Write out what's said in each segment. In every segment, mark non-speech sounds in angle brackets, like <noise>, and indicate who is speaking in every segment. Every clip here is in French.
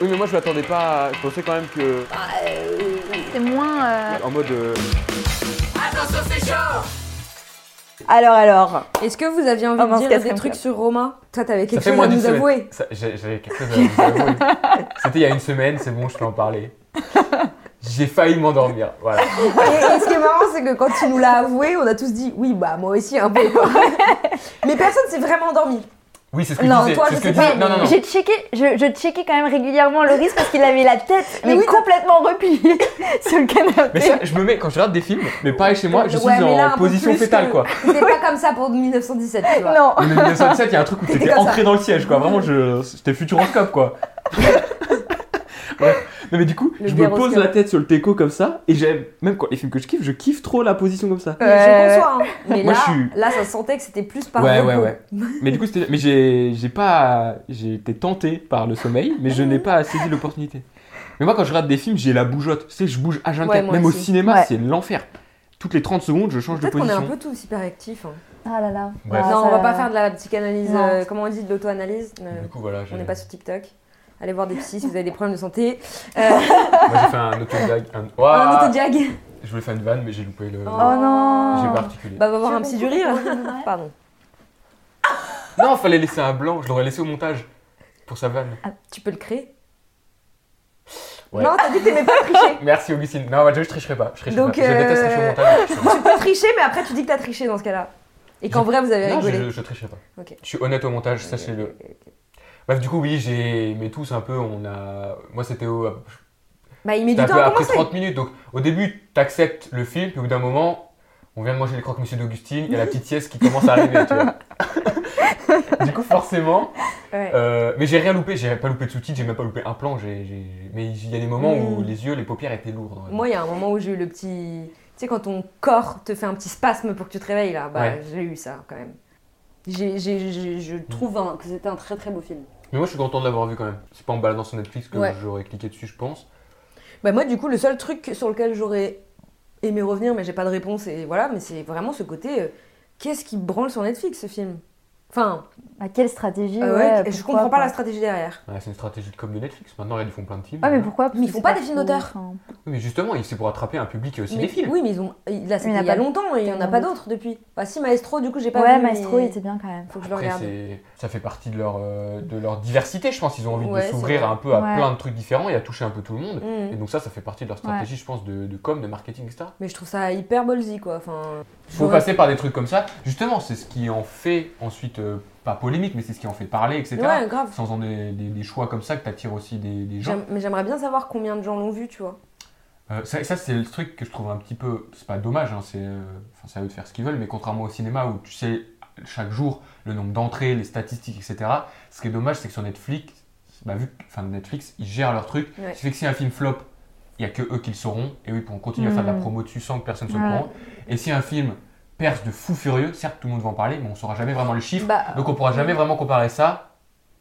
Speaker 1: Oui, mais moi je m'attendais pas. à- Je pensais quand même que.
Speaker 2: Ah.
Speaker 3: C'est moins. euh,
Speaker 1: En mode. euh,
Speaker 4: Alors, alors,
Speaker 2: Est-ce que vous aviez envie
Speaker 4: Ah,
Speaker 2: de
Speaker 4: mince,
Speaker 2: dire des
Speaker 4: quatrième
Speaker 2: trucs
Speaker 4: clap.
Speaker 2: sur Romain Toi, t'avais quelque
Speaker 5: fait
Speaker 2: chose
Speaker 5: moins
Speaker 2: à
Speaker 5: d'une
Speaker 2: nous
Speaker 5: semaine.
Speaker 2: avouer.
Speaker 5: Ça, j'ai- J'avais quelque chose à vous avouer.
Speaker 2: <laughs>
Speaker 5: C'était il y a une semaine, c'est bon, je peux en parler. J'ai failli m'endormir. Voilà.
Speaker 2: Et, et ce qui est marrant, c'est que quand il nous l'a avoué, on a tous dit oui, bah moi aussi un <laughs> peu. quoi. Mais personne s'est vraiment endormi.
Speaker 5: Oui, c'est ce que
Speaker 2: Non,
Speaker 5: disait.
Speaker 2: toi,
Speaker 5: c'est
Speaker 2: je
Speaker 5: ce que
Speaker 2: sais
Speaker 5: disait- Non,
Speaker 2: pas,
Speaker 5: non, non.
Speaker 3: J'ai checké, je, je checkais quand même régulièrement Loris parce qu'il avait la tête
Speaker 2: Mais
Speaker 3: mais
Speaker 2: oui,
Speaker 3: complètement repliée sur le
Speaker 5: Mais
Speaker 3: canapé.
Speaker 5: ça, je me mets, quand je regarde des films, mais pareil chez moi, je suis
Speaker 2: Ouais, mais
Speaker 5: en
Speaker 2: là, un peu
Speaker 5: position
Speaker 2: plus
Speaker 5: fétale,
Speaker 2: que- <laughs>
Speaker 5: quoi.
Speaker 2: C'était pas comme ça pour 1917, tu vois.
Speaker 3: Non.
Speaker 5: Mais 1917, il y a un truc où
Speaker 2: T'étais
Speaker 5: t'étais
Speaker 2: comme ça.
Speaker 5: ancré dans le siège, quoi. Vraiment, je- j'étais futuroscope, quoi. Ouais. Non, mais du coup,
Speaker 2: Le
Speaker 5: je me pose
Speaker 2: véroscope.
Speaker 5: la tête sur le teco comme ça, et j'aime, même quand les films que je kiffe, je kiffe trop la position comme ça.
Speaker 2: Mais Je conçois, hein. Mais
Speaker 5: Moi,
Speaker 2: là,
Speaker 5: je suis-
Speaker 2: là, ça se sentait que c'était plus par
Speaker 5: ouais,
Speaker 2: défaut.
Speaker 5: ouais, ouais. Mais du coup, c'était. Mais j'ai j'ai pas. J'ai été tenté par le sommeil, mais je n'ai pas saisi l'opportunité. Mais moi, quand je regarde des films, j'ai la bougeotte. Tu sais, je bouge à 24.
Speaker 2: Ouais, moi
Speaker 5: Même
Speaker 2: aussi.
Speaker 5: au cinéma,
Speaker 3: Ouais.
Speaker 5: c'est l'enfer. Toutes les 30 secondes, je change de
Speaker 2: Peut-être qu'on est
Speaker 5: position.
Speaker 2: un peu tous hyperactifs. hein.
Speaker 3: Ah là là.
Speaker 5: Bref.
Speaker 3: Ah,
Speaker 2: non,
Speaker 3: ça-
Speaker 2: on va pas faire de la psychanalyse,
Speaker 3: Non.
Speaker 2: euh, comment on dit, de l'auto-analyse. Euh,
Speaker 5: Du coup, voilà. j'ai-
Speaker 2: on n'est pas sur TikTok. Allez voir des psys si vous avez des problèmes de <laughs> santé.
Speaker 5: Moi, j'ai fait un auto-gag. Un...
Speaker 2: <laughs> Un
Speaker 5: Ouah
Speaker 2: auto-jag.
Speaker 5: Je voulais faire une vanne, mais j'ai loupé le.
Speaker 2: Oh.
Speaker 3: Oh non.
Speaker 5: Euh, J'ai pas articulé.
Speaker 2: Bah, va voir un psy du rire. <laughs> Pardon.
Speaker 5: Non, fallait laisser un blanc. Je l'aurais laissé au montage pour sa vanne.
Speaker 2: Ah, Tu peux le créer
Speaker 5: Ouais.
Speaker 2: Non, t'as dit que t'aimais pas
Speaker 5: <laughs>
Speaker 2: tricher.
Speaker 5: Merci Augustine. Non, ouais, je, je tricherai pas. Je tricherai
Speaker 2: Donc,
Speaker 5: pas. Je
Speaker 2: euh,
Speaker 5: déteste tricher au montage. Je-
Speaker 2: tu peux tricher, mais après, tu dis que t'as triché dans ce cas-là. Et qu'en
Speaker 5: Je-
Speaker 2: vrai, vous avez
Speaker 5: Non,
Speaker 2: rigolé.
Speaker 5: je, je, je tricherai pas.
Speaker 2: Ok.
Speaker 5: Je suis honnête au montage, sachez-le. Bref, du coup, oui, j'ai. Mais tous un peu, on a. Moi, c'était au.
Speaker 2: Bah, il met
Speaker 5: T'as
Speaker 2: du
Speaker 5: un
Speaker 2: temps
Speaker 5: peu
Speaker 2: à
Speaker 5: après
Speaker 2: commencer.
Speaker 5: 30 minutes. Donc, au début, t'acceptes le film, puis au bout d'un moment, on vient de manger les croque-monsieur d'Augustine, il y a la petite sieste qui commence à arriver, tu
Speaker 2: <laughs>
Speaker 5: vois. du coup, forcément.
Speaker 2: Ouais.
Speaker 5: euh, mais j'ai rien loupé, j'ai pas loupé de sous-titres, j'ai même pas loupé un plan. j'ai- j'ai- Mais il y a des moments où
Speaker 2: Mm.
Speaker 5: les yeux, les paupières étaient lourdes. en vrai.
Speaker 2: Moi, il y a un moment où j'ai eu le petit. Tu sais, quand ton corps te fait un petit spasme pour que tu te réveilles, là, bah,
Speaker 5: Ouais.
Speaker 2: j'ai eu ça quand même. J'ai- j'ai- j'ai- je trouve un- que c'était un très très beau film.
Speaker 5: Mais moi, je suis content de l'avoir vu quand même. C'est pas en baladant sur Netflix que
Speaker 2: Ouais.
Speaker 5: j'aurais cliqué dessus, je pense.
Speaker 2: Bah, moi, du coup, le seul truc sur lequel j'aurais aimé revenir, mais j'ai pas de réponse, et voilà, mais c'est vraiment ce côté. euh, Qu'est-ce qui branle sur Netflix ce film Enfin,
Speaker 3: Ah, quelle stratégie ouais,
Speaker 2: euh, ouais,
Speaker 3: pourquoi,
Speaker 2: je comprends pas
Speaker 3: quoi.
Speaker 2: la stratégie derrière.
Speaker 5: Ouais, c'est une stratégie de com de Netflix. Maintenant, ils font plein de films.
Speaker 3: Ouais, mais
Speaker 5: Oui,
Speaker 3: pourquoi Parce
Speaker 2: Mais ils
Speaker 3: que
Speaker 2: font
Speaker 3: c'est
Speaker 2: pas des films
Speaker 3: fou,
Speaker 2: d'auteur.
Speaker 3: enfin.
Speaker 5: mais justement, il- c'est pour attrapper un public euh, aussi
Speaker 2: Mais-
Speaker 5: des films.
Speaker 2: Oui, mais ils ont. Là, c'était
Speaker 3: il y en a
Speaker 2: il y a
Speaker 3: pas-
Speaker 2: longtemps, et il y en a
Speaker 3: tellement
Speaker 2: pas
Speaker 3: d'autres.
Speaker 2: d'autres depuis. Bah, si, Maestro, du coup, j'ai pas
Speaker 3: Ouais,
Speaker 2: vu.
Speaker 3: Maestro,
Speaker 2: mais-
Speaker 3: il était bien quand même.
Speaker 2: Faut que je le
Speaker 5: Après,
Speaker 2: regarde.
Speaker 5: c'est- ça fait partie de leur, euh, de leur diversité, je pense. Ils ont envie
Speaker 2: Ouais, c'est
Speaker 5: de s'ouvrir
Speaker 2: vrai.
Speaker 5: un peu à
Speaker 3: Ouais.
Speaker 5: plein de trucs différents et à toucher un peu tout le monde.
Speaker 2: Mm.
Speaker 5: Et donc ça, ça fait partie de leur stratégie, je pense, de, de com, de marketing, etc.
Speaker 2: Mais je trouve ça hyper ballsy, quoi. Enfin,
Speaker 5: Il faut
Speaker 2: j'aurais-
Speaker 5: passer par des trucs comme ça. Justement, c'est ce qui en fait ensuite, euh, pas polémique, mais c'est ce qui en fait parler, etc.
Speaker 2: Ouais, grave.
Speaker 5: C'est en faisant des, des- des choix comme ça que t'attires aussi des, des gens.
Speaker 2: J'aime- Mais j'aimerais bien savoir combien de gens l'ont vu, tu vois.
Speaker 5: Euh, ça, ça, c'est le truc que je trouve un petit peu. C'est pas dommage, hein, c'est euh, enfin, c'est à eux de faire ce qu'ils veulent, mais contrairement au cinéma où tu sais chaque jour le nombre d'entrées, les statistiques, etc. Ce qui est dommage, c'est que sur Netflix, bah, vu que enfin, Netflix, ils gèrent leur truc.
Speaker 2: Ouais.
Speaker 5: Ce qui fait que si un film flop, il n'y a que eux qui le sauront, et oui, ils pourront continuer à faire de la
Speaker 2: Hmm.
Speaker 3: Mhm.
Speaker 5: promo dessus sans que personne se
Speaker 3: Ouais.
Speaker 5: prend. Et si un film perce de fou furieux, certes, tout le monde va en parler, mais on saura jamais vraiment les chiffres.
Speaker 2: Bah,
Speaker 5: Donc on pourra jamais vraiment comparer ça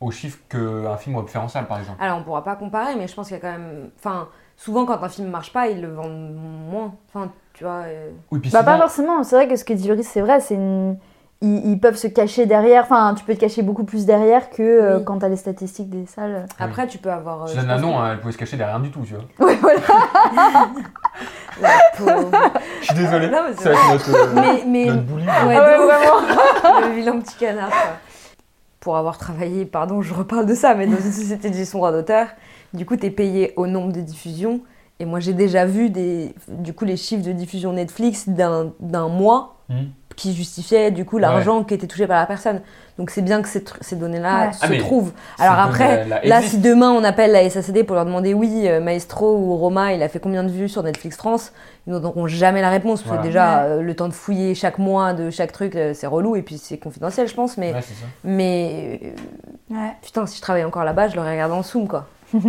Speaker 5: aux chiffres qu'un film aurait pu faire en salle, par exemple.
Speaker 2: alors on pourra pas comparer, mais je pense qu'il y a quand même. Enfin, souvent quand un film marche pas, ils le vendent moins. Enfin, tu vois. euh,
Speaker 5: Oui, puis
Speaker 3: Bah,
Speaker 5: souvent-
Speaker 3: pas forcément. C'est vrai que ce que dit Loris, c'est vrai. C'est une- ils, ils peuvent se cacher derrière. Enfin, tu peux te cacher beaucoup plus derrière que euh,
Speaker 2: Oui.
Speaker 3: quand t'as les statistiques des salles.
Speaker 2: Après, tu peux avoir. euh,
Speaker 5: Suzanne
Speaker 2: je pense
Speaker 5: Nanon, hein, elle pouvait se cacher derrière rien du tout, tu vois.
Speaker 2: que- La
Speaker 5: <laughs>
Speaker 2: pauvre.
Speaker 5: Je suis désolé.
Speaker 2: Non, mais c'est
Speaker 5: Ça va être notre, euh,
Speaker 2: mais. mais...
Speaker 5: notre bully.
Speaker 2: Ouais,
Speaker 3: Ah ouais,
Speaker 2: de ouf. <laughs> Le vilain petit canard, quoi. Pour avoir travaillé, pardon, je reparle de ça, mais dans une société de gestion droit d'auteur, du coup, t'es payé au nombre de diffusions. Et moi, j'ai déjà vu des, du coup, les chiffres de diffusion Netflix d'un d'un mois
Speaker 5: Mhm.
Speaker 2: qui justifiait du coup
Speaker 5: Ouais.
Speaker 2: l'argent qui était touché par la personne. Donc c'est bien que ces, tr- ces données-là
Speaker 3: Ouais.
Speaker 2: se
Speaker 5: Ah, mais euh,
Speaker 2: trouvent. Alors
Speaker 5: Cette
Speaker 2: après,
Speaker 5: donne, elle
Speaker 2: là
Speaker 5: existe.
Speaker 2: si demain on appelle la SACD pour leur demander oui, euh, Maestro ou Roma, il a fait combien de vues sur Netflix France, ils n'auront jamais la réponse. Parce
Speaker 5: Voilà.
Speaker 2: que déjà,
Speaker 3: Ouais.
Speaker 2: euh, le temps de fouiller chaque mois de chaque truc, euh, c'est relou et puis c'est confidentiel je pense. Mais,
Speaker 5: Ouais, c'est ça.
Speaker 2: mais euh,
Speaker 3: Ouais.
Speaker 2: putain, si je travaillais encore là-bas, je l'aurais regardé en Zoom quoi.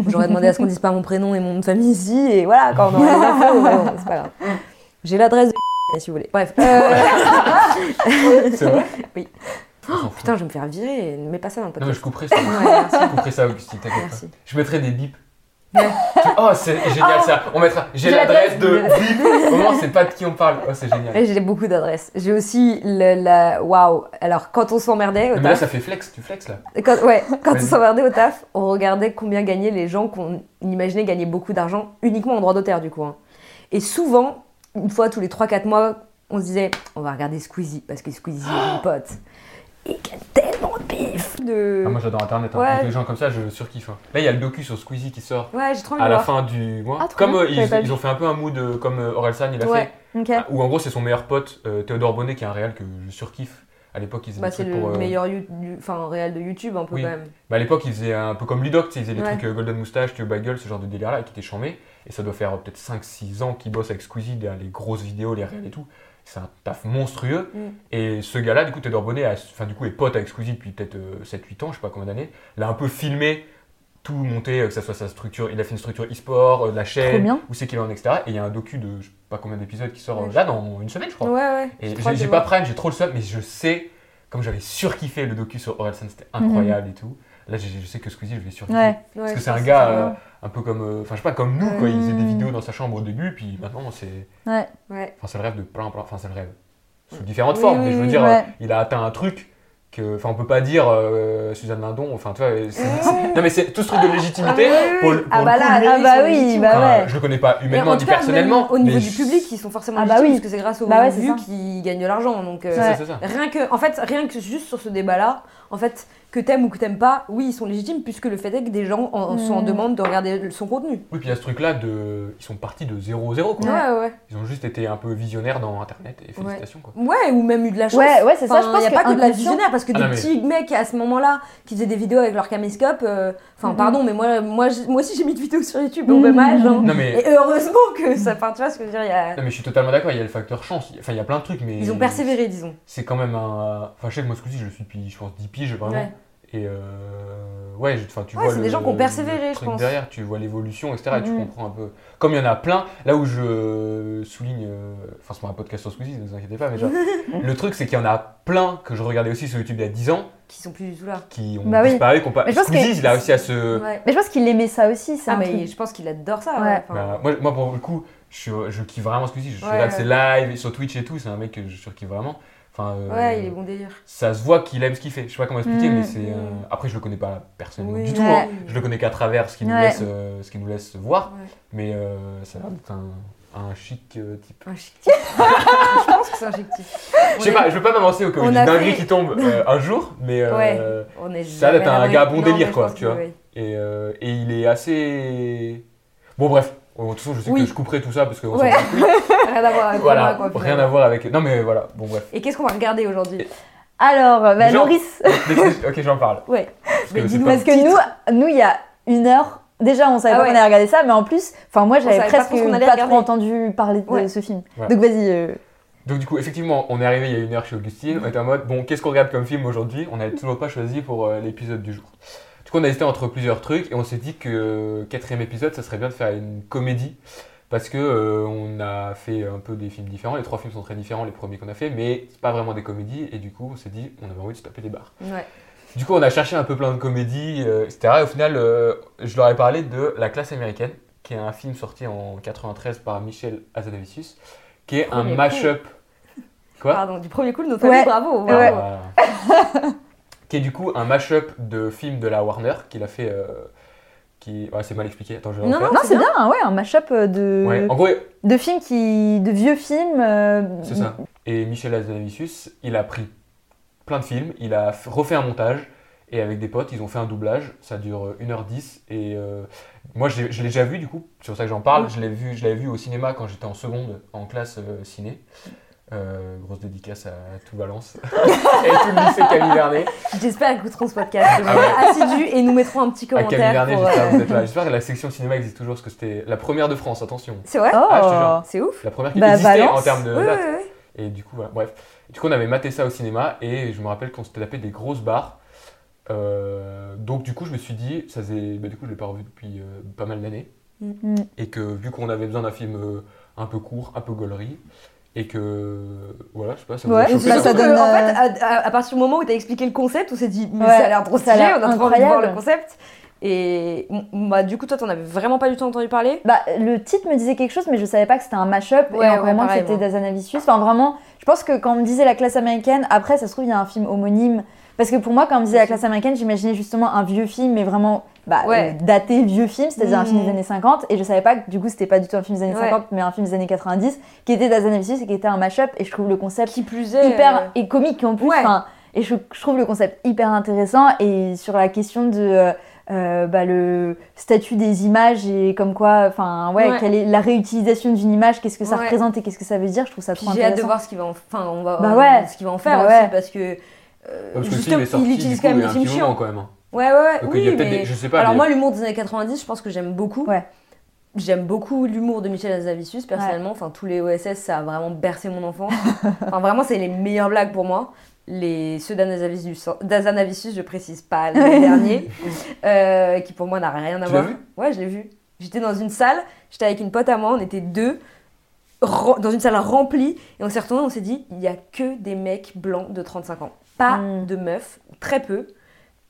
Speaker 2: J'aurais demandé à ce qu'on dise pas mon prénom et mon nom de famille ici et voilà, quand on aurait les infos, mais bon, c'est pas grave. J'ai l'adresse de <laughs> si vous voulez. Bref. euh,
Speaker 5: <laughs> C'est vrai
Speaker 2: Oui.
Speaker 5: On s'en fout.
Speaker 2: Putain, je vais me faire virer, ne mets pas ça dans le
Speaker 5: Non, mais
Speaker 2: podcast.
Speaker 5: je couperai ça.
Speaker 2: Ouais, merci.
Speaker 5: je couperai ça, Augustine, t'inquiète pas.
Speaker 2: Merci.
Speaker 5: Je mettrai des bips. Oh, c'est génial ça. On mettra. J'ai
Speaker 3: J'ai
Speaker 5: l'adresse
Speaker 3: l'adresse
Speaker 5: de. Bip. Au moins, c'est pas de qui on parle. Oh, c'est génial.
Speaker 2: Ouais, j'ai beaucoup d'adresses. J'ai aussi le, la. Waouh! Alors, quand on s'emmerdait au
Speaker 5: Mais là,
Speaker 2: taf.
Speaker 5: ça fait flex. Tu flex là.
Speaker 2: Quand, ouais, quand on
Speaker 5: Vas-y.
Speaker 2: s'emmerdait au taf, on regardait combien gagnaient les gens qu'on imaginait gagner beaucoup d'argent uniquement en droit d'auteur, du coup. hein. Et souvent, une fois tous les 3-4 mois, on se disait on va regarder Squeezie, parce que Squeezie
Speaker 5: <gasps>
Speaker 2: est mon pote. Il gagne tellement de bif! De...
Speaker 5: Ah, moi, j'adore Internet. Hein.
Speaker 2: Ouais.
Speaker 5: Tous les gens comme ça, je surkiffe. hein. Là, il y a le docu sur Squeezie qui sort
Speaker 2: Ouais, j'ai trop envie
Speaker 5: à
Speaker 2: de
Speaker 5: la
Speaker 2: voir.
Speaker 5: fin du mois.
Speaker 3: Ah, trop
Speaker 5: comme
Speaker 3: bien,
Speaker 5: euh,
Speaker 3: j'avais
Speaker 5: ils,
Speaker 3: pas vu.
Speaker 5: ils ont fait un peu un mood euh, comme euh, Orelsan, il a
Speaker 2: Ouais.
Speaker 5: fait.
Speaker 3: Ok.
Speaker 5: Ah, Où en gros, c'est son meilleur pote, euh, Théodore Bonnet, qui est un réel que je surkiffe. À l'époque, ils faisaient
Speaker 2: Bah,
Speaker 5: des
Speaker 2: c'est
Speaker 5: trucs
Speaker 2: le
Speaker 5: pour. euh,
Speaker 2: meilleur you- du- enfin, réel de YouTube, un peu
Speaker 5: Oui.
Speaker 2: quand même.
Speaker 5: Bah à l'époque, ils faisaient un peu comme Ludoc, tu sais, ils faisaient des
Speaker 2: Ouais.
Speaker 5: trucs euh, Golden Moustache, Théo Bagel, ce genre de délire là, qui était chambé. Et ça doit faire euh, peut-être 5-6 ans qu'ils bossent avec Squeezie, derrière les grosses vidéos, les réels et tout. C'est un taf monstrueux.
Speaker 2: Mm.
Speaker 5: Et ce gars-là, du coup, Théodore Bonnet, a- enfin, du coup, est pote avec Squeezie depuis peut-être euh, 7-8 ans, je sais pas combien d'années. L'a un peu filmé, tout monté, euh, que ça soit sa structure. Il a fait une structure e-sport, euh, de la
Speaker 3: Trop
Speaker 5: chaîne,
Speaker 3: bien.
Speaker 5: où c'est qu'il en est, etc. Et il y a un docu de je sais pas combien d'épisodes qui sort euh,
Speaker 2: Ouais, je-
Speaker 5: là dans une semaine, je crois.
Speaker 2: Ouais, ouais.
Speaker 5: Et
Speaker 2: j'ai trop
Speaker 5: j'ai-
Speaker 2: hâte de
Speaker 5: j'ai pas
Speaker 2: voir.
Speaker 5: Prime, j'ai trop le seum, mais je sais, comme j'avais surkiffé le docu sur Orelsan, c'était incroyable et tout. Là, j'ai- je sais que Squeezie, je vais surkiffer.
Speaker 3: Ouais.
Speaker 5: Parce
Speaker 2: Mhm. Ouais, Hmm.
Speaker 5: que
Speaker 2: je
Speaker 5: c'est un
Speaker 2: pense
Speaker 5: gars
Speaker 2: ça.
Speaker 5: euh, un peu comme, euh, enfin, je sais pas, comme nous, quoi. Il faisait des
Speaker 3: Mm.
Speaker 5: vidéos dans sa chambre au début, puis maintenant, c'est,
Speaker 3: Ouais.
Speaker 5: euh, <laughs>
Speaker 2: Ouais.
Speaker 5: enfin, c'est le rêve de plein, plein, enfin, c'est le rêve sous différentes
Speaker 2: Oui,
Speaker 5: formes.
Speaker 2: oui,
Speaker 5: mais je veux
Speaker 2: oui,
Speaker 5: dire,
Speaker 3: ouais.
Speaker 5: euh, il a atteint un truc que, enfin, on peut pas dire euh, Suzanne Lindon. Enfin, tu vois, euh, c'est- non, mais c'est tout ce truc de légitimité. pour le- pour
Speaker 2: Ah
Speaker 5: le
Speaker 2: bah
Speaker 5: coup,
Speaker 2: là,
Speaker 5: lui,
Speaker 2: ah
Speaker 3: lui,
Speaker 2: bah
Speaker 3: son
Speaker 2: oui,
Speaker 3: légitime,
Speaker 2: bah
Speaker 5: enfin,
Speaker 2: ouais.
Speaker 5: Je le connais pas
Speaker 2: Mais en
Speaker 5: humainement ni
Speaker 2: tout cas,
Speaker 5: personnellement.
Speaker 2: même au niveau
Speaker 5: mais
Speaker 2: du
Speaker 5: je-
Speaker 2: public, ils sont forcément
Speaker 3: Ah bah
Speaker 2: légitimes
Speaker 3: oui.
Speaker 2: parce que c'est grâce aux
Speaker 3: Bah ouais, c'est
Speaker 2: vues
Speaker 3: ça.
Speaker 2: qu'ils gagnent de l'argent. Donc euh,
Speaker 5: C'est ça, c'est ça.
Speaker 2: rien que, en fait, rien que juste sur ce débat-là, en fait, que t'aimes ou que t'aimes pas, oui, ils sont légitimes puisque le fait est que des gens en- sont en
Speaker 3: Mm.
Speaker 2: demande de regarder le- son contenu.
Speaker 5: Oui, puis il y a ce truc-là de, ils sont partis de 0-0, quoi.
Speaker 2: Ouais, ouais,
Speaker 5: Ils ont juste été un peu visionnaires dans Internet et félicitations quoi.
Speaker 2: ouais, ou même eu de la chance.
Speaker 3: Ouais, ouais, c'est ça, je pense
Speaker 2: Il n'y a
Speaker 3: que
Speaker 2: pas que de la
Speaker 3: inconscient-
Speaker 2: visionnaire parce que
Speaker 5: Ah
Speaker 2: des
Speaker 5: non, mais-
Speaker 2: petits mecs à ce moment-là qui faisaient des vidéos avec leur caméscope. euh, Enfin,
Speaker 3: Mhm.
Speaker 2: pardon, mais moi, moi, j'- moi aussi j'ai mis de vidéos sur YouTube au
Speaker 3: Mhm.
Speaker 2: même âge. hein.
Speaker 5: Non mais,
Speaker 2: Et heureusement que ça. Enfin, tu vois ce que je veux dire. il y a-
Speaker 5: non mais je suis totalement d'accord, il y a le facteur chance, enfin il y a plein de trucs mais...
Speaker 2: Ils ont persévéré, disons.
Speaker 5: C'est quand même un... Enfin je sais que moi ce coup-ci je le suis depuis je pense 10 piges vraiment.
Speaker 2: Ouais.
Speaker 5: Et euh... ouais, je- enfin, tu
Speaker 2: Ouais,
Speaker 5: vois...
Speaker 2: c'est
Speaker 5: le-
Speaker 2: des gens qui ont
Speaker 5: le
Speaker 2: persévéré, je
Speaker 5: truc
Speaker 2: pense. Mm.
Speaker 5: derrière, tu vois l'évolution etc. et tu
Speaker 3: Mhm.
Speaker 5: comprends un peu... Comme il y en a plein, là où je souligne... euh, Enfin c'est pas un podcast sur Squeezie, ne vous inquiétez pas mais
Speaker 2: <laughs>
Speaker 5: genre... le truc c'est qu'il y en a plein que je regardais aussi sur YouTube il y a 10 ans
Speaker 2: Qui sont plus du tout là.
Speaker 5: qui ont
Speaker 3: Bah oui.
Speaker 5: disparu, qui ont pas...
Speaker 3: Mais je pense que-
Speaker 5: Squeezie il a réussi à se...
Speaker 2: Ouais.
Speaker 3: Mais je pense qu'il aimait ça aussi, c'est
Speaker 2: Ah,
Speaker 3: un
Speaker 2: mais
Speaker 3: truc.
Speaker 2: je pense qu'il adore ça.
Speaker 3: Ouais.
Speaker 2: ouais, enfin.
Speaker 5: Bah, moi, moi, pour le coup, je, suis- je kiffe vraiment Squeezie. Je, je
Speaker 2: Ouais,
Speaker 5: regarde
Speaker 2: ouais.
Speaker 5: ses lives et sur Twitch et tout. C'est un mec que je surkiffe vraiment. Enfin, euh,
Speaker 2: Ouais, il est bon délire.
Speaker 5: Ça se voit qu'il aime ce qu'il fait. Je sais pas comment expliquer,
Speaker 3: Mm.
Speaker 5: mais c'est. euh, Après, je le connais pas personnellement
Speaker 2: Oui.
Speaker 5: du tout.
Speaker 3: Ouais.
Speaker 5: hein. Je le connais qu'à travers ce qu'il nous
Speaker 3: Ouais.
Speaker 5: laisse, euh, ce qu'il nous laisse voir.
Speaker 2: Ouais.
Speaker 5: Mais euh, ça a l'air d'être un, un chic euh, type.
Speaker 2: Un chic type. <laughs> je pense que c'est un chic type. On
Speaker 5: Je sais
Speaker 2: est-
Speaker 5: pas. Je veux pas m'avancer au cas où
Speaker 2: on
Speaker 5: il y a
Speaker 2: a
Speaker 5: une dinguerie
Speaker 2: fait-
Speaker 5: qui tombe euh, un jour, mais. euh,
Speaker 2: Ouais. On est
Speaker 5: Ça,
Speaker 2: jamais
Speaker 5: t'as un
Speaker 2: à l'abri.
Speaker 5: gars bon
Speaker 2: Non,
Speaker 5: délire,
Speaker 2: mais je
Speaker 5: quoi,
Speaker 2: pense
Speaker 5: tu
Speaker 2: que
Speaker 5: vois.
Speaker 2: oui.
Speaker 5: Et, euh, et il est assez. Bon, bref. De toute façon, je sais
Speaker 2: Oui.
Speaker 5: que je couperai tout ça parce que. on s'en
Speaker 2: Ouais.
Speaker 5: fout.
Speaker 2: <laughs> Rien à voir avec
Speaker 5: Voilà,
Speaker 2: moi, quoi,
Speaker 5: rien
Speaker 2: finalement.
Speaker 5: à voir avec. Non, mais voilà, bon, bref.
Speaker 2: Et qu'est-ce qu'on va regarder aujourd'hui
Speaker 3: Alors, bah,
Speaker 5: Genre-
Speaker 3: Loris,
Speaker 5: ok, j'en parle.
Speaker 3: Ouais.
Speaker 5: Parce que
Speaker 2: Mais
Speaker 5: c'est
Speaker 2: dis-nous
Speaker 5: pas-
Speaker 3: parce que nous, nous, il y a une heure, déjà, on savait
Speaker 2: Ah
Speaker 3: pas
Speaker 2: ouais.
Speaker 3: qu'on allait regarder ça, mais en plus, enfin, moi, j'avais
Speaker 2: savait pas
Speaker 3: presque
Speaker 2: trop ce qu'on
Speaker 3: pas,
Speaker 2: allait regarder.
Speaker 3: trop entendu parler de
Speaker 2: Ouais.
Speaker 3: ce film.
Speaker 5: Ouais.
Speaker 3: Donc, vas-y. euh,
Speaker 5: Donc, du coup, effectivement, on est arrivé il y a une heure chez Augustine. On était en mode, bon, qu'est-ce qu'on regarde comme film aujourd'hui On n'avait toujours pas choisi pour euh, l'épisode du jour. Du coup, on a hésité entre plusieurs trucs et on s'est dit que euh, quatrième épisode, ça serait bien de faire une comédie. Parce que euh, on a fait un peu des films différents. Les trois films sont très différents, les premiers qu'on a fait, mais c'est pas vraiment des comédies. Et du coup, on s'est dit, on avait envie de se taper des barres.
Speaker 2: Ouais.
Speaker 5: Du coup, on a cherché un peu plein de comédies, euh, etc. Et au final, euh, je leur ai parlé de La classe américaine, qui est un film sorti en 93 par Michel Hazanavicius, qui est un
Speaker 2: Premier
Speaker 5: mash-up. Quoi Ah,
Speaker 2: Pardon, du premier coup, notre
Speaker 3: Ouais.
Speaker 2: famille, bravo. bravo.
Speaker 3: Ouais.
Speaker 5: Voilà. Qui est du coup un mash-up de films de la Warner, qu'il a fait. euh, qui... ouais, c'est mal expliqué, attends, je vais
Speaker 2: Non,
Speaker 5: refaire.
Speaker 3: Non, c'est bien, ouais, un mash-up euh, de,
Speaker 5: Ouais, en gros,
Speaker 3: de films qui. de vieux films. euh,
Speaker 5: C'est ça. Et Michel Hazanavicius, il a pris plein de films, il a f- refait un montage, et avec des potes, ils ont fait un doublage. Ça dure euh, 1h10. Et euh, moi, j'ai- je l'ai déjà vu, du coup, c'est pour ça que j'en parle. Je l'ai vu, je l'avais vu au cinéma quand j'étais en seconde, en classe euh, ciné. Euh, grosse dédicace à tout
Speaker 2: <laughs>
Speaker 5: Valence et tout le lycée Camille Vernet.
Speaker 2: J'espère qu'ils écouteront ce podcast. de
Speaker 5: Ah
Speaker 2: manière assidue et nous mettrons un petit
Speaker 5: À Ah, Camille
Speaker 2: commentaire.
Speaker 5: Vernet,
Speaker 2: pour,
Speaker 5: j'espère que
Speaker 2: euh,
Speaker 5: vous êtes là. J'espère que la section cinéma existe toujours, parce que c'était la première de France, attention.
Speaker 2: C'est vrai
Speaker 3: Oh
Speaker 5: Ah, je te jure.
Speaker 2: C'est ouf.
Speaker 5: La première qui
Speaker 3: Bah,
Speaker 5: existait en
Speaker 3: Valence.
Speaker 5: termes de
Speaker 2: Ouais,
Speaker 5: date.
Speaker 2: ouais, ouais.
Speaker 5: Et du coup, voilà, bref. Du coup, on avait maté ça au cinéma et je me rappelle qu'on s'était tapé des grosses barres. Euh, donc, du coup, je me suis dit, ça faisait. bah, du coup, je l'ai pas revu depuis euh, pas mal d'années.
Speaker 3: Mm.
Speaker 2: Mm-hmm.
Speaker 5: Et que vu qu'on avait besoin d'un film euh, un peu court, un peu gaulerie, et que. Voilà, je sais pas, ça vous a
Speaker 3: Ouais,
Speaker 5: chopé
Speaker 3: bah,
Speaker 5: ça,
Speaker 3: ça
Speaker 5: quoi.
Speaker 3: donne,
Speaker 2: En
Speaker 3: euh,
Speaker 2: fait, à, à- à partir du moment où t'as expliqué le concept, on s'est dit, mais
Speaker 3: Ouais,
Speaker 2: ça a l'air trop
Speaker 3: ça a
Speaker 2: stylé,
Speaker 3: l'air
Speaker 2: on a trop envie de voir
Speaker 3: incroyable.
Speaker 2: le concept. Et m- bah, du coup, toi, t'en avais vraiment pas du tout entendu parler
Speaker 3: Bah, le titre me disait quelque chose, mais je savais pas que c'était un mash-up
Speaker 2: Ouais,
Speaker 3: et encore
Speaker 2: ouais,
Speaker 3: moins que
Speaker 2: pareil,
Speaker 3: c'était
Speaker 2: moi.
Speaker 3: Dazanavicius. Enfin, vraiment, je pense que quand on me disait la classe américaine, après, ça se trouve, il y a un film homonyme. Parce que pour moi, quand on me disait la classe américaine, j'imaginais justement un vieux film, mais vraiment bah,
Speaker 2: Ouais.
Speaker 3: euh, daté, vieux film, c'est-à-dire un film
Speaker 2: Mhm.
Speaker 3: des années 50. Et je savais pas que du coup, c'était pas du tout un film des années
Speaker 2: Ouais.
Speaker 3: 50, mais un film des années 90, qui était Dazanavicius et qui était un mash-up. Et je trouve le concept
Speaker 2: Qui plus est.
Speaker 3: hyper.
Speaker 2: euh,
Speaker 3: et comique en plus.
Speaker 2: Ouais.
Speaker 3: enfin, Et je, je trouve le concept hyper intéressant. Et sur la question de. euh, euh, bah, le statut des images et comme quoi, enfin, ouais,
Speaker 2: Ouais.
Speaker 3: quelle est la réutilisation d'une image, qu'est-ce que ça
Speaker 2: Ouais.
Speaker 3: représente et qu'est-ce que ça veut dire, je trouve ça
Speaker 2: Puis
Speaker 3: trop
Speaker 2: j'ai hâte de
Speaker 3: intéressant.
Speaker 2: voir ce qu'il va en, enfin, on va,
Speaker 3: Bah
Speaker 2: on-
Speaker 3: ouais.
Speaker 2: ce qu'il va en faire
Speaker 3: Bah
Speaker 2: aussi
Speaker 3: ouais.
Speaker 2: parce que. euh,
Speaker 5: Parce que le film
Speaker 2: justement,
Speaker 5: est sorti,
Speaker 2: il
Speaker 5: du
Speaker 2: utilise
Speaker 5: coup,
Speaker 2: quand même
Speaker 5: il y a
Speaker 2: le
Speaker 5: un
Speaker 2: film
Speaker 5: petit moment
Speaker 2: chiant.
Speaker 5: quand même. hein.
Speaker 2: Ouais, ouais,
Speaker 5: Donc, il y a
Speaker 2: oui,
Speaker 5: peut-être
Speaker 2: mais...
Speaker 5: des- je sais pas,
Speaker 2: Alors
Speaker 5: mais-
Speaker 2: moi, l'humour des années 90, je pense que j'aime beaucoup.
Speaker 3: Ouais.
Speaker 2: J'aime beaucoup l'humour de Michel Azavicius, personnellement. Enfin, tous les OSS, ça a vraiment bercé mon enfance. <laughs> enfin, vraiment, c'est les meilleures blagues pour moi. Les, ceux d'Azanavicius, d'Azanavicius, je précise pas, le
Speaker 5: <laughs>
Speaker 2: dernier, euh, qui pour moi n'a rien à
Speaker 5: Tu l'as
Speaker 2: voir.
Speaker 5: vu
Speaker 2: ouais, je l'ai vu. J'étais dans une salle, j'étais avec une pote à moi, on était deux, ren- dans une salle remplie, et on s'est retournés, on s'est dit, il n'y a que des mecs blancs de 35 ans. Pas
Speaker 3: Mm.
Speaker 2: de meufs, très peu,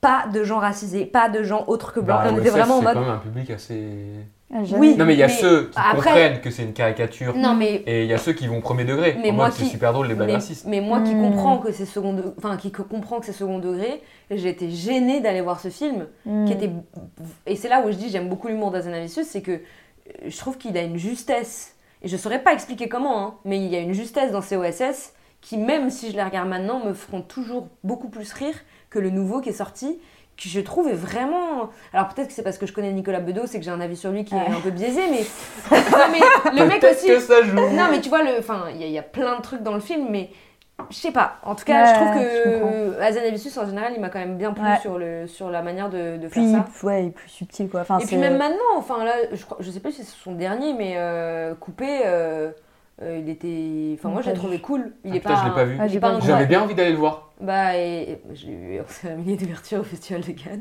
Speaker 2: pas de gens racisés, pas de gens autres que blancs.
Speaker 5: Bah,
Speaker 2: Et on
Speaker 5: OSS,
Speaker 2: était vraiment en
Speaker 5: c'est
Speaker 2: mode.
Speaker 5: quand même un public assez.
Speaker 3: Ah, j'aime.
Speaker 2: Oui.
Speaker 5: Non, mais il y a
Speaker 2: Mais
Speaker 5: ceux qui
Speaker 2: après-
Speaker 5: comprennent que c'est une caricature.
Speaker 2: Non, mais.
Speaker 5: Et il y a ceux qui vont au premier degré.
Speaker 2: Mais
Speaker 5: en
Speaker 2: moi
Speaker 5: mode, c'est
Speaker 2: qui-
Speaker 5: super drôle les blagues
Speaker 2: Mais,
Speaker 5: racistes.
Speaker 2: mais moi qui
Speaker 3: Mm.
Speaker 2: comprends que c'est second degré, enfin qui co- comprend que c'est second degré, j'ai été gênée d'aller voir ce film
Speaker 3: Mm.
Speaker 2: qui était et c'est là où je dis j'aime beaucoup l'humour d'Azanavicius, c'est que euh, je trouve qu'il a une justesse et je saurais pas expliquer comment, hein, mais il y a une justesse dans ces OSS qui même si je les regarde maintenant me feront toujours beaucoup plus rire que le nouveau qui est sorti que je trouve est vraiment alors peut-être que c'est parce que je connais Nicolas Bedos c'est que j'ai un avis sur lui qui est un peu biaisé mais, <laughs> Non, mais le mec
Speaker 5: Peut-être
Speaker 2: aussi
Speaker 5: que ça joue.
Speaker 2: non, mais tu vois, le- enfin, il y, a- il y a plein de trucs dans le film, mais je sais pas. En tout cas,
Speaker 3: Ouais,
Speaker 2: je trouve
Speaker 3: je
Speaker 2: que
Speaker 3: comprends.
Speaker 2: Azanavicius, en général, il m'a quand même bien plu
Speaker 3: Ouais.
Speaker 2: sur, le, sur la manière de, de faire
Speaker 3: Puis,
Speaker 2: ça.
Speaker 3: ouais, et plus subtil quoi. Enfin,
Speaker 2: Et
Speaker 3: c'est-
Speaker 2: puis même maintenant, enfin là, je, crois- je sais plus si c'est son dernier, mais euh, Coupé, euh, euh, il était. Enfin, moi, je l'ai
Speaker 3: Pas
Speaker 2: trouvé cool. Il
Speaker 5: Ah,
Speaker 2: est
Speaker 5: putain,
Speaker 2: pas.
Speaker 5: je l'ai pas vu.
Speaker 2: il
Speaker 3: Ah,
Speaker 2: est
Speaker 3: j'ai
Speaker 2: pas
Speaker 3: pas
Speaker 2: un
Speaker 3: vu.
Speaker 2: gros-
Speaker 5: J'avais bien envie d'aller le voir.
Speaker 2: <laughs> Bah, et, et- je l'ai vu <laughs> en cérémonie d'ouverture au Festival de Cannes.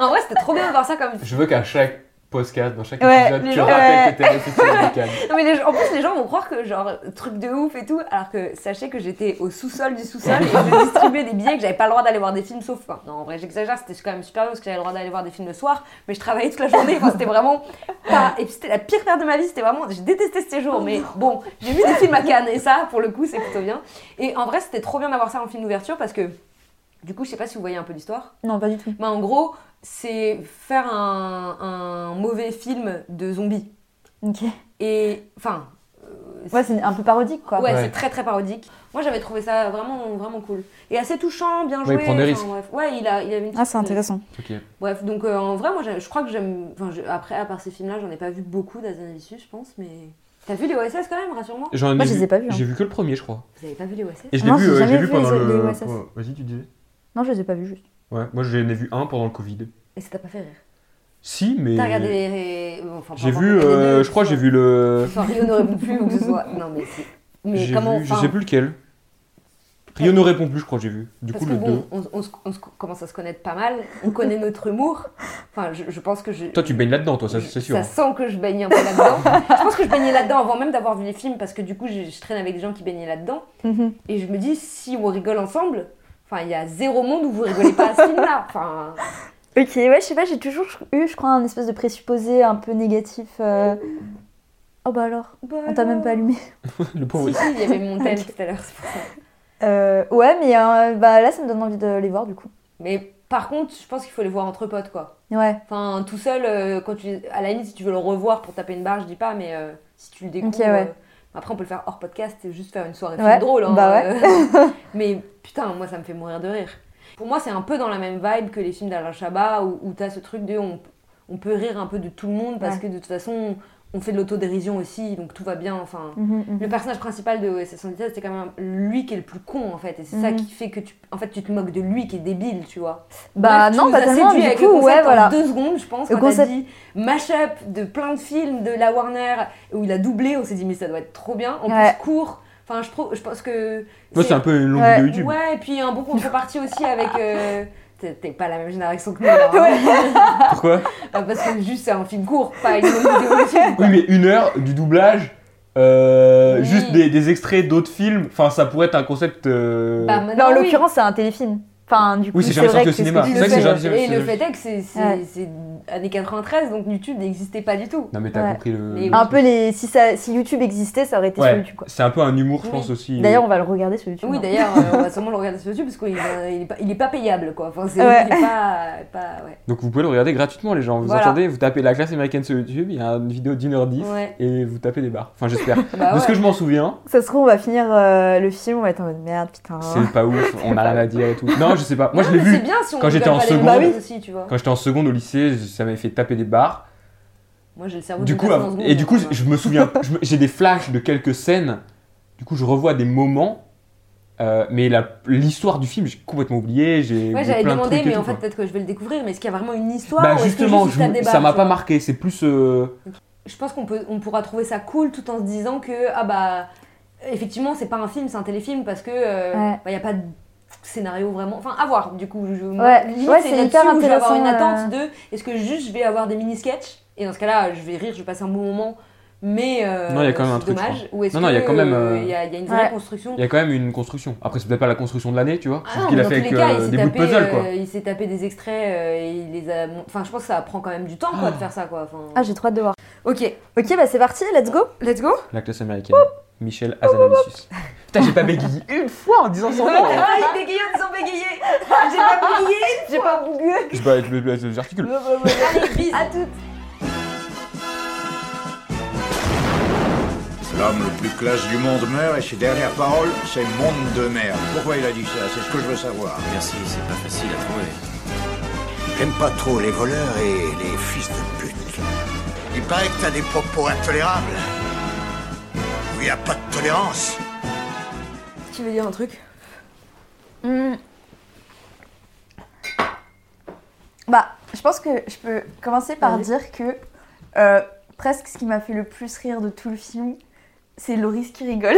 Speaker 2: en vrai, c'était trop bien de voir ça comme
Speaker 5: Je veux qu'à chaque podcast, dans chaque
Speaker 3: Ouais,
Speaker 5: épisode,
Speaker 2: les
Speaker 5: tu
Speaker 2: gens-
Speaker 5: rappelles que t'es allé au Festival de Cannes.
Speaker 2: Non, mais les gens- en plus, les gens vont croire que, genre, truc de ouf et tout, alors que sachez que j'étais au sous-sol du sous-sol et que je distribuais des billets, que j'avais pas le droit d'aller voir des films, sauf. enfin, non, en vrai, j'exagère, c'était quand même super bien parce que j'avais le droit d'aller voir des films le soir, mais je travaillais toute la journée, enfin, c'était vraiment pas. Et puis, c'était la pire perte de ma vie, c'était vraiment. J'ai détesté ce séjour, mais bon, j'ai vu des films à Cannes et ça, pour le coup, c'est plutôt bien. Et en vrai, c'était trop bien d'avoir ça en film d'ouverture parce que, du coup, je sais pas si vous voyez un peu l'histoire.
Speaker 3: Non, pas du tout.
Speaker 2: Bah, en gros, c'est faire un, un mauvais film de zombies. <laughs>
Speaker 3: Ok.
Speaker 2: Et enfin, euh,
Speaker 3: Ouais, c'est un peu parodique quoi.
Speaker 2: ouais,
Speaker 5: Ouais.
Speaker 2: c'est très très parodique. Moi, j'avais trouvé ça vraiment vraiment cool et assez touchant, bien
Speaker 5: Ouais,
Speaker 2: joué.
Speaker 5: il prend des
Speaker 2: enfin,
Speaker 5: risques.
Speaker 2: bref. Ouais, il a il avait une
Speaker 3: Ah,
Speaker 2: petite- euh,
Speaker 3: c'est intéressant.
Speaker 5: <laughs> Ok.
Speaker 2: Bref, donc euh, en vrai, moi, j'ai- je crois que j'aime. Enfin, je- après, à part ces films-là, j'en ai pas vu beaucoup d'Azanavicius, je pense, mais. T'as vu les OSS quand même, rassure-moi
Speaker 5: J'en
Speaker 3: Moi,
Speaker 5: ai
Speaker 3: je
Speaker 5: vu-
Speaker 3: les ai pas vus, hein.
Speaker 5: J'ai vu que le premier, je crois.
Speaker 2: Vous avez pas vu E les OSS
Speaker 5: Et je l'ai
Speaker 3: Non,
Speaker 5: vu,
Speaker 3: j'ai
Speaker 5: euh, je l'ai
Speaker 3: jamais
Speaker 5: vu
Speaker 3: vu
Speaker 5: pendant
Speaker 3: les- les
Speaker 5: le.
Speaker 3: OSS.
Speaker 5: oh, Vas-y, tu disais.
Speaker 3: Non, je les ai pas vus juste.
Speaker 5: Ouais, moi j'en ai vu un pendant le Covid.
Speaker 2: Et ça t'a pas fait rire
Speaker 5: Si, mais.
Speaker 2: T'as regardé les. Enfin,
Speaker 5: J'ai
Speaker 2: pas
Speaker 5: vu,
Speaker 2: encore, les E
Speaker 5: euh,
Speaker 2: deux,
Speaker 5: je crois,
Speaker 2: que
Speaker 5: j'ai
Speaker 2: ce
Speaker 5: vu le.
Speaker 2: soit- Enfin, Rio ne répond plus ou que ce soit. Non, mais c'est. Mais
Speaker 5: j'ai
Speaker 2: comment.
Speaker 5: vu- Je
Speaker 2: enfin,
Speaker 5: sais plus lequel. Rio ne répond plus, je crois, j'ai vu. Du
Speaker 2: Parce
Speaker 5: coup,
Speaker 2: que
Speaker 5: le 2.
Speaker 2: bon, on, on se- on se- commence à se connaître pas mal, on connaît notre humour. Enfin, je, je pense que je.
Speaker 5: Toi, tu baignes là-dedans, toi, ça, c'est sûr. hein.
Speaker 2: Ça
Speaker 5: <laughs>
Speaker 2: sent que je baigne un peu là-dedans. je pense que je baignais là-dedans avant même d'avoir vu les films parce que du coup, je, je traîne avec des gens qui baignaient là-dedans. Et je me dis, si on rigole ensemble, enfin, il y a zéro monde où vous rigolez pas à ce film-là. Enfin,
Speaker 3: Ok, ouais, je sais pas, j'ai toujours eu, je crois, un espèce de présupposé un peu négatif. euh, Oh bah alors, on t'a même pas allumé.
Speaker 5: le pauvre.
Speaker 2: Si, si, il y avait mon thème
Speaker 3: Ok.
Speaker 2: tout à l'heure, c'est pour ça.
Speaker 3: Euh, ouais, mais euh, bah là, ça me donne envie de les voir du coup.
Speaker 2: Mais par contre, je pense qu'il faut les voir entre potes, quoi.
Speaker 3: Ouais,
Speaker 2: Enfin, tout seul, euh, quand tu, à la limite, si tu veux le revoir pour taper une barre, je dis pas, mais euh, si tu le découvres.
Speaker 3: ouais.
Speaker 2: euh, après, on peut le faire hors podcast et juste faire une soirée
Speaker 3: Ouais,
Speaker 2: film drôle. Hein,
Speaker 3: bah ouais. <laughs>
Speaker 2: euh, <laughs> mais putain, moi, ça me fait mourir de rire. Pour moi, c'est un peu dans la même vibe que les films d'Alain Chabat où, où t'as ce truc de on, on peut rire un peu de tout le monde parce
Speaker 3: Ouais.
Speaker 2: que de toute façon, on fait de l'autodérision aussi, donc tout va bien. Enfin,
Speaker 3: Mhm, mhm.
Speaker 2: le personnage principal de OSS 117, c'est quand même lui qui est le plus con en fait. Et c'est ça
Speaker 3: Mhm.
Speaker 2: qui fait que tu, en fait, tu te moques de lui qui est débile, tu vois.
Speaker 3: Bah
Speaker 2: Bref, tu
Speaker 3: non,
Speaker 2: nous
Speaker 3: pas
Speaker 2: as
Speaker 3: tellement,
Speaker 2: séduit
Speaker 3: du
Speaker 2: avec
Speaker 3: coup,
Speaker 2: le concept
Speaker 3: ouais,
Speaker 2: en
Speaker 3: voilà.
Speaker 2: deux secondes, je pense,
Speaker 3: Le
Speaker 2: quand t'as
Speaker 3: concept-
Speaker 2: dit mash-up de plein de films de la Warner où il a doublé, on s'est dit mais ça doit être trop bien. En
Speaker 3: Ouais.
Speaker 2: plus court, enfin je, trouve- je pense que
Speaker 5: Moi, c'est un peu une longue
Speaker 3: Ouais,
Speaker 5: vidéo YouTube.
Speaker 2: ouais et puis un bon contrepartie aussi avec euh, t'es- T'es pas la même génération que nous, là, hein.
Speaker 5: Pourquoi
Speaker 2: Bah, parce que juste c'est un film court, pas une longue vidéo YouTube.
Speaker 5: Oui, mais une heure du doublage, euh,
Speaker 2: Oui.
Speaker 5: juste des, des extraits d'autres films. Enfin, ça pourrait être un concept. euh,
Speaker 2: Bah,
Speaker 3: Là,
Speaker 2: maintenant,
Speaker 3: en
Speaker 2: oui.
Speaker 3: l'occurrence, c'est un téléfilm. Enfin, du coup,
Speaker 5: Oui, c'est jamais
Speaker 3: vrai
Speaker 5: sorti au
Speaker 3: que ce
Speaker 5: cinéma.
Speaker 3: que tu
Speaker 5: C'est vrai que
Speaker 3: fais,
Speaker 5: c'est jamais sorti au
Speaker 2: Et le
Speaker 5: cinéma.
Speaker 2: fait est que c'est c'est-
Speaker 3: Ouais.
Speaker 2: c'est années 93, donc YouTube n'existait pas du tout.
Speaker 5: Non, mais t'as
Speaker 3: Ouais.
Speaker 5: compris le.
Speaker 2: Mais-
Speaker 5: le
Speaker 3: Un
Speaker 5: truc.
Speaker 3: peu les. Si, ça... si YouTube existait, ça aurait été sur
Speaker 5: Ouais,
Speaker 3: YouTube, quoi.
Speaker 5: c'est un peu un humour, je
Speaker 2: Oui.
Speaker 5: pense aussi.
Speaker 3: D'ailleurs, on va le regarder sur YouTube.
Speaker 2: Oui,
Speaker 3: hein.
Speaker 2: d'ailleurs, euh,
Speaker 5: <laughs>
Speaker 2: on va sûrement le regarder sur YouTube parce qu'il n'est pas, il est pas payable, quoi. Enfin, c'est
Speaker 3: Ouais.
Speaker 2: il est pas, pas- ouais.
Speaker 5: Donc vous pouvez le regarder gratuitement, les gens. Vous
Speaker 2: Voilà.
Speaker 5: entendez, vous tapez la classe américaine sur YouTube, il y a une vidéo d'une heure dix
Speaker 2: Ouais.
Speaker 5: et vous tapez des barres. Enfin, j'espère. de
Speaker 2: Bah
Speaker 5: ce
Speaker 2: ouais.
Speaker 5: que je m'en souviens,
Speaker 3: Ça se trouve, on va finir euh, le film, on va être en mode merde, putain.
Speaker 5: c'est pas ouf, on a rien à dire et tout. Non, je sais pas. Moi,
Speaker 2: Ah. Non,
Speaker 5: je l'ai
Speaker 2: mais C'est
Speaker 5: vu.
Speaker 2: bien si on
Speaker 5: quand j'étais
Speaker 2: regarde
Speaker 5: en
Speaker 2: pas les
Speaker 5: seconde. Bah
Speaker 2: vidéos aussi, tu vois.
Speaker 5: Quand j'étais en seconde au lycée, ça m'avait fait taper des barres.
Speaker 2: Moi, j'ai le cerveau
Speaker 5: Du
Speaker 2: d'une
Speaker 5: coup,
Speaker 2: personne
Speaker 5: av-
Speaker 2: en seconde,
Speaker 5: et du coup,
Speaker 2: donc,
Speaker 5: je me
Speaker 2: <laughs>
Speaker 5: souviens, je me- j'ai des flashs de quelques scènes. Du coup, je revois des moments, euh, mais la- l'histoire du film, j'ai complètement oublié. J'ai
Speaker 2: Ouais,
Speaker 5: oublié
Speaker 2: j'avais
Speaker 5: plein de
Speaker 2: demandé,
Speaker 5: trucs et
Speaker 2: mais
Speaker 5: tout,
Speaker 2: en fait,
Speaker 5: quoi.
Speaker 2: peut-être que je vais le découvrir. Mais est-ce qu'il y a vraiment une histoire
Speaker 5: bah
Speaker 2: ou est-ce que
Speaker 5: justement,
Speaker 2: juste
Speaker 5: je-
Speaker 2: ça débarque,
Speaker 5: ça m'a
Speaker 2: tu
Speaker 5: pas
Speaker 2: vois
Speaker 5: marqué. C'est plus. euh,
Speaker 2: Je pense qu'on peut, on pourra trouver ça cool tout en se disant que ah bah effectivement c'est pas un film, c'est un téléfilm parce que euh, bah, il
Speaker 3: Ouais.
Speaker 2: y a pas de scénario vraiment. Enfin, à voir du coup. Je,
Speaker 3: Ouais,
Speaker 2: limite,
Speaker 3: ouais,
Speaker 2: c'est
Speaker 3: c'est
Speaker 2: là-dessus
Speaker 3: hyper
Speaker 2: où Je vais avoir une
Speaker 3: intéressant, euh,
Speaker 2: attente de est-ce que juste je vais avoir des mini sketchs et dans ce cas-là je vais rire, je vais passer un bon moment. Mais euh,
Speaker 5: Non, il y a quand même un
Speaker 2: c'est
Speaker 5: truc, je
Speaker 2: dommage. Ou est-ce
Speaker 5: Non, non, il y a
Speaker 2: que,
Speaker 5: quand même,
Speaker 2: euh,
Speaker 5: euh,
Speaker 2: il y, a il y a une vraie
Speaker 3: Ouais.
Speaker 2: construction.
Speaker 5: Il y a quand même une construction. Après, c'est peut-être pas la construction de l'année, tu vois.
Speaker 2: Ah
Speaker 5: C'est
Speaker 2: non,
Speaker 5: ce qu'il
Speaker 2: mais
Speaker 5: a
Speaker 2: dans
Speaker 5: fait
Speaker 2: tous les
Speaker 5: avec
Speaker 2: cas, il
Speaker 5: euh,
Speaker 2: s'est
Speaker 5: des bouts de
Speaker 2: tapé,
Speaker 5: puzzle, quoi.
Speaker 2: euh, il s'est tapé des extraits euh, et il les a. Enfin, je pense que ça prend quand même du temps quoi de faire ça quoi. Enfin...
Speaker 3: Ah, j'ai trop hâte de voir.
Speaker 2: ok,
Speaker 3: Ok, bah c'est parti, let's go.
Speaker 2: let's go.
Speaker 5: La classe américaine. Michel Hazanavicius. Putain, j'ai pas bégayé une fois en disant
Speaker 2: <laughs>
Speaker 5: son nom.
Speaker 2: Ah, il bégayait en disant bégayer <laughs>
Speaker 3: <laughs>
Speaker 2: J'ai pas bégayé
Speaker 3: J'ai pas bugué.
Speaker 5: Je pas, je- j'articule.
Speaker 2: Allez, bis
Speaker 3: À toutes.
Speaker 6: L'homme le plus classe du monde meurt et ses dernières paroles, c'est monde de merde. Pourquoi il a dit ça C'est ce que je veux savoir.
Speaker 7: Merci, c'est pas facile à trouver.
Speaker 6: J'aime pas trop les voleurs et les fils de pute. Il paraît que t'as des propos intolérables. Où il n'y a pas de tolérance.
Speaker 2: Tu veux dire un <laughs> truc
Speaker 3: Mm. Bah, je pense que je peux commencer par dire que euh, presque ce qui m'a fait le plus rire de tout le film, c'est Loris qui rigole.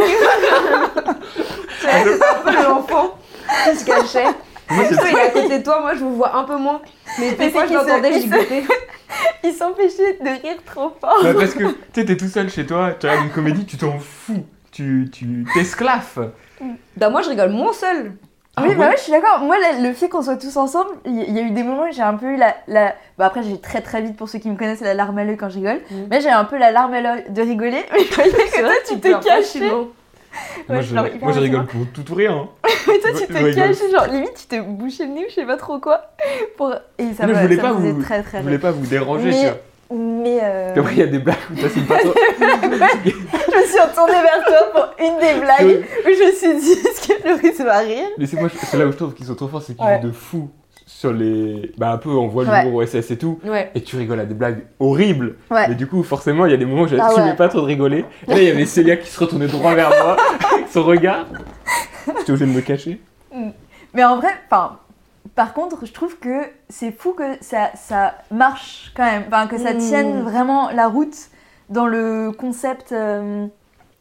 Speaker 3: <laughs> <laughs>
Speaker 2: L'enfant qui se cachait.
Speaker 5: <laughs>
Speaker 2: Toi, il est à côté de toi, moi je vous vois un peu moins. Mais des
Speaker 3: Mais
Speaker 2: fois
Speaker 3: c'est qu'il
Speaker 2: je
Speaker 3: se-
Speaker 2: l'entendais
Speaker 3: il se-
Speaker 2: gigoter.
Speaker 3: Il s'empêchait de rire trop fort.
Speaker 5: <laughs> Bah, parce
Speaker 3: <laughs>
Speaker 5: que tu sais, t'es tout seul chez toi, tu regardes une comédie, tu t'en fous. Tu tu- t'esclaves.
Speaker 2: Bah, moi je rigole moins seul.
Speaker 5: Ah
Speaker 3: oui,
Speaker 5: ouais
Speaker 3: bah ouais, je suis d'accord. Moi, la- le fait qu'on soit tous ensemble, il y, il y a eu des moments où j'ai un peu eu la. la... Bah, après, j'ai très très vite, pour ceux qui me connaissent, la larme à l'œil quand je rigole.
Speaker 2: Mm.
Speaker 3: Mais j'ai un peu la larme à l'œil de rigoler. <laughs> Mais je voyais que toi, tu te cachais.
Speaker 5: Moi,
Speaker 3: Ouais,
Speaker 5: je,
Speaker 3: je leur-
Speaker 5: moi,
Speaker 3: hyper
Speaker 5: je rigole pour tout hein. ou rien.
Speaker 3: Mais toi,
Speaker 5: Je-
Speaker 3: tu
Speaker 5: je
Speaker 3: te
Speaker 5: rigole.
Speaker 3: cachais, genre limite, tu te bouchais le nez ou je sais pas trop quoi. Pour... Et ça
Speaker 5: Non,
Speaker 3: me
Speaker 5: je voulais
Speaker 3: ça
Speaker 5: pas
Speaker 3: me faisait
Speaker 5: vous-
Speaker 3: très très
Speaker 5: Je
Speaker 3: rire.
Speaker 5: voulais pas vous déranger.
Speaker 3: Mais-
Speaker 5: tu vois.
Speaker 3: Mais. euh,
Speaker 5: Puis après, il y a des blagues où t'as une patte.
Speaker 3: <laughs> je me suis retournée vers toi pour
Speaker 5: <laughs>
Speaker 3: une des blagues où je me suis dit, <laughs> est-ce que Loris va rire
Speaker 5: Laissez-moi, je- c'est là où je trouve qu'ils sont trop forts, c'est qu'ils
Speaker 3: Ouais.
Speaker 5: jouent de fou sur les. Bah, un peu, on voit
Speaker 3: Ouais.
Speaker 5: l'humour OSS et tout.
Speaker 2: Ouais.
Speaker 5: Et tu rigoles à des blagues horribles.
Speaker 3: Ouais.
Speaker 5: Mais du coup, forcément, il y a des moments où je
Speaker 3: Ah
Speaker 5: n'assumais
Speaker 3: ouais.
Speaker 5: pas trop de rigoler. Et là, il y avait Célia qui se retournait droit vers moi, avec son regard. J'étais obligé de me cacher.
Speaker 3: Mais en vrai, enfin. Par contre, je trouve que c'est fou que ça, ça marche quand même, enfin, que ça
Speaker 2: Mm.
Speaker 3: tienne vraiment la route dans le concept euh,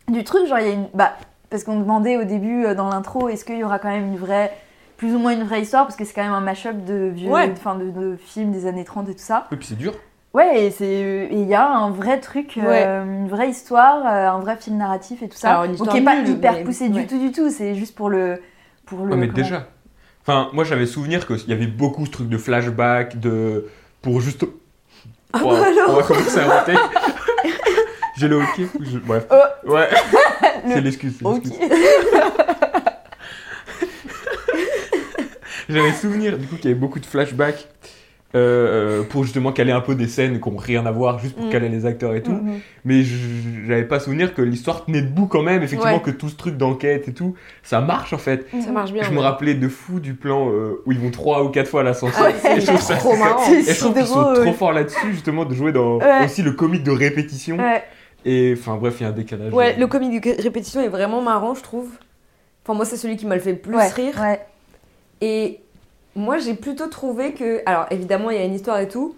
Speaker 3: du truc. Genre, il y a une. Bah, parce qu'on demandait au début euh, dans l'intro, est-ce qu'il y aura quand même une vraie. plus ou moins une vraie histoire, parce que c'est quand même un mash-up de vieux.
Speaker 2: Ouais.
Speaker 3: enfin, de, de films des années 30 et tout ça.
Speaker 5: Et puis c'est dur.
Speaker 3: Ouais, et c'est et il y a un vrai truc, euh, une vraie histoire, euh, un vrai film narratif et tout ça.
Speaker 2: Alors, une
Speaker 3: Donc,
Speaker 2: histoire
Speaker 3: qui est pas
Speaker 2: nulle,
Speaker 3: hyper
Speaker 2: mais-
Speaker 3: poussé
Speaker 2: ouais.
Speaker 3: du tout, du tout. C'est juste pour le, pour le.
Speaker 5: Ah, mais
Speaker 3: comment-
Speaker 5: déjà. Enfin, moi, j'avais souvenir qu'il y avait beaucoup ce truc de flashback, de. pour juste.
Speaker 2: Ah,
Speaker 5: Wow,
Speaker 2: bah
Speaker 5: on va commencer à
Speaker 2: <laughs>
Speaker 5: rater. J'ai le hockey. je- Bref.
Speaker 2: Oh. <laughs>
Speaker 5: Ouais. C'est l'excuse. c'est l'excuse. J'avais souvenir du coup qu'il y avait beaucoup de flashbacks euh, euh, pour justement caler un peu des scènes qui n'ont rien à voir, juste pour
Speaker 2: Mm.
Speaker 5: caler les acteurs et tout.
Speaker 3: Mhm.
Speaker 5: Mais je- j'avais pas souvenir que l'histoire tenait debout quand même, effectivement,
Speaker 2: Ouais.
Speaker 5: que tout ce truc d'enquête et tout, ça marche en fait.
Speaker 2: Ça marche bien.
Speaker 5: je me
Speaker 2: ouais.
Speaker 5: rappelais de fou du plan euh, où ils vont trois ou quatre fois à l'ascenseur.
Speaker 2: Ah, c'est
Speaker 5: et je trouve ça-
Speaker 2: trop marrant.
Speaker 5: et je
Speaker 3: si
Speaker 5: trouve qu'ils sont
Speaker 3: drôle.
Speaker 5: trop forts là-dessus, justement, de jouer dans
Speaker 3: Ouais.
Speaker 5: aussi le comique de répétition.
Speaker 3: Ouais.
Speaker 5: Et enfin, bref, il y a un décalage.
Speaker 2: Ouais, le comique de répétition est vraiment marrant, je trouve. Enfin, moi, c'est celui qui m'a le fait le plus
Speaker 3: ouais,
Speaker 2: rire.
Speaker 3: ouais.
Speaker 2: Et moi, j'ai plutôt trouvé que. Alors, évidemment, il y a une histoire et tout.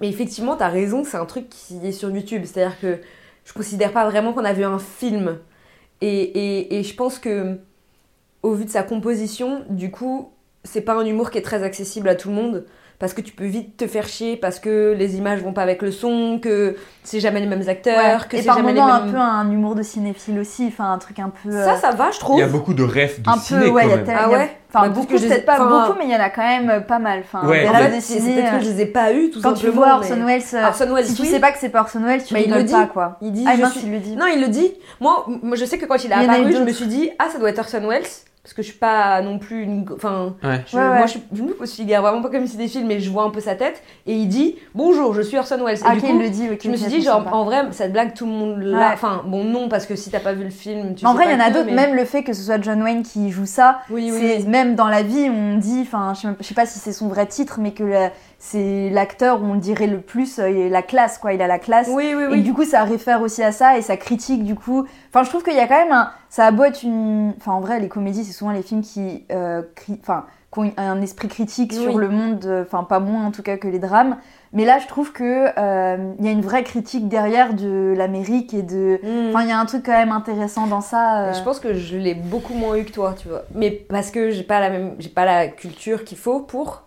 Speaker 2: Mais effectivement, t'as raison, c'est un truc qui est sur YouTube. C'est-à-dire que je considère pas vraiment qu'on a vu un film. Et, et- et je pense que, au vu de sa composition, du coup, c'est pas un humour qui est très accessible à tout le monde parce que tu peux vite te faire chier parce que les images vont pas avec le son, que c'est jamais les mêmes acteurs,
Speaker 3: Ouais.
Speaker 2: euh, que
Speaker 3: et
Speaker 2: c'est
Speaker 3: par
Speaker 2: jamais
Speaker 3: moments,
Speaker 2: les
Speaker 3: un
Speaker 2: mêmes
Speaker 3: peu un humour de cinéphile aussi, enfin un truc un peu. euh,
Speaker 2: Ça ça va, je
Speaker 5: Il
Speaker 2: trouve.
Speaker 5: y a beaucoup de refs de
Speaker 3: un
Speaker 5: ciné
Speaker 3: peu, ouais, il y
Speaker 5: quand
Speaker 3: a
Speaker 5: même.
Speaker 3: tel-
Speaker 2: Ah
Speaker 3: il y a-
Speaker 2: ouais
Speaker 3: Enfin,
Speaker 2: Bah, parce
Speaker 3: beaucoup,
Speaker 2: que je les ai-
Speaker 3: peut-être pas
Speaker 2: enfin,
Speaker 3: beaucoup, mais il y en a quand même euh, pas mal. Enfin,
Speaker 5: Ouais,
Speaker 3: des
Speaker 5: en
Speaker 2: En
Speaker 3: rêves
Speaker 2: fait,
Speaker 3: de ciné,
Speaker 2: c'est
Speaker 3: euh,
Speaker 2: c'est peut-être que je les ai pas eus tout
Speaker 3: Quand tu
Speaker 2: simplement.
Speaker 3: vois
Speaker 2: mais- Ah,
Speaker 3: Orson Welles, euh,
Speaker 2: Orson Welles,
Speaker 3: si tu
Speaker 2: oui.
Speaker 3: sais pas que c'est pas Orson Welles, tu
Speaker 2: Bah, il
Speaker 3: rigoles
Speaker 2: le dit.
Speaker 3: pas, quoi.
Speaker 2: il dit
Speaker 3: Ah,
Speaker 2: je
Speaker 3: mince,
Speaker 2: suis-
Speaker 3: il le dit.
Speaker 2: Non, il le dit. Moi, m- moi, je sais que quand il
Speaker 3: Il y
Speaker 2: est
Speaker 3: en a eu
Speaker 2: apparu, je
Speaker 3: d'autres.
Speaker 2: me suis dit ah ça doit être Orson Welles parce que je suis pas non plus une gr- enfin
Speaker 5: Ouais.
Speaker 2: je-
Speaker 3: Ouais, ouais.
Speaker 2: moi je suis je me considère vraiment pas comme si des films mais je vois un peu sa tête et il dit bonjour, je suis Orson Welles et
Speaker 3: Ah,
Speaker 2: du
Speaker 3: ok,
Speaker 2: coup
Speaker 3: il le dit, ok,
Speaker 2: je me suis
Speaker 3: ok,
Speaker 2: dit
Speaker 3: je sais
Speaker 2: genre
Speaker 3: pas.
Speaker 2: en vrai cette blague tout le monde l'a
Speaker 3: Ouais.
Speaker 2: enfin bon non parce que si t'as pas vu le film tu
Speaker 3: Mais en
Speaker 2: sais
Speaker 3: vrai,
Speaker 2: pas
Speaker 3: il y en a
Speaker 2: que,
Speaker 3: d'autres,
Speaker 2: mais-
Speaker 3: même le fait que ce soit John Wayne qui joue ça,
Speaker 2: oui, oui,
Speaker 3: c'est
Speaker 2: oui.
Speaker 3: même dans la vie, on dit, enfin, je sais même- je sais pas si c'est son vrai titre, mais que la- c'est l'acteur, on le dirait le plus, euh, il est la classe, quoi, il a la classe.
Speaker 2: Oui, oui,
Speaker 3: Et
Speaker 2: oui.
Speaker 3: du coup, ça réfère aussi à ça et ça critique du coup. Enfin, je trouve qu'il y a quand même un. Ça a beau être une. Enfin, en vrai, les comédies, c'est souvent les films qui. euh, cri- Enfin, qui ont une- un esprit critique sur
Speaker 2: Oui.
Speaker 3: le monde. euh, Enfin, pas moins en tout cas que les drames. Mais là, je trouve que euh, il y a une vraie critique derrière de l'Amérique et de.
Speaker 2: Mm.
Speaker 3: Enfin, il y a un truc quand même intéressant dans ça. euh.
Speaker 2: Je pense que je l'ai beaucoup moins eu que toi, tu vois. Mais parce que j'ai pas la même, j'ai pas la culture qu'il faut pour.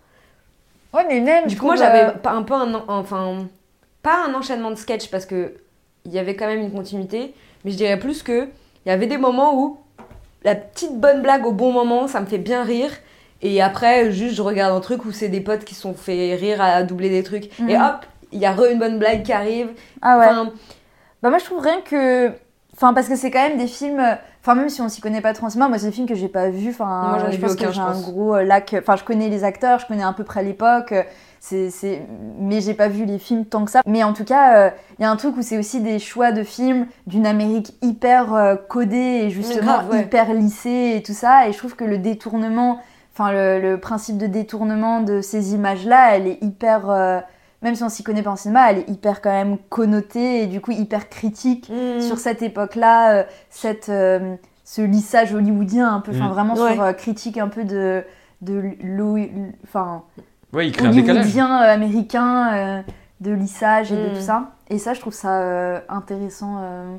Speaker 3: Ouais, mais même.
Speaker 2: Du
Speaker 3: je
Speaker 2: coup, moi,
Speaker 3: trouve, euh,
Speaker 2: j'avais pas- un peu un, en- enfin, pas un enchaînement de sketch parce que il y avait quand même une continuité, mais je dirais plus que il y avait des moments où la petite bonne blague au bon moment, ça me fait bien rire. Et après, juste, je regarde un truc où c'est des potes qui se sont fait rire à doubler des trucs.
Speaker 3: Mhm.
Speaker 2: Et hop, il y a re une bonne blague qui arrive.
Speaker 3: Ah ouais.
Speaker 2: Enfin,
Speaker 3: Bah moi je trouve rien que... Enfin parce que c'est quand même des films... euh, Enfin même si on s'y connaît pas trop en cinéma, moi c'est des films que j'ai pas vu. Enfin
Speaker 2: Moi, j'en ai
Speaker 3: je
Speaker 2: vu
Speaker 3: pense
Speaker 2: aucun,
Speaker 3: que j'ai
Speaker 2: je
Speaker 3: un
Speaker 2: pense.
Speaker 3: gros euh, lac... Enfin je connais les acteurs, je connais à peu près l'époque. euh, C'est, c'est... Mais j'ai pas vu les films tant que ça. Mais en tout cas, euh, il y a un truc où c'est aussi des choix de films d'une Amérique hyper euh, codée et justement
Speaker 2: grave, ouais.
Speaker 3: hyper lissée et tout ça. Et je trouve que le détournement, enfin le, le principe de détournement de ces images-là, elle est hyper... euh, Même si on s'y connaît pas en cinéma, elle est hyper quand même connotée et du coup hyper critique
Speaker 2: Mm.
Speaker 3: sur cette époque-là, euh, cette, euh, ce lissage hollywoodien un peu, enfin
Speaker 5: Mm.
Speaker 3: vraiment
Speaker 2: Ouais.
Speaker 3: sur euh, critique un peu de, de l'eau, enfin
Speaker 5: Ouais, il crée un décalage.
Speaker 3: hollywoodien euh, américain, euh, de lissage et de
Speaker 2: Mm.
Speaker 3: tout ça. Et ça, je trouve ça euh, intéressant. euh,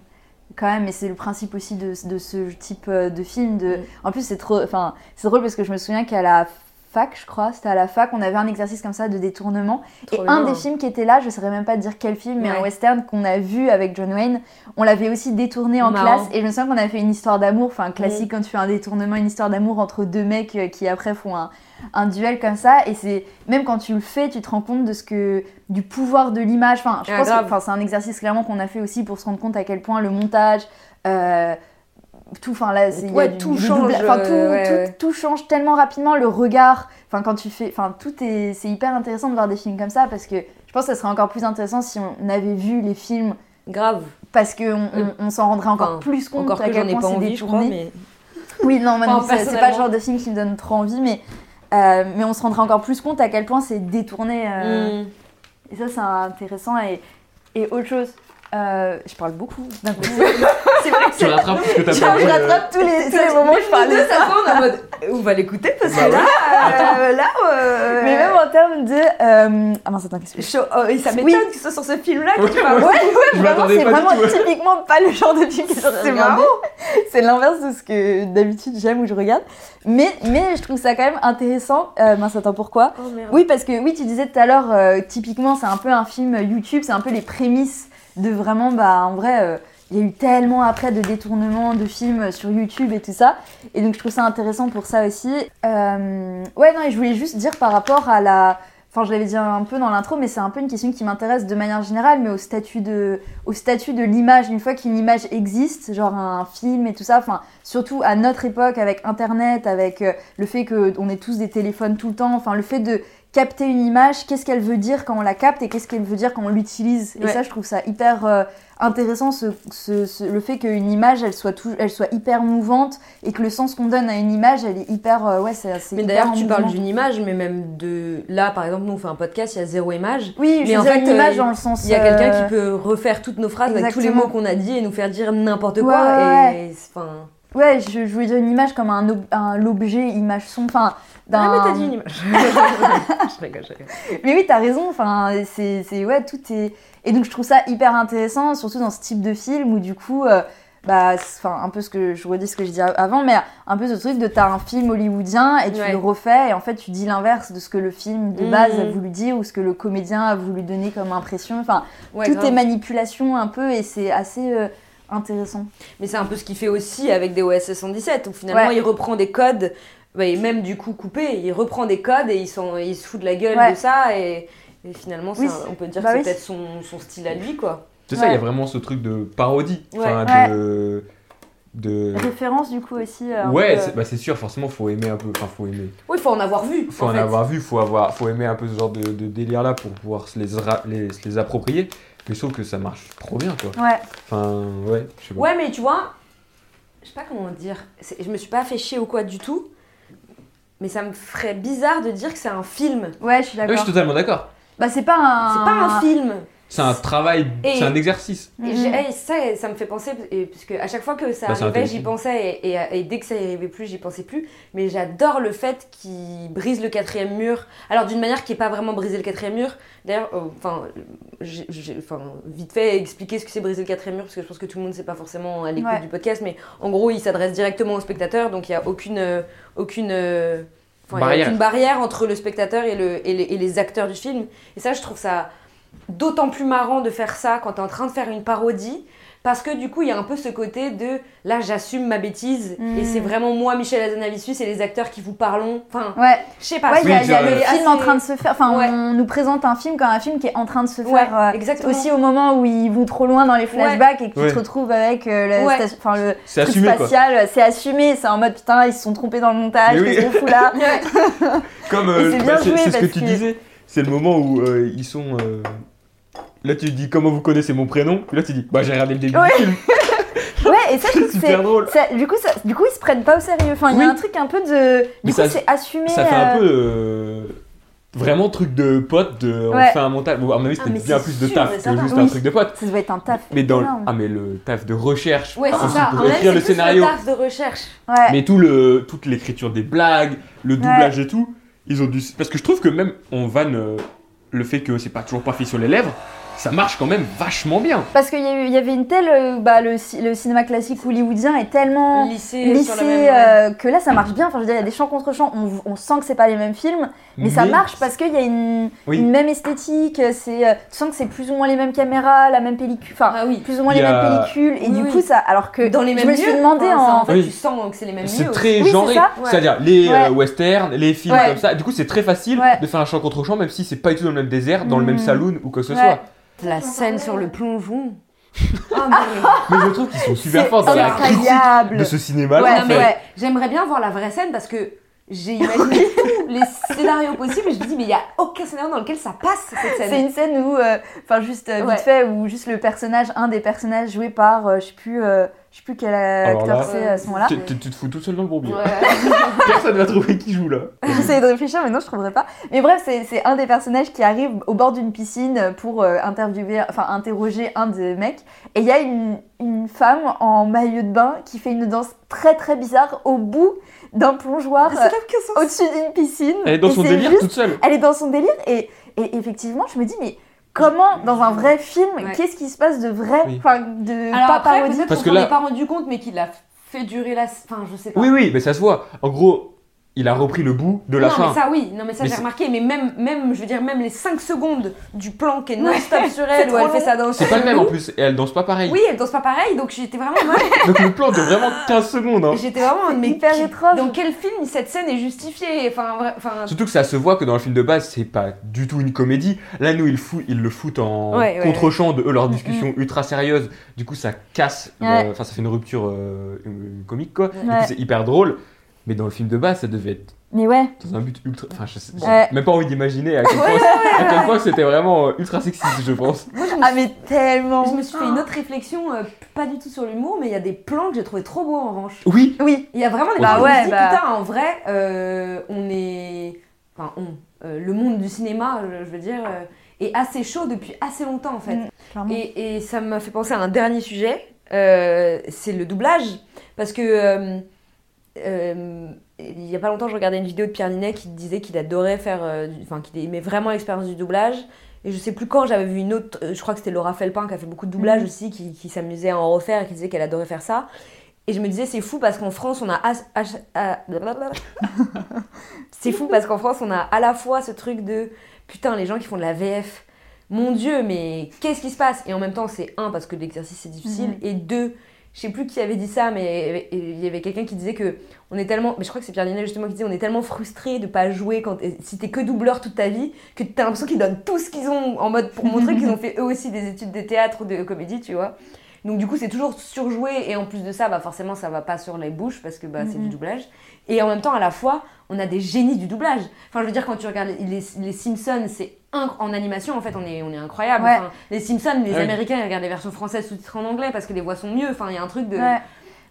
Speaker 3: quand même, et c'est le principe aussi de, de ce type euh, de film. De...
Speaker 2: Mm.
Speaker 3: En plus, c'est trop, enfin, c'est drôle parce que je me souviens qu'à la fac, je crois, c'était à la fac, on avait un exercice comme ça de détournement.
Speaker 2: Trop
Speaker 3: et un
Speaker 2: bien. hein.
Speaker 3: des films qui était là, je saurais même pas dire quel film, mais un
Speaker 2: Ouais.
Speaker 3: western qu'on a vu avec John Wayne, on l'avait aussi détourné en
Speaker 2: Marrant. Mm.
Speaker 3: classe. Et je me souviens qu'on a fait une histoire d'amour, enfin classique quand tu fais un détournement, une histoire d'amour entre deux mecs euh, qui après font un, un duel comme ça. Et c'est même quand tu le fais, tu te rends compte de ce que du pouvoir de l'image. Enfin, je
Speaker 2: Ah,
Speaker 3: pense que
Speaker 2: grave.
Speaker 3: enfin, c'est un exercice clairement qu'on a fait aussi pour se rendre compte à quel point le montage. euh, tout, enfin là, c'est- il y a
Speaker 2: Ouais,
Speaker 3: du-
Speaker 2: tout
Speaker 3: du
Speaker 2: change,
Speaker 3: doublage. Enfin, tout,
Speaker 2: euh, ouais,
Speaker 3: tout-
Speaker 2: ouais.
Speaker 3: tout change tellement rapidement. Le regard, enfin quand tu fais, enfin tout est, c'est hyper intéressant de voir des films comme ça parce que je pense que ça serait encore plus intéressant si on avait vu les films
Speaker 2: Grave.
Speaker 3: parce que on,
Speaker 2: Euh,
Speaker 3: on- on s'en rendrait encore
Speaker 2: enfin,
Speaker 3: plus compte
Speaker 2: Encore
Speaker 3: à
Speaker 2: que j'en
Speaker 3: quel
Speaker 2: ai
Speaker 3: point
Speaker 2: pas
Speaker 3: c'est
Speaker 2: envie, je crois,
Speaker 3: détourné.
Speaker 2: mais.
Speaker 3: Oui, non, moi non
Speaker 2: Enfin,
Speaker 3: plus, c'est c'est pas le
Speaker 2: personnellement.
Speaker 3: genre de film qui me donne trop envie, mais euh, mais on se rendrait encore plus compte à quel point c'est détourné. euh,
Speaker 2: Mm.
Speaker 3: Et ça, c'est intéressant. Et, et autre chose, euh, je parle beaucoup d'un
Speaker 2: <laughs>
Speaker 3: coup. c'est vrai que
Speaker 5: Tu
Speaker 3: c'est-
Speaker 5: rattrapes ce que
Speaker 3: <laughs>
Speaker 5: t'as
Speaker 3: je
Speaker 5: perdu. euh,
Speaker 3: rattrape tous les, tous les moments où je parle.
Speaker 2: deux, ça on en mode. On va l'écouter parce
Speaker 5: Bah
Speaker 2: que là. euh, là euh,
Speaker 3: Mais même en termes de. euh, Ah non, attends, qu'est-ce que je-
Speaker 2: chaud- oh, et ça m'étonne
Speaker 3: Oui.
Speaker 2: que ce soit sur ce film-là que
Speaker 5: Ouais,
Speaker 2: tu parles.
Speaker 5: moi,
Speaker 3: Ouais,
Speaker 5: je
Speaker 3: vraiment,
Speaker 5: m'attendais
Speaker 3: c'est
Speaker 5: pas du
Speaker 3: vraiment
Speaker 5: tout. hein. à-
Speaker 3: typiquement pas le genre de film que je
Speaker 2: C'est
Speaker 3: regarde. C'est l'inverse de ce que d'habitude j'aime ou je regarde. Mais, mais je trouve ça quand même intéressant. Euh, mince, attends, pourquoi
Speaker 2: Oh, merde.
Speaker 3: Oui, parce que oui, tu disais tout à l'heure, euh, typiquement, c'est un peu un film YouTube, c'est un peu les prémices de vraiment, bah, en vrai, euh, il y a eu tellement après de détournements de films sur YouTube et tout ça. Et donc, je trouve ça intéressant pour ça aussi. Euh, ouais, non, et je voulais juste dire par rapport à la. Enfin, je l'avais dit un peu dans l'intro, mais c'est un peu une question qui m'intéresse de manière générale, mais au statut de, au statut de l'image. Une fois qu'une image existe, genre un film et tout ça, enfin, surtout à notre époque, avec Internet, avec euh, le fait qu'on ait tous des téléphones tout le temps, enfin, le fait de capter une image, qu'est-ce qu'elle veut dire quand on la capte et qu'est-ce qu'elle veut dire quand on l'utilise. Et
Speaker 2: Ouais.
Speaker 3: ça, je trouve ça hyper euh, intéressant, ce, ce- ce- le fait qu'une image, elle soit, tout, elle soit hyper mouvante et que le sens qu'on donne à une image, elle est hyper... euh, ouais, c'est c'est
Speaker 2: Mais
Speaker 3: hyper
Speaker 2: d'ailleurs,
Speaker 3: en
Speaker 2: tu parles
Speaker 3: mouvement.
Speaker 2: d'une image, mais même de. Là, par exemple, nous, on fait un podcast, il y a zéro image.
Speaker 3: Oui,
Speaker 2: Mais
Speaker 3: je
Speaker 2: en
Speaker 3: disais
Speaker 2: fait,
Speaker 3: une image
Speaker 2: euh,
Speaker 3: dans le sens...
Speaker 2: Il y a quelqu'un
Speaker 3: euh,
Speaker 2: qui peut refaire toutes nos phrases avec tous les
Speaker 3: exactement.
Speaker 2: mots qu'on a dit et nous faire dire n'importe
Speaker 3: Ouais,
Speaker 2: quoi.
Speaker 3: ouais,
Speaker 2: et c'est- enfin.
Speaker 3: Ouais, je, je voulais dire une image comme un, ob- un l'objet, image son, enfin...
Speaker 2: Ah,
Speaker 3: d'un-
Speaker 2: mais t'as dit
Speaker 3: <laughs>
Speaker 2: une image. <laughs> je rigole, je rigole.
Speaker 3: Mais oui, t'as raison. Enfin, c'est, c'est ouais, tout est. Et donc je trouve ça hyper intéressant, surtout dans ce type de film où du coup, euh, bah, c'est- enfin, un peu ce que je redis ce que je disais avant, mais un peu ce truc de t'as un film hollywoodien et tu
Speaker 2: Ouais.
Speaker 3: le refais et en fait tu dis l'inverse de ce que le film de
Speaker 2: Mhm.
Speaker 3: base a voulu dire ou ce que le comédien a voulu donner comme impression. Enfin,
Speaker 2: Ouais,
Speaker 3: tout
Speaker 2: grave.
Speaker 3: est manipulation un peu et c'est assez euh, intéressant.
Speaker 2: Mais c'est un peu ce qu'il fait aussi avec des OSS 117, où finalement
Speaker 3: Ouais.
Speaker 2: il reprend des codes, bah, et même du coup coupé, il reprend des codes et il, s'en- il se fout de la gueule
Speaker 3: Ouais.
Speaker 2: de ça, et, et finalement c'est
Speaker 3: Oui,
Speaker 2: un- on peut dire
Speaker 3: bah oui.
Speaker 2: que c'est peut-être son, son style à lui, quoi.
Speaker 5: C'est ça, il y
Speaker 3: Ouais.
Speaker 5: a vraiment ce truc de parodie.
Speaker 2: Ouais.
Speaker 5: Enfin,
Speaker 3: Ouais.
Speaker 5: de. de...
Speaker 3: Référence du coup aussi. euh, un
Speaker 5: Euh. Ouais,
Speaker 3: peu,
Speaker 5: c'est bah, c'est sûr, forcément, faut aimer un peu. Enfin, faut aimer.
Speaker 2: Oui, faut en avoir vu.
Speaker 5: Faut
Speaker 2: en
Speaker 5: en
Speaker 2: fait.
Speaker 5: avoir vu, faut, avoir, faut aimer un peu ce genre de, de délire-là pour pouvoir se les, ra- les- se les approprier. Mais je trouve que ça marche trop bien, quoi.
Speaker 3: euh, Ouais.
Speaker 5: Enfin, ouais, je sais pas.
Speaker 2: Ouais, mais tu vois, je sais pas comment dire, c'est- je me suis pas fait chier ou quoi du tout, mais ça me ferait bizarre de dire que c'est un film.
Speaker 3: Ouais, je suis
Speaker 5: Ah oui, je
Speaker 3: d'accord.
Speaker 5: suis totalement d'accord.
Speaker 3: Bah, c'est pas un.
Speaker 2: C'est pas un film. Mm-hmm.
Speaker 5: C'est un travail,
Speaker 2: Et-
Speaker 5: c'est un exercice.
Speaker 3: Mhm.
Speaker 2: Et j'ai- hey, ça, ça me fait penser, et- parce que à chaque fois que ça
Speaker 5: Bah, c'est un
Speaker 2: arrivait, j'y
Speaker 5: téléfilm.
Speaker 2: pensais, et, et- et dès que ça y arrivait plus, j'y pensais plus. Mais j'adore le fait qu'il brise le quatrième mur. Alors, d'une manière qui n'est pas vraiment briser le quatrième mur. D'ailleurs, euh, enfin, j'ai- j'ai- enfin, vite fait expliquer ce que c'est briser le quatrième mur, parce que je pense que tout le monde ne sait pas forcément à l'écoute
Speaker 3: Ouais.
Speaker 2: du podcast, mais en gros, il s'adresse directement au spectateur, donc il n'y a aucune. euh, aucune euh, enfin, il y a
Speaker 5: Barrière.
Speaker 2: aucune barrière entre le spectateur et, le, et les, et les acteurs du film. Et ça, je trouve ça d'autant plus marrant de faire ça quand t'es en train de faire une parodie. Parce que du coup, il y a un peu ce côté de là, j'assume ma bêtise
Speaker 3: Mm.
Speaker 2: et c'est vraiment moi, Michel Azanavicius et les acteurs qui vous parlons. Enfin,
Speaker 3: Ouais,
Speaker 2: je sais pas.
Speaker 3: ouais, il y
Speaker 5: Oui,
Speaker 3: a,
Speaker 5: euh,
Speaker 3: il y a
Speaker 5: tu
Speaker 3: le
Speaker 5: as-
Speaker 3: film en train de se faire. Enfin,
Speaker 2: Ouais.
Speaker 3: on nous présente un film comme un film qui est en train de se
Speaker 2: Ouais,
Speaker 3: faire. euh,
Speaker 2: exactement.
Speaker 3: aussi au moment où ils vont trop loin dans les flashbacks et que tu
Speaker 5: Ouais.
Speaker 3: te retrouves avec euh, la
Speaker 2: Ouais.
Speaker 3: station- enfin, le
Speaker 5: C'est
Speaker 3: truc
Speaker 5: assumé, quoi.
Speaker 3: spatial, euh, c'est assumé, c'est en mode putain, ils se sont trompés dans le montage,
Speaker 5: Mais oui.
Speaker 3: qu'est-ce qu'on fout là
Speaker 2: <laughs> Ouais.
Speaker 5: Comme
Speaker 3: Et
Speaker 5: euh,
Speaker 3: c'est
Speaker 5: bah,
Speaker 3: bien
Speaker 5: c'est
Speaker 3: joué
Speaker 5: c'est ce que
Speaker 3: parce
Speaker 5: tu
Speaker 3: que-
Speaker 5: disais, c'est le moment où euh, ils sont. euh, Là, tu dis comment vous connaissez mon prénom, puis là, tu dis bah j'ai regardé le début <laughs>
Speaker 3: Ouais.
Speaker 5: du film.
Speaker 3: Ouais, et ça, je trouve que
Speaker 5: Super
Speaker 3: c'est.
Speaker 5: drôle.
Speaker 3: ça- du, coup, ça, du coup, ils se prennent pas au sérieux. Enfin, il y
Speaker 5: Oui.
Speaker 3: a un truc un peu de. Du
Speaker 5: Mais
Speaker 3: coup,
Speaker 5: ça-
Speaker 3: c'est assumé.
Speaker 5: Ça fait un
Speaker 3: euh,
Speaker 5: peu. euh, Vraiment truc de pote, de,
Speaker 3: Ouais.
Speaker 5: on fait un montage. Bon, à mon avis,
Speaker 2: Ah,
Speaker 5: c'était
Speaker 2: mais
Speaker 5: bien
Speaker 2: c'est
Speaker 5: plus de
Speaker 2: sûr, mais
Speaker 5: taf
Speaker 2: ça
Speaker 5: que
Speaker 2: va.
Speaker 5: juste
Speaker 3: Oui.
Speaker 5: un truc de pote.
Speaker 3: Ça doit être un taf.
Speaker 5: Mais dans le...
Speaker 3: énorme.
Speaker 5: Ah, mais le taf de recherche,
Speaker 2: Ouais, c'est
Speaker 5: ensuite
Speaker 2: ça.
Speaker 5: de
Speaker 2: En vrai,
Speaker 5: réécrire
Speaker 2: c'est
Speaker 5: le
Speaker 2: plus
Speaker 5: scénario.
Speaker 2: taf de recherche.
Speaker 3: Ouais.
Speaker 5: Mais tout le, toute l'écriture des blagues, le doublage et tout, ils ont dû. Parce que je trouve que même on vanne euh, le fait que c'est pas toujours pas fait sur les lèvres, ça marche quand même vachement bien.
Speaker 3: Parce qu'il y, a eu- il y avait une telle. euh, Bah, le, ci- le cinéma classique hollywoodien est tellement.
Speaker 2: Lycée, sur la
Speaker 3: Ah. lycée
Speaker 2: même. ouais.
Speaker 3: euh, que là ça marche bien enfin je veux dire il y a des chants contre chants on, on sent que c'est pas les mêmes films mais, ça marche parce qu'il y a une,
Speaker 5: Oui.
Speaker 3: une même esthétique c'est euh, tu sens que c'est plus ou moins les mêmes caméras la même pellicule enfin
Speaker 2: Ah oui.
Speaker 3: plus ou moins
Speaker 5: Il y
Speaker 3: les
Speaker 5: a-
Speaker 3: mêmes pellicules et
Speaker 2: Oui,
Speaker 3: du
Speaker 2: oui.
Speaker 3: coup ça alors que
Speaker 2: Dans les mêmes
Speaker 3: je me
Speaker 2: lieux.
Speaker 3: suis demandé
Speaker 2: enfin, ça,
Speaker 3: en
Speaker 2: en fait,
Speaker 5: Oui.
Speaker 2: tu sens que c'est les mêmes
Speaker 5: C'est
Speaker 2: lieux.
Speaker 5: très
Speaker 3: Oui, c'est
Speaker 5: genré,
Speaker 3: ça.
Speaker 2: Ouais.
Speaker 5: c'est-à-dire les
Speaker 3: Ouais.
Speaker 5: euh, westerns, les films
Speaker 2: Ouais.
Speaker 5: comme ça. Du coup, c'est très facile
Speaker 3: Ouais.
Speaker 5: de faire un chant contre chant, même si c'est pas du tout dans le même désert, dans le même
Speaker 3: Mhm.
Speaker 5: saloon ou quoi que ce
Speaker 3: Ouais.
Speaker 5: soit.
Speaker 2: La scène sur le plongeon. Ah,
Speaker 5: Mais
Speaker 2: mais-
Speaker 5: je trouve qu'ils sont super
Speaker 3: C'est
Speaker 5: forts dans la critique <laughs>
Speaker 3: incroyable
Speaker 5: de ce cinéma.
Speaker 3: Ouais,
Speaker 2: Non, mais J'aimerais bien voir la vraie scène parce que j'ai imaginé tous les scénarios possibles et je me dis, mais il n'y a aucun scénario dans lequel ça passe cette
Speaker 3: c'est
Speaker 2: scène.
Speaker 3: une scène où euh, enfin juste euh,
Speaker 2: Ouais.
Speaker 3: vite fait où juste le personnage un des personnages joué par euh, je sais plus euh, je sais plus quel euh,
Speaker 5: Alors
Speaker 3: acteur
Speaker 5: là-
Speaker 3: c'est à ce moment là
Speaker 5: tu, tu- tu te fous tout seul dans le bourbier.
Speaker 2: Ouais.
Speaker 5: Personne va trouver qui
Speaker 3: <laughs>
Speaker 5: joue là.
Speaker 3: J'essayais de réfléchir, mais non, je trouverais pas. Mais bref, c'est c'est un des personnages qui arrive au bord d'une piscine pour euh, interviewer, enfin interroger un des mecs. Et il y a une, une femme en maillot de bain qui fait une danse très très bizarre au bout d'un plongeoir
Speaker 2: Ça n'a aucun sens.
Speaker 3: euh, au-dessus d'une piscine.
Speaker 5: Elle est dans
Speaker 3: Et
Speaker 5: son
Speaker 3: c'est
Speaker 5: délire
Speaker 3: juste-
Speaker 5: toute seule.
Speaker 3: elle est dans son délire. Et, et effectivement, je me dis, mais comment dans un vrai film,
Speaker 2: Ouais.
Speaker 3: qu'est-ce qui se passe de vrai,
Speaker 5: Oui.
Speaker 3: enfin de
Speaker 2: Alors
Speaker 3: pas
Speaker 2: après,
Speaker 3: parodie
Speaker 2: peut-être
Speaker 5: Parce
Speaker 2: qu'on
Speaker 5: que
Speaker 2: s'en
Speaker 5: là-
Speaker 2: est pas rendu compte, mais qu'il a fait durer la. Enfin, je sais pas.
Speaker 5: Oui, oui, mais ça se voit. En gros, il a repris le bout de la
Speaker 2: non,
Speaker 5: fin.
Speaker 2: mais ça, oui. Non, mais ça,
Speaker 5: Mais
Speaker 2: j'ai
Speaker 5: c'est-
Speaker 2: remarqué. Mais même, même, je veux dire, même les 5 secondes du plan qui est non-stop
Speaker 3: <laughs>
Speaker 2: sur elle, où
Speaker 3: trop
Speaker 2: elle fait
Speaker 3: long.
Speaker 2: sa danse.
Speaker 5: C'est pas le même en plus, et elle danse pas pareil.
Speaker 2: Oui, elle danse pas pareil, donc j'étais vraiment.
Speaker 5: <laughs>
Speaker 2: en mode-
Speaker 5: Donc le plan de vraiment 15 secondes. hein.
Speaker 2: J'étais vraiment. Mais
Speaker 3: hyper
Speaker 2: qui-
Speaker 3: étrange.
Speaker 2: Dans quel film cette scène est justifiée Enfin, vra- enfin.
Speaker 5: Surtout que ça se voit que dans le film de base, c'est pas du tout une comédie. Là, nous, ils, fou- ils le foutent en
Speaker 2: Ouais, Mm, ouais,
Speaker 5: contre-champ de eux, leur discussion ultra sérieuse. Du coup, ça casse, le-
Speaker 3: Ouais.
Speaker 5: enfin, ça fait une rupture euh, une- une comique quoi. Du
Speaker 3: Ouais.
Speaker 5: coup, c'est hyper drôle. Mais dans le film de base, ça devait être
Speaker 3: Mais ouais,
Speaker 5: dans un but ultra. Enfin, je sais- j'ai
Speaker 3: Ouais.
Speaker 5: même pas envie d'imaginer à quel point, à quel point c'était vraiment euh, ultra sexiste, je pense.
Speaker 3: ah mais tellement.
Speaker 2: Je me suis fait une autre réflexion, euh, pas du tout sur l'humour, mais il y a des plans que j'ai trouvé trop beaux en revanche.
Speaker 5: Oui,
Speaker 3: Oui,
Speaker 2: Il y a vraiment des
Speaker 5: Bah
Speaker 2: plans où je me
Speaker 3: ouais,
Speaker 2: dis,
Speaker 3: bah.
Speaker 2: putain, en vrai, euh, on est. Enfin, on. euh, le monde du cinéma, je, je veux dire, euh, est assez chaud depuis assez longtemps en fait.
Speaker 3: Mm, clairement.
Speaker 2: Et, et ça m'a fait penser à un dernier sujet, euh, c'est le doublage. Parce que. euh, euh, il y a pas longtemps, je regardais une vidéo de Pierre Ninet qui disait qu'il adorait faire. euh, du- Enfin, qu'il aimait vraiment l'expérience du doublage. Et Et je sais plus quand, j'avais vu une autre, euh, je crois que c'était Laura Felpin qui a fait beaucoup de doublages
Speaker 3: Mhm.
Speaker 2: aussi, qui, qui s'amusait à en refaire et qui disait qu'elle adorait faire ça. Et je me disais, c'est fou parce qu'en France, on a. as- as- ah, blablabla. c'est fou parce qu'en France, on a à la fois ce truc de putain, les gens qui font de la VF, mon dieu, mais qu'est-ce qui se passe Et en même temps, c'est un, parce que l'exercice c'est difficile,
Speaker 3: Mhm.
Speaker 2: et deux, je sais plus qui avait dit ça, mais il y avait quelqu'un qui disait que on est tellement, mais je crois que c'est Pierre Ninel justement qui disait, on est tellement frustré de pas jouer quand et si t'es que doubleur toute ta vie que t'as l'impression qu'ils donnent tout ce qu'ils ont en mode pour montrer qu'ils ont fait eux aussi des études de théâtre ou de comédie, tu vois. Donc du coup c'est toujours surjoué et en plus de ça, bah forcément ça va pas sur les bouches parce que bah c'est du
Speaker 3: Mhm.
Speaker 2: doublage. Et en même temps à la fois on a des génies du doublage. Enfin je veux dire quand tu regardes les, les Simpsons c'est inc- en animation en fait on est on est incroyable.
Speaker 3: Ouais.
Speaker 2: Enfin, les Simpsons les
Speaker 5: Ah oui.
Speaker 2: Américains ils regardent les versions françaises sous-titrées en anglais parce que les voix sont mieux. Enfin il y a un truc de
Speaker 3: Ouais.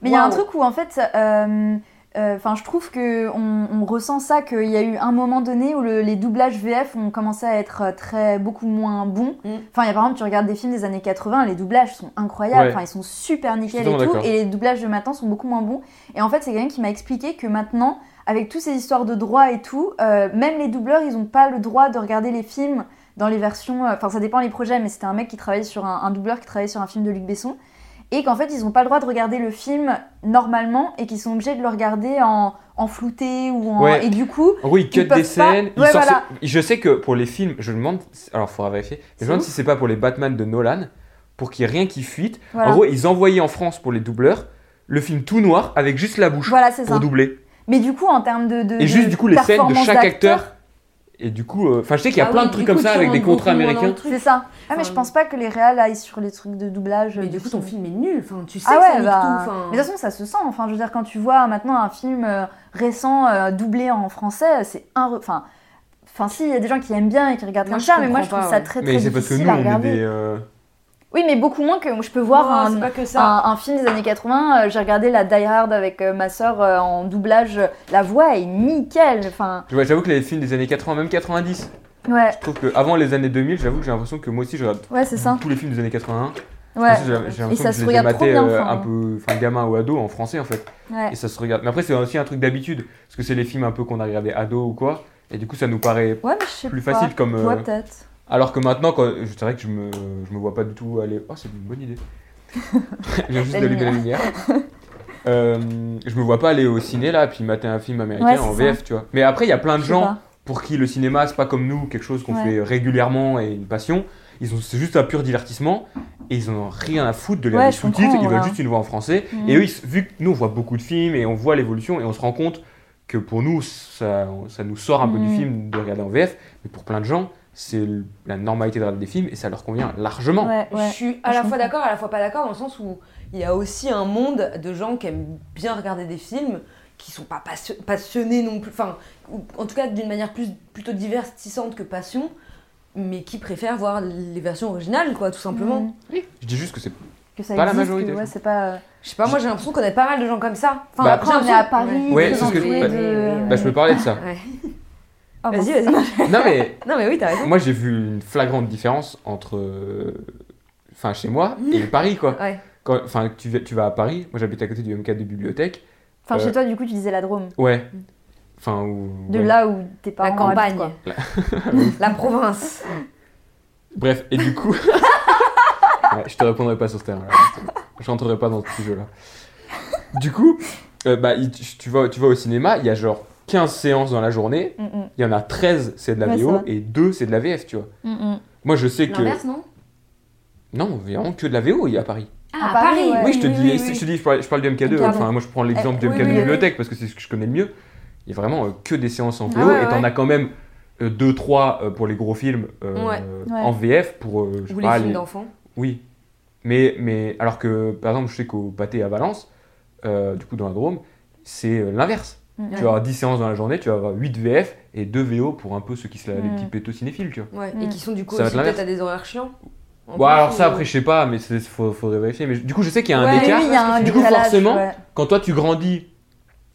Speaker 3: Mais il y a un
Speaker 2: Waouh.
Speaker 3: truc où en fait, euh, euh, 'fin, je trouve que on, on ressent ça qu'il y a eu un moment donné où le- les doublages VF ont commencé à être euh, très beaucoup moins bons.
Speaker 2: Mm.
Speaker 3: Enfin, il y a par exemple, tu regardes des films des années 80, les doublages sont incroyables,
Speaker 5: Ouais.
Speaker 3: enfin ils sont super nickel et
Speaker 5: totalement
Speaker 3: tout,
Speaker 5: d'accord.
Speaker 3: et les doublages de maintenant sont beaucoup moins bons. Et en fait, c'est quelqu'un qui m'a expliqué que maintenant, avec toutes ces histoires de droits et tout, euh, même les doubleurs, ils n'ont pas le droit de regarder les films dans les versions. euh, Enfin, ça dépend les projets, mais c'était un mec qui travaillait sur un, un doubleur qui travaillait sur un film de Luc Besson. Et qu'en fait, ils n'ont pas le droit de regarder le film normalement et qu'ils sont obligés de le regarder en, en flouté ou en.
Speaker 5: Ouais.
Speaker 3: Et du coup.
Speaker 5: En gros, ils Ah cut
Speaker 3: Ils peuvent
Speaker 5: des
Speaker 3: pas-
Speaker 5: scènes. ils
Speaker 3: Ouais,
Speaker 5: sortent-
Speaker 3: voilà.
Speaker 5: Je sais que pour les films, je me demande. Alors, faudra vérifier. mais Je me demande si c'est pas pour les Batman de Nolan, pour qu'il n'y ait rien qui fuite.
Speaker 3: Voilà,
Speaker 5: En gros, ils envoyaient en France pour les doubleurs le film tout noir avec juste la bouche
Speaker 3: Voilà, c'est
Speaker 5: pour
Speaker 3: ça.
Speaker 5: doubler.
Speaker 3: Mais du coup, en termes de. de
Speaker 5: Et juste,
Speaker 3: de
Speaker 5: du coup, les scènes de
Speaker 3: performance
Speaker 5: chaque
Speaker 3: d'acteur, Bah
Speaker 5: acteur. Et du coup, euh, enfin, je sais qu'il y a
Speaker 2: Ah
Speaker 5: plein
Speaker 2: oui,
Speaker 5: de trucs
Speaker 2: du
Speaker 5: comme
Speaker 2: coup,
Speaker 5: ça
Speaker 2: tu
Speaker 5: avec des
Speaker 2: rentres beaucoup
Speaker 5: contrats
Speaker 2: moins dans le
Speaker 5: américains.
Speaker 2: truc.
Speaker 3: C'est ça. Ah, mais
Speaker 2: Enfin,
Speaker 3: je pense pas que les réals aillent sur les trucs de doublage.
Speaker 2: Mais
Speaker 3: euh,
Speaker 2: du coup,
Speaker 3: film.
Speaker 2: ton film est nul. Enfin, tu sais
Speaker 3: Ah
Speaker 2: que ça
Speaker 3: ouais,
Speaker 2: nique
Speaker 3: bah.
Speaker 2: tout. Enfin,
Speaker 3: Mais de toute façon, ça se sent. Enfin, je veux dire, quand tu vois maintenant un film euh, récent euh, doublé en français, c'est un. re- Enfin, enfin, si, il y a des gens qui aiment bien et qui regardent
Speaker 2: Moi,
Speaker 3: comme
Speaker 2: je
Speaker 3: ça, mais moi, je
Speaker 2: comprends
Speaker 3: trouve
Speaker 2: pas,
Speaker 3: ça
Speaker 2: ouais.
Speaker 3: très, très
Speaker 5: Mais c'est parce que
Speaker 3: difficile
Speaker 5: nous,
Speaker 3: à
Speaker 5: on est
Speaker 3: regarder.
Speaker 5: des. euh,
Speaker 3: Oui, mais beaucoup moins que. Je peux voir
Speaker 2: Non,
Speaker 3: un,
Speaker 2: c'est que
Speaker 3: un- un film des années 80. euh, J'ai regardé la Die Hard avec euh, ma sœur euh, en doublage. La voix est nickel. Enfin,
Speaker 5: ouais, j'avoue que les films des années 80, même 90,
Speaker 3: ouais,
Speaker 5: je trouve que avant les années 2000, j'avoue que j'ai l'impression que moi aussi, je regarde
Speaker 3: ouais, c'est ça.
Speaker 5: tous les films des années 81.
Speaker 3: Ouais.
Speaker 5: J'ai- j'ai l'impression
Speaker 3: Et ça
Speaker 5: que
Speaker 3: se
Speaker 5: je les ai
Speaker 3: regarde trop
Speaker 5: matés,
Speaker 3: bien,
Speaker 5: euh,
Speaker 3: enfin.
Speaker 5: un peu, enfin, gamin ou ado en français en fait.
Speaker 3: ouais.
Speaker 5: Et ça se regarde. Mais après, c'est aussi un truc d'habitude, parce que c'est les films un peu qu'on a regardé ado ou quoi. Et du coup, ça nous paraît
Speaker 3: Ouais, mais je sais
Speaker 5: plus
Speaker 3: pas.
Speaker 5: facile comme. euh,
Speaker 3: Ouais, peut-être.
Speaker 5: alors que maintenant, quand... c'est vrai que je me, je me vois pas du tout aller. Oh, c'est une bonne
Speaker 3: <laughs>
Speaker 5: idée. J'ai juste
Speaker 3: La
Speaker 5: de la lumière. Euh, je me vois pas aller au ciné là, puis mater un film américain
Speaker 3: Ouais, c'est
Speaker 5: en
Speaker 3: ça.
Speaker 5: VF, tu vois. Mais après, il y a plein de
Speaker 3: Je sais
Speaker 5: gens
Speaker 3: pas.
Speaker 5: pour qui le cinéma, c'est pas comme nous, quelque chose qu'on
Speaker 3: Ouais.
Speaker 5: fait régulièrement et une passion. Ils ont, c'est juste un pur divertissement et ils ont rien à foutre de les
Speaker 3: Ouais,
Speaker 5: les
Speaker 3: je
Speaker 5: sous-titres.
Speaker 3: comprends,
Speaker 5: Ils veulent
Speaker 3: ouais.
Speaker 5: juste une voix en français.
Speaker 3: Mhm.
Speaker 5: Et eux, ils s- vu que nous, on voit beaucoup de films et on voit l'évolution et on se rend compte que pour nous, ça, ça nous sort un peu du
Speaker 3: Mhm.
Speaker 5: film de regarder en VF. Mais pour plein de gens, c'est l- la normalité de regarder des films et ça leur convient largement.
Speaker 3: Ouais, ouais.
Speaker 2: Je suis à la
Speaker 3: comprends.
Speaker 2: fois d'accord, à la fois pas d'accord, dans le sens où il y a aussi un monde de gens qui aiment bien regarder des films, qui sont pas passio- passionnés non plus, enfin, ou en tout cas d'une manière plus plutôt divertissante que passion, mais qui préfèrent voir les versions originales, quoi, tout simplement.
Speaker 3: Mm.
Speaker 5: Je dis juste que c'est.
Speaker 3: Que ça
Speaker 5: Pas la
Speaker 3: existe,
Speaker 5: majorité,
Speaker 3: que, ouais,
Speaker 5: je
Speaker 3: c'est pas. euh,
Speaker 2: Je sais pas, moi j'ai l'impression qu'on a pas mal de gens comme ça. Enfin,
Speaker 5: Bah,
Speaker 3: Après, on est
Speaker 2: j'ai l'impression-
Speaker 3: à Paris,
Speaker 5: Ouais,
Speaker 3: très
Speaker 5: c'est ce que je-
Speaker 3: entouré
Speaker 5: bah,
Speaker 3: de-
Speaker 5: Bah, je peux parler de
Speaker 3: <laughs>
Speaker 5: ça.
Speaker 2: Ouais.
Speaker 3: Ah, bon.
Speaker 2: Vas-y, vas-y.
Speaker 5: non, mais
Speaker 2: Non, mais oui, t'as raison.
Speaker 5: Moi, j'ai vu une flagrante différence entre. euh, Enfin, chez moi
Speaker 3: <laughs>
Speaker 5: et Paris, quoi.
Speaker 2: Ouais.
Speaker 5: Quand- Enfin, tu, vas- tu vas à Paris, moi j'habite à côté du M4 de bibliothèque.
Speaker 3: Enfin,
Speaker 5: Euh,
Speaker 3: chez toi, du coup, tu disais la Drôme.
Speaker 5: Ouais. Enfin, ou.
Speaker 3: Mm. De
Speaker 5: ouais.
Speaker 3: là où tes
Speaker 2: La
Speaker 3: parents habitent,
Speaker 2: campagne,
Speaker 3: quoi.
Speaker 5: <laughs>
Speaker 2: la province.
Speaker 5: Bref, et du coup. <laughs> Ouais, je te répondrai pas sur ce terrain-là. Je rentrerai pas dans ce petit jeu-là. Du coup, euh, bah, il- tu, tu vas, tu vas au cinéma, il y a genre 15 séances dans la journée,
Speaker 3: Mm, mm,
Speaker 5: il y en a 13, c'est de la
Speaker 3: Ouais,
Speaker 5: VO,
Speaker 3: ça va.
Speaker 5: et 2, c'est de la VF, tu vois.
Speaker 3: mm, mm.
Speaker 5: Moi, je sais que.
Speaker 2: L'inverse, non
Speaker 5: Non, vraiment que de la VO, il y a à Paris.
Speaker 2: Ah,
Speaker 3: À
Speaker 2: Paris,
Speaker 3: Paris, ouais.
Speaker 5: Oui, je te dis,
Speaker 2: oui,
Speaker 5: Je, te dis je, parle, je parle du MK2.
Speaker 3: Pardon.
Speaker 5: Enfin, moi, je prends l'exemple du
Speaker 3: Eh,
Speaker 5: MK2
Speaker 3: oui, oui, oui.
Speaker 5: bibliothèque parce que c'est ce que je connais le mieux. Il y a vraiment euh, que des séances en VO
Speaker 2: Ah ouais,
Speaker 5: et t'en
Speaker 2: ouais.
Speaker 5: as quand même euh, 2-3 pour les gros films euh,
Speaker 2: Ouais.
Speaker 5: en VF pour. euh, je sais
Speaker 2: Ou les
Speaker 5: pas,
Speaker 2: films
Speaker 5: les-
Speaker 2: d'enfants.
Speaker 5: Oui. Mais, mais alors que, par exemple, je sais qu'au pâté à Valence, euh, du coup, dans la Drôme, c'est euh, l'inverse.
Speaker 3: Mm.
Speaker 5: Tu vas avoir 10 séances dans la journée, tu vas avoir 8 VF et 2 VO pour un peu ceux qui se la, les
Speaker 3: Mm.
Speaker 5: petits pétos cinéphiles, tu vois.
Speaker 2: Ouais, et
Speaker 3: Mm.
Speaker 2: qui sont du coup
Speaker 5: Ça va
Speaker 2: aussi
Speaker 5: être l'inverse.
Speaker 2: peut-être à des horaires chiants. En
Speaker 5: Bon,
Speaker 2: plus, euh,
Speaker 5: alors ça,
Speaker 2: ou-
Speaker 5: après, je sais pas, mais il faudrait vérifier. Mais du coup, je sais qu'il y a un
Speaker 2: Ouais,
Speaker 5: écart.
Speaker 3: Ah Oui, il y a un
Speaker 5: Du coup,
Speaker 3: décalage,
Speaker 5: forcément,
Speaker 3: ouais.
Speaker 5: quand toi tu grandis,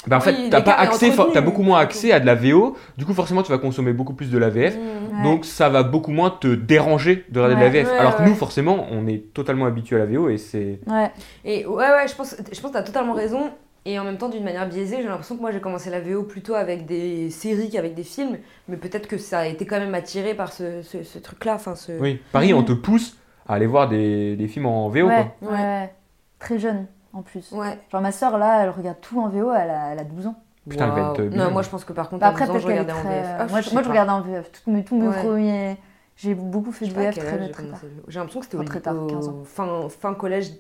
Speaker 5: bah en fait,
Speaker 2: Oui,
Speaker 5: t'as pas
Speaker 2: l'écart est
Speaker 5: accès,
Speaker 2: entretenu.
Speaker 5: t'as beaucoup moins accès à de la VO. Du coup, forcément, tu vas consommer beaucoup plus de la VF.
Speaker 2: Mmh.
Speaker 3: Ouais.
Speaker 5: Donc, ça va beaucoup moins te déranger de regarder de la
Speaker 3: Ouais.
Speaker 5: VF.
Speaker 2: Ouais,
Speaker 5: Alors que
Speaker 2: ouais.
Speaker 5: nous, forcément, on est totalement habitué à la VO et c'est.
Speaker 3: Ouais.
Speaker 2: Et ouais, ouais, je pense, je pense que t'as totalement raison. Et en même temps, d'une manière biaisée, j'ai l'impression que moi j'ai commencé la VO plutôt avec des séries qu'avec des films, mais peut-être que ça a été quand même attiré par ce, ce- ce truc-là. Enfin, ce...
Speaker 5: Oui, Paris, on te pousse à aller voir des, des films en VO.
Speaker 3: ouais,
Speaker 2: quoi.
Speaker 3: ouais,
Speaker 2: mm-hmm. Ouais.
Speaker 3: ouais. Très jeune, en plus.
Speaker 2: Ouais.
Speaker 3: Genre, ma sœur, là, elle regarde tout en VO, elle a, elle a 12 ans.
Speaker 5: Putain, euh, elle va être bien.
Speaker 2: Non, moi je pense que par contre,
Speaker 3: Bah,
Speaker 2: après,
Speaker 3: après, peut-être
Speaker 2: je
Speaker 3: qu'elle est
Speaker 2: regardais en
Speaker 3: très... euh,
Speaker 2: VF. Ah,
Speaker 3: moi, je, moi, je
Speaker 2: sais pas.
Speaker 3: regardais en VF. Tout, mes- tous mes
Speaker 2: Ouais.
Speaker 3: premiers... J'ai beaucoup fait
Speaker 2: Je
Speaker 3: de
Speaker 2: sais pas à
Speaker 3: VF
Speaker 2: quel
Speaker 3: très,
Speaker 2: âge
Speaker 3: très,
Speaker 2: j'ai
Speaker 3: très tard.
Speaker 2: commencé. J'ai l'impression que c'était au,
Speaker 3: Enfin, très tard,
Speaker 2: au
Speaker 3: 15 ans.
Speaker 2: fin, fin collège,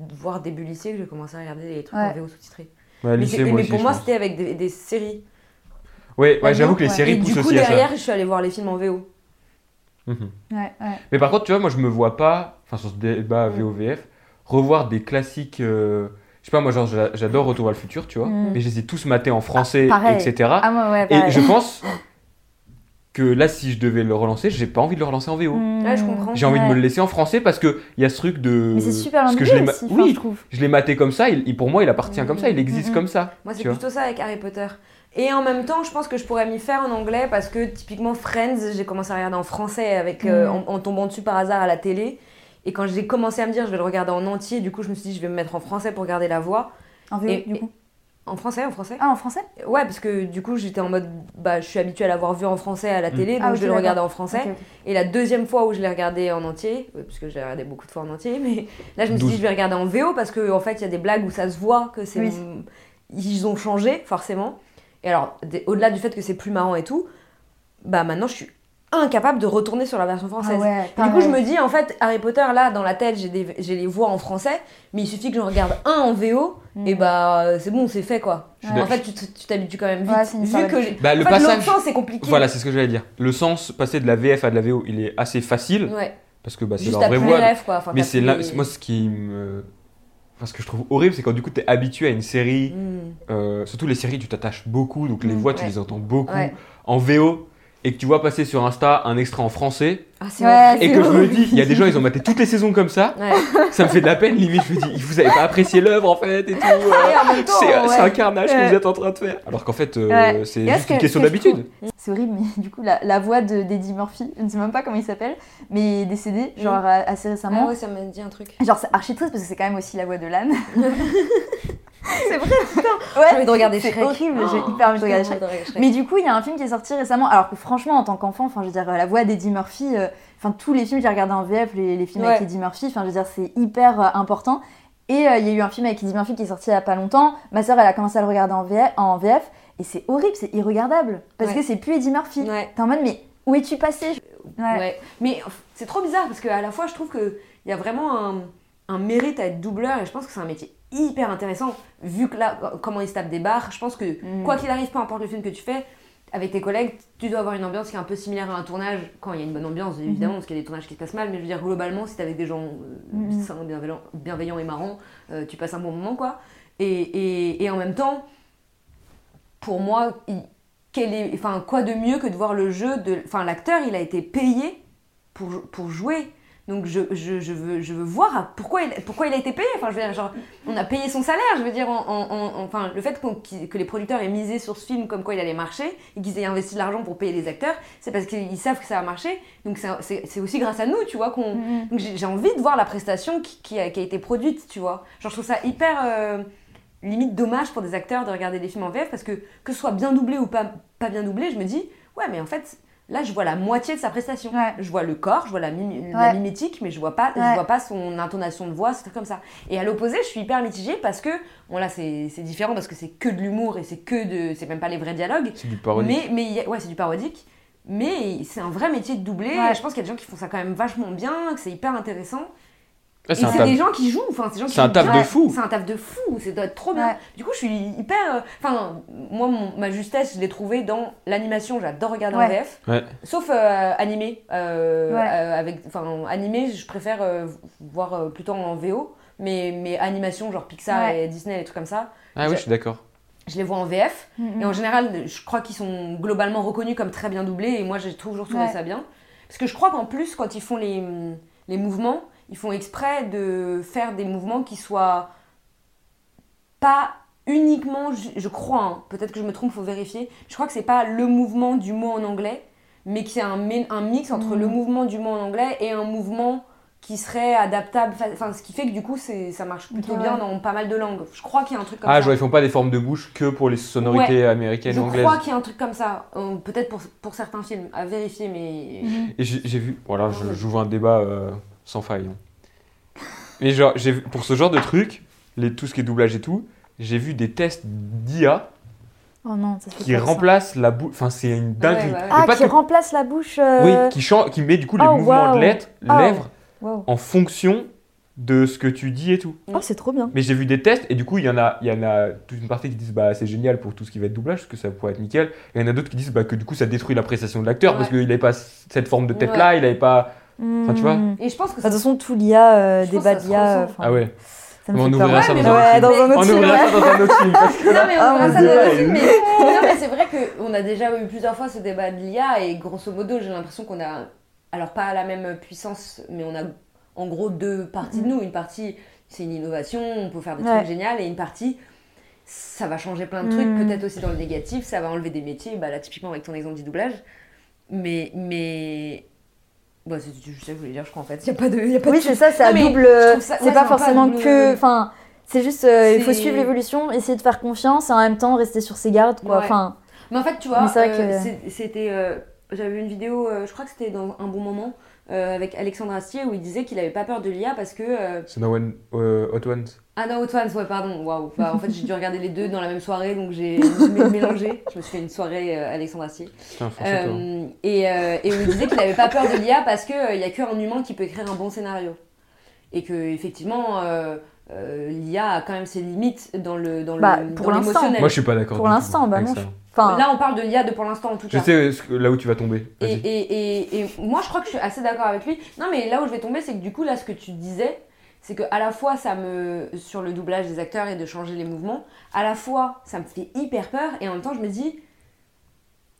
Speaker 2: voire début lycée, que j'ai commencé à regarder des trucs en
Speaker 3: Ouais.
Speaker 2: VO sous-titrés.
Speaker 5: Ouais,
Speaker 2: Mais,
Speaker 5: lycée,
Speaker 2: c'est- mais
Speaker 5: moi aussi,
Speaker 2: pour
Speaker 5: je
Speaker 2: moi,
Speaker 5: pense.
Speaker 2: c'était avec des, des séries.
Speaker 5: Ouais, ouais, j'avoue que les
Speaker 3: Ouais.
Speaker 5: séries
Speaker 2: Et du
Speaker 5: poussent
Speaker 2: coup,
Speaker 5: aussi à ça.
Speaker 2: derrière, je suis allée voir les films en VO.
Speaker 5: Mhm.
Speaker 3: Ouais, ouais.
Speaker 5: Mais par contre, tu vois, moi, je me vois pas, enfin, sur bah, ce débat
Speaker 2: Mm.
Speaker 5: VOVF, revoir des classiques. euh, je sais pas, moi, genre, j'a- j'adore Retour vers le futur, tu vois,
Speaker 3: Mm.
Speaker 5: mais je les ai tous matés en français,
Speaker 3: Ah, pareil.
Speaker 5: etc.
Speaker 3: Ah, moi, ouais,
Speaker 5: Et
Speaker 3: pareil.
Speaker 5: je pense que là, si je devais le relancer, j'ai pas envie de le relancer en VO.
Speaker 3: Mmh.
Speaker 2: Là, je comprends.
Speaker 5: J'ai envie de
Speaker 3: Ouais.
Speaker 5: me le laisser en français parce que il y a ce truc de.
Speaker 3: Mais c'est super
Speaker 5: parce que je l'ai
Speaker 3: langue
Speaker 5: ma-
Speaker 3: aussi, enfin,
Speaker 5: Oui,
Speaker 3: je trouve.
Speaker 5: je l'ai maté comme ça. Il, il- pour moi, il appartient comme ça. Il existe
Speaker 3: Mm, mm.
Speaker 5: comme ça.
Speaker 2: Moi, c'est
Speaker 5: tu vois.
Speaker 2: plutôt ça avec Harry Potter. Et en même temps, je pense que je pourrais m'y faire en anglais parce que typiquement Friends, j'ai commencé à regarder en français avec, euh,
Speaker 3: Mm.
Speaker 2: en, en tombant dessus par hasard à la télé. Et quand j'ai commencé à me dire je vais le regarder en entier, du coup je me suis dit je vais me mettre en français pour garder la voix.
Speaker 3: En VO,
Speaker 2: Et-
Speaker 3: du coup.
Speaker 2: En français, en français
Speaker 3: Ah, en français
Speaker 2: Ouais, parce que du coup j'étais en mode bah je suis habituée à l'avoir vu en français à la
Speaker 5: Mm.
Speaker 2: télé, donc
Speaker 3: Ah, ok,
Speaker 2: je vais le
Speaker 3: d'accord.
Speaker 2: regarder en français.
Speaker 3: Ok, ok.
Speaker 2: Et la deuxième fois où je l'ai regardé en entier, euh, parce que je l'ai regardé beaucoup de fois en entier, mais <laughs> là je me suis dit
Speaker 5: Douze.
Speaker 2: je vais regarder en VO parce qu'en en fait il y a des blagues où ça se voit que c'est
Speaker 3: Oui.
Speaker 2: ils ont changé forcément. Et alors des- au-delà du fait que c'est plus marrant et tout, bah maintenant je suis incapable de retourner sur la version
Speaker 3: Ah
Speaker 2: française.
Speaker 3: ouais,
Speaker 2: Et Du coup,
Speaker 3: pareil.
Speaker 2: je me dis, en fait, Harry Potter, là, dans la tête, j'ai des- j'ai les voix en français, mais il suffit que j'en regarde un en VO,
Speaker 3: Mm.
Speaker 2: et bah, euh, c'est bon, c'est fait, quoi.
Speaker 5: Je
Speaker 3: Ouais.
Speaker 2: En fait, tu te- tu t'habitues quand même vite.
Speaker 3: Ouais, c'est une
Speaker 2: vu
Speaker 3: sorte
Speaker 2: que
Speaker 3: d'habitude.
Speaker 2: j'ai-
Speaker 5: Bah,
Speaker 2: en
Speaker 5: le
Speaker 2: fait,
Speaker 5: passage.
Speaker 2: l'autre sens, c'est compliqué.
Speaker 5: Voilà, c'est ce que j'allais dire. Le sens passer de la VF à de la VO, il est assez
Speaker 3: Mm.
Speaker 5: facile
Speaker 2: Ouais.
Speaker 5: parce que bah, c'est
Speaker 2: Juste
Speaker 5: leur
Speaker 2: à
Speaker 5: vraie
Speaker 2: tous les
Speaker 5: voix.
Speaker 2: rêves, quoi. Enfin,
Speaker 5: mais
Speaker 2: t'as
Speaker 5: c'est
Speaker 2: tous
Speaker 5: là,
Speaker 2: les-
Speaker 5: moi ce qui me, enfin, ce que je trouve horrible, c'est quand du coup t'es habitué à une série,
Speaker 2: Mm.
Speaker 5: euh, surtout les séries, tu t'attaches beaucoup, donc les
Speaker 3: Mm,
Speaker 5: voix tu
Speaker 2: ouais.
Speaker 5: les entends beaucoup
Speaker 2: Ouais.
Speaker 5: en VO. Et que tu vois passer sur Insta un extrait en français,
Speaker 2: Ah, c'est
Speaker 3: Ouais,
Speaker 2: horrible.
Speaker 5: et que je me dis, il y a des gens, ils ont maté toutes les saisons comme ça,
Speaker 2: Ouais.
Speaker 5: ça me fait de la peine, limite, je me dis, vous avez pas apprécié l'œuvre en fait, et tout. euh,
Speaker 2: Et Ah en même temps,
Speaker 5: c'est c'est un
Speaker 2: ouais.
Speaker 5: carnage que
Speaker 3: Ouais.
Speaker 5: vous êtes en train de faire. Alors qu'en fait, euh,
Speaker 3: Ouais.
Speaker 5: c'est
Speaker 3: Et là,
Speaker 5: juste
Speaker 3: ce que-
Speaker 5: une question
Speaker 3: ce que je
Speaker 5: d'habitude.
Speaker 3: C'est horrible, mais <laughs> du coup, la, la voix de- d'Eddie Murphy, je ne sais même pas comment il s'appelle, mais décédé, genre
Speaker 2: Mm.
Speaker 3: euh, assez récemment.
Speaker 2: Ah ouais, ça m'a dit un
Speaker 3: <laughs>
Speaker 2: truc.
Speaker 3: Genre, c'est archi triste parce que c'est quand même aussi la voix de l'âne.
Speaker 2: <laughs> C'est vrai,
Speaker 3: Ouais,
Speaker 2: j'ai envie de regarder
Speaker 3: c'est
Speaker 2: Shrek.
Speaker 3: horrible, j'ai
Speaker 2: Oh,
Speaker 3: hyper envie de
Speaker 2: j'ai
Speaker 3: regarder
Speaker 2: envie
Speaker 3: Shrek.
Speaker 2: de regarder Shrek.
Speaker 3: Mais du coup, il y a un film qui est sorti récemment, alors que franchement, en tant qu'enfant, enfin, je veux dire, euh, la voix d'Eddie Murphy, euh, enfin, tous les films que j'ai regardés en VF, les, les films avec
Speaker 2: Ouais.
Speaker 3: Eddie Murphy, enfin, je veux dire, c'est hyper euh, important. Et euh, il y a eu un film avec Eddie Murphy qui est sorti il y a pas longtemps. Ma sœur, elle a commencé à le regarder en VF, en VF et c'est horrible, c'est irregardable. Parce
Speaker 2: Ouais.
Speaker 3: que c'est plus Eddie Murphy.
Speaker 2: Ouais.
Speaker 3: T'es en mode, mais où es-tu passé
Speaker 2: Ouais. Mais f- c'est trop bizarre parce qu'à la fois, je trouve qu'il y a vraiment un, un mérite à être doubleur et je pense que c'est un métier hyper intéressant vu que là, co- comment ils se tapent des barres. Je pense que
Speaker 3: Mm.
Speaker 2: quoi qu'il arrive, peu importe le film que tu fais, avec tes collègues, tu dois avoir une ambiance qui est un peu similaire à un tournage quand il y a une bonne ambiance, évidemment, parce qu'il y a des tournages qui se passent mal, mais je veux dire, globalement, si t'es avec des gens euh,
Speaker 3: Mm.
Speaker 2: sains, bienveillants, bienveillants et marrants, euh, tu passes un bon moment quoi. Et, et- et en même temps, pour moi, il- quel est, enfin, quoi de mieux que de voir le jeu de. Enfin, l'acteur, il a été payé pour, pour jouer. Donc, je, je, je veux, je veux voir à- pourquoi il, pourquoi il a été payé. Enfin, je veux dire, genre, on a payé son salaire. Je veux dire, en- en- en- enfin, le fait qu'on- qu'il- que les producteurs aient misé sur ce film comme quoi il allait marcher et qu'ils aient investi de l'argent pour payer les acteurs, c'est parce qu'ils savent que ça va marcher. Donc, c'est- c'est c'est aussi grâce à nous, tu vois, qu'on.
Speaker 3: Mhm.
Speaker 2: Donc j'ai j'ai envie de voir la prestation qui, qui a, qui a été produite, tu vois. Genre, je trouve ça hyper euh, limite dommage pour des acteurs de regarder des films en VF parce que que ce soit bien doublé ou pas, pas bien doublé, je me dis, ouais, mais en fait, là, je vois la moitié de sa prestation.
Speaker 3: Ouais.
Speaker 2: Je vois le corps, je vois la, mimi- la
Speaker 3: Ouais.
Speaker 2: mimétique, mais je vois pas, je
Speaker 3: Ouais.
Speaker 2: vois pas son intonation de voix, c'est comme ça. Et à l'opposé, je suis hyper mitigée parce que, bon, là, c'est c'est différent parce que c'est que de l'humour et c'est que de. C'est même pas les vrais dialogues.
Speaker 5: C'est du parodie.
Speaker 2: Mais, mais il y a- ouais, c'est du parodique. Mais c'est un vrai métier de doubler.
Speaker 3: Ouais.
Speaker 2: Je pense qu'il y a des gens qui font ça quand même vachement bien, que c'est hyper intéressant.
Speaker 5: Ah,
Speaker 2: Et
Speaker 5: c'est un
Speaker 2: c'est
Speaker 5: taf.
Speaker 2: des gens qui jouent. Enfin, c'est des gens qui
Speaker 5: C'est un
Speaker 2: jouent
Speaker 5: taf
Speaker 2: bien.
Speaker 5: de fou.
Speaker 2: C'est un taf de fou. Ça doit être trop bien.
Speaker 3: Ouais.
Speaker 2: Du coup, je suis hyper. euh, Enfin, moi, mon- ma justesse, je l'ai trouvée dans l'animation. J'adore regarder en
Speaker 3: Ouais.
Speaker 2: VF.
Speaker 5: Ouais.
Speaker 2: Sauf euh, animé. Euh,
Speaker 3: Ouais.
Speaker 2: euh, avec, enfin, animé, je préfère euh, voir euh, plutôt en VO. Mais, mais animation, genre Pixar
Speaker 3: Ouais.
Speaker 2: et Disney, les trucs comme ça,
Speaker 5: Ah oui, je suis d'accord.
Speaker 2: je les vois en VF.
Speaker 3: Mhm.
Speaker 2: Et en général, je crois qu'ils sont globalement reconnus comme très bien doublés et moi j'ai toujours trouvé
Speaker 3: Ouais.
Speaker 2: ça bien. Parce que je crois qu'en plus, quand ils font les, les mouvements, ils font exprès de faire des mouvements qui soient pas uniquement, ju- je crois, hein, peut-être que je me trompe, faut vérifier. Je crois que c'est pas le mouvement du mot en anglais, mais qu'il y a un, mé- un mix entre
Speaker 3: Mhm.
Speaker 2: le mouvement du mot en anglais et un mouvement qui serait adaptable. fa- Enfin, ce qui fait que du coup, c'est, ça marche plutôt
Speaker 3: Ok, ouais.
Speaker 2: bien dans pas mal de langues. Je crois qu'il y a un truc comme
Speaker 5: Ah,
Speaker 2: ça.
Speaker 5: genre ils font pas des formes de bouche que pour les sonorités américaines
Speaker 2: Je
Speaker 5: ou anglaises.
Speaker 2: crois qu'il y a un truc comme ça. Euh, peut-être pour, pour certains films, à vérifier, mais.
Speaker 3: Mhm. Mm,
Speaker 5: Et j'ai j'ai vu, voilà, je j'ouvre un débat euh, sans faille. hein. Mais genre, j'ai vu- pour ce genre de truc, les, tout ce qui est doublage et tout, j'ai vu des tests d'IA
Speaker 3: Oh non, ça fait
Speaker 5: qui
Speaker 3: peur, ça.
Speaker 5: remplacent la bouche. Enfin, c'est une dinguerie.
Speaker 2: Ouais, ouais.
Speaker 5: Mais
Speaker 3: Ah,
Speaker 5: pas
Speaker 3: qui
Speaker 5: que-
Speaker 3: remplace la bouche.
Speaker 5: Oui,
Speaker 3: euh,
Speaker 5: qui, chan- qui met du coup les
Speaker 3: Oh,
Speaker 5: mouvements
Speaker 3: waouh.
Speaker 5: de lettres,
Speaker 3: Ah.
Speaker 5: lèvres
Speaker 3: wow.
Speaker 5: en fonction de ce que tu dis et tout.
Speaker 3: Oh, c'est trop bien.
Speaker 5: Mais j'ai vu des tests et du coup, il y, en a, il y en a toute une partie qui disent bah c'est génial pour tout ce qui va être doublage parce que ça pourrait être nickel. Et il y en a d'autres qui disent bah que du coup ça détruit l'appréciation de l'acteur parce
Speaker 2: Ouais.
Speaker 5: qu'il n'avait pas cette forme de tête là, il n'avait pas.
Speaker 3: Enfin,
Speaker 5: tu vois
Speaker 2: Et je pense que
Speaker 3: Mm. Bah, De toute
Speaker 2: ça.
Speaker 3: façon, tout l'IA, euh,
Speaker 2: Je pense
Speaker 3: débat
Speaker 2: que ça se
Speaker 3: d'IA.
Speaker 2: ressent.
Speaker 5: Ah ouais,
Speaker 3: Ça me
Speaker 5: on
Speaker 3: fait peur.
Speaker 5: ouvrira ça dans
Speaker 2: Ouais,
Speaker 5: un
Speaker 2: mais-
Speaker 5: autre
Speaker 3: Ouais,
Speaker 5: film.
Speaker 3: dans un
Speaker 5: On
Speaker 3: autre film.
Speaker 5: ouvrira ça dans un
Speaker 3: <laughs>
Speaker 5: autre film. parce que
Speaker 2: Non,
Speaker 5: là-
Speaker 2: mais
Speaker 3: Ah,
Speaker 2: on verra
Speaker 3: mon
Speaker 2: ça
Speaker 3: Dieu.
Speaker 2: dans le film, mais, non, mais c'est vrai qu'on a déjà eu plusieurs fois ce débat de l'IA et grosso modo, j'ai l'impression qu'on a, alors pas à la même puissance, mais on a en gros deux parties de nous. Une partie, c'est une innovation, on peut faire des
Speaker 3: Mhm. Ouais.
Speaker 2: trucs géniaux, et une partie, ça va changer plein de trucs,
Speaker 3: Mm.
Speaker 2: peut-être aussi dans le négatif, ça va enlever des métiers, bah, là typiquement avec ton exemple du doublage. Mais. mais... Bah, c'est je sais que je voulais dire, je crois en fait. Il n'y a pas de. y a pas de
Speaker 3: Oui, c'est ça, c'est à
Speaker 2: Non, mais
Speaker 3: double.
Speaker 2: je trouve ça-
Speaker 3: C'est
Speaker 2: ouais,
Speaker 3: pas
Speaker 2: c'est un peu à
Speaker 3: forcément
Speaker 2: double-
Speaker 3: que. Enfin, c'est juste, euh, il faut
Speaker 2: C'est-
Speaker 3: suivre l'évolution, essayer de faire confiance et en même temps rester sur ses gardes, quoi.
Speaker 2: Ouais.
Speaker 3: Enfin,
Speaker 2: Mais en fait, tu vois,
Speaker 3: Mais c'est vrai
Speaker 2: euh,
Speaker 3: que-
Speaker 2: c'est- c'était. euh, J'avais vu une vidéo, euh, je crois que c'était dans un bon moment, euh, avec Alexandre Astier, où il disait qu'il avait pas peur de l'IA parce que. euh,
Speaker 5: C'est No One, euh, Hot Ones.
Speaker 2: Ah non, Hot Ones, ouais, pardon, waouh. Bah, en fait, j'ai dû regarder les deux dans la même soirée, donc j'ai <laughs> mé- mélangé. Je me suis fait une soirée euh, Alexandre Astier.
Speaker 5: Putain, français, toi.
Speaker 2: Euh, et, euh, et où il disait qu'il avait pas peur de l'IA parce qu'il n'y a qu'un humain qui peut écrire un bon scénario. Et que, effectivement. euh, euh, L'IA a quand même ses limites dans le dans le-
Speaker 3: Bah,
Speaker 2: dans
Speaker 3: pour l'instant.
Speaker 2: l'émotionnel.
Speaker 5: Moi je suis pas d'accord.
Speaker 3: Pour
Speaker 5: du tout
Speaker 3: l'instant, bah
Speaker 5: avec
Speaker 3: non,
Speaker 5: ça.
Speaker 3: enfin,
Speaker 2: Là, on parle de l'IA de pour l'instant en tout
Speaker 5: Je
Speaker 2: cas.
Speaker 5: sais euh, ce que- là où tu vas tomber.
Speaker 2: Et,
Speaker 5: Vas-y.
Speaker 2: et- et- et moi, je crois que je suis assez d'accord avec lui. Non, mais là où je vais tomber, c'est que du coup, là, ce que tu disais, c'est que à la fois, ça me. sur le doublage des acteurs et de changer les mouvements, à la fois, ça me fait hyper peur, et en même temps, je me dis.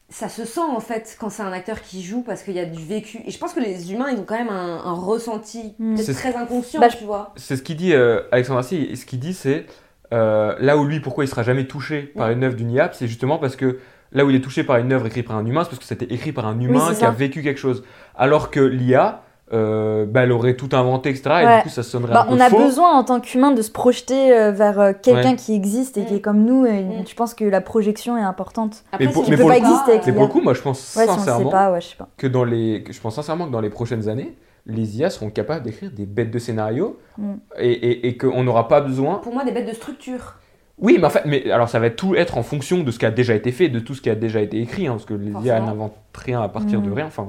Speaker 2: Ça se sent en fait quand c'est un acteur qui joue parce qu'il y a du vécu. Et je pense que les humains, ils ont quand même un, un ressenti
Speaker 3: Hmm.
Speaker 2: peut-être
Speaker 5: C'est-
Speaker 2: très inconscient,
Speaker 3: Bah, je-
Speaker 2: tu vois.
Speaker 5: C'est ce qu'il dit euh, Alexandre Assis, et ce qu'il dit c'est euh, là où lui pourquoi il sera jamais touché par une œuvre d'une IA, c'est justement parce que là où il est touché par une œuvre écrite par un humain, c'est parce que c'était écrit par un humain
Speaker 3: c'est
Speaker 5: qui
Speaker 3: ça.
Speaker 5: a vécu quelque chose. Alors que l'IA, euh, bah, elle aurait tout inventé, etc. Et
Speaker 3: Ouais.
Speaker 5: du coup ça sonnerait
Speaker 3: bah,
Speaker 5: un peu
Speaker 3: on a
Speaker 5: faux.
Speaker 3: besoin en tant qu'humain de se projeter euh, vers euh, quelqu'un
Speaker 5: Ouais.
Speaker 3: qui existe et qui
Speaker 2: Mm.
Speaker 3: est comme nous. Et
Speaker 2: Mm.
Speaker 3: je pense que la projection est importante.
Speaker 2: Après,
Speaker 5: Mais pour-
Speaker 2: si
Speaker 5: mais
Speaker 2: tu
Speaker 5: pour
Speaker 2: peux
Speaker 5: le
Speaker 2: pas
Speaker 5: coup-
Speaker 2: exister avec
Speaker 5: Mais pour
Speaker 2: l'IA.
Speaker 5: le coup, moi je pense
Speaker 3: Ouais, si on le
Speaker 5: sincèrement
Speaker 3: sait pas, ouais, je sais pas.
Speaker 5: que dans les que je pense sincèrement que dans les prochaines années les IA seront capables d'écrire des bêtes de scénarios
Speaker 3: Mm.
Speaker 5: et, et, et qu'on n'aura pas besoin
Speaker 2: Pour moi, des bêtes de structure.
Speaker 5: oui mais en fait mais alors ça va tout être en fonction de ce qui a déjà été fait de tout ce qui a déjà été écrit hein, parce que les IA
Speaker 2: Forcément.
Speaker 5: n'inventent rien à partir de
Speaker 3: Mm.
Speaker 5: rien enfin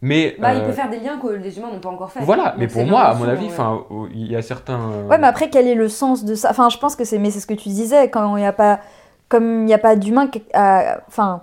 Speaker 5: mais
Speaker 2: Bah, il
Speaker 5: euh,
Speaker 2: peut faire des liens que les humains n'ont pas encore fait.
Speaker 5: voilà
Speaker 2: Donc,
Speaker 5: mais
Speaker 2: c'est
Speaker 5: pour moi à mon
Speaker 2: souvent,
Speaker 5: avis
Speaker 2: ouais.
Speaker 5: enfin au- il y a certains euh,
Speaker 3: Ouais, mais après, quel est le sens de ça Enfin, je pense que c'est. Mais c'est ce que tu disais, quand il n'y a pas. Comme il n'y a pas d'humain. que- à- Enfin.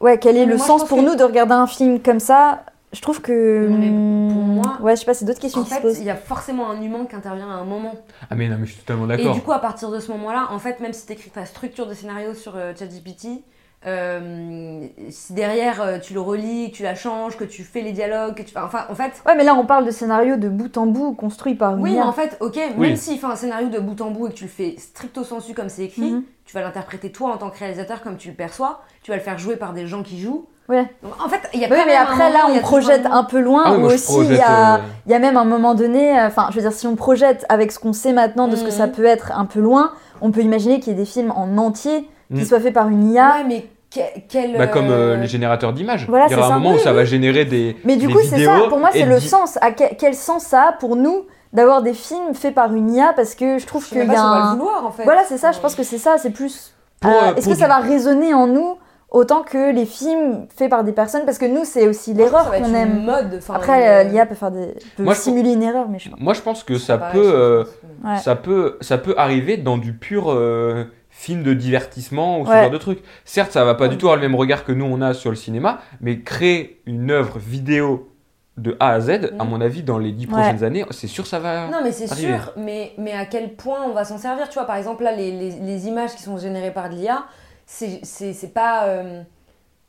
Speaker 3: Ouais, quel est
Speaker 2: Mais
Speaker 3: le
Speaker 2: moi, je
Speaker 3: sens
Speaker 2: pense
Speaker 3: pour
Speaker 2: que-
Speaker 3: nous de regarder un film comme ça Je trouve que. hmm,
Speaker 2: Non, mais pour moi-
Speaker 3: Ouais, je sais pas, c'est d'autres questions
Speaker 2: En
Speaker 3: qui se
Speaker 2: fait,
Speaker 3: posent.
Speaker 2: il y a forcément un humain qui intervient à un moment.
Speaker 5: ah mais non mais je suis totalement
Speaker 2: Et
Speaker 5: d'accord
Speaker 2: du coup, à partir de ce moment-là, en fait, même si tu écris ta structure de scénario sur euh, ChatGPT, euh, si derrière euh, tu le relis, que tu la changes, que tu fais les dialogues, que tu... enfin, en fait,
Speaker 3: Ouais, mais là, on parle de scénario de bout en bout construit par une
Speaker 2: oui, mais
Speaker 3: IA.
Speaker 2: en fait, ok, même
Speaker 5: Oui.
Speaker 2: s'il fait un scénario de bout en bout et que tu le fais stricto sensu comme c'est écrit,
Speaker 3: Mhm.
Speaker 2: tu vas l'interpréter toi en tant que réalisateur comme tu le perçois, tu vas le faire jouer par des gens qui jouent.
Speaker 3: Ouais.
Speaker 2: Donc, en fait, il y a
Speaker 3: Oui,
Speaker 2: quand
Speaker 3: mais
Speaker 2: même un
Speaker 3: après, là,
Speaker 2: moment, il y
Speaker 3: on
Speaker 2: a tout
Speaker 3: projette
Speaker 2: moment-
Speaker 3: un peu loin,
Speaker 5: Ah oui,
Speaker 3: ou
Speaker 5: moi, je
Speaker 3: aussi, il y,
Speaker 5: projette,
Speaker 3: a-
Speaker 5: euh,
Speaker 3: il y a même un moment donné, euh, enfin, je veux dire, si on projette avec ce qu'on sait maintenant de ce que ça
Speaker 2: Mhm.
Speaker 3: peut être un peu loin, on peut imaginer qu'il y ait des films en entier qui
Speaker 5: Mhm.
Speaker 3: soient faits par une IA.
Speaker 2: Ouais, mais que- quel.
Speaker 5: bah, comme euh,
Speaker 2: euh,
Speaker 5: les générateurs d'images
Speaker 3: Voilà,
Speaker 5: il y aura
Speaker 3: c'est
Speaker 5: un
Speaker 3: ça.
Speaker 5: moment où
Speaker 3: Oui,
Speaker 5: ça va générer des
Speaker 3: Mais du
Speaker 5: des
Speaker 3: coup, c'est ça.
Speaker 5: vidéos
Speaker 3: Pour moi,
Speaker 5: et
Speaker 3: c'est le
Speaker 5: di-
Speaker 3: sens. À que- quel sens ça a pour nous d'avoir des films faits par une IA Parce que je trouve
Speaker 2: Je sais même
Speaker 3: qu'il y
Speaker 2: pas
Speaker 3: a
Speaker 2: si on va le
Speaker 3: un...
Speaker 2: vouloir en fait.
Speaker 3: Voilà, c'est ça. Je pense que c'est ça. C'est plus.
Speaker 5: Pour,
Speaker 3: euh,
Speaker 5: euh,
Speaker 3: Est-ce
Speaker 5: pour
Speaker 3: que ça
Speaker 5: du-
Speaker 3: va résonner en nous autant que les films faits par des personnes Parce que nous, c'est aussi l'erreur qu'on aime.
Speaker 2: Mode, enfin,
Speaker 3: Après,
Speaker 2: euh,
Speaker 3: euh, l'IA peut faire des. peut
Speaker 5: Moi, je
Speaker 3: simuler une erreur, mais je sais pas.
Speaker 5: moi je pense que ça
Speaker 3: Bah,
Speaker 2: pareil,
Speaker 5: peut
Speaker 2: je pense,
Speaker 5: euh,
Speaker 2: mais-
Speaker 3: Ouais.
Speaker 5: ça peut ça peut arriver dans du pur euh, film de divertissement ou ce
Speaker 3: Ouais.
Speaker 5: genre de truc. Certes, ça va pas du tout avoir le même regard que nous on a sur le cinéma, mais créer une œuvre vidéo de A à Z, à
Speaker 2: Mm.
Speaker 5: mon avis, dans les dix
Speaker 3: Ouais.
Speaker 5: prochaines années, c'est sûr ça va.
Speaker 2: Non, mais c'est
Speaker 5: Arrivé.
Speaker 2: sûr, mais, mais à quel point on va s'en servir Tu vois, par exemple, là, les, les- les images qui sont générées par de l'IA, c'est c'est- c'est pas. euh,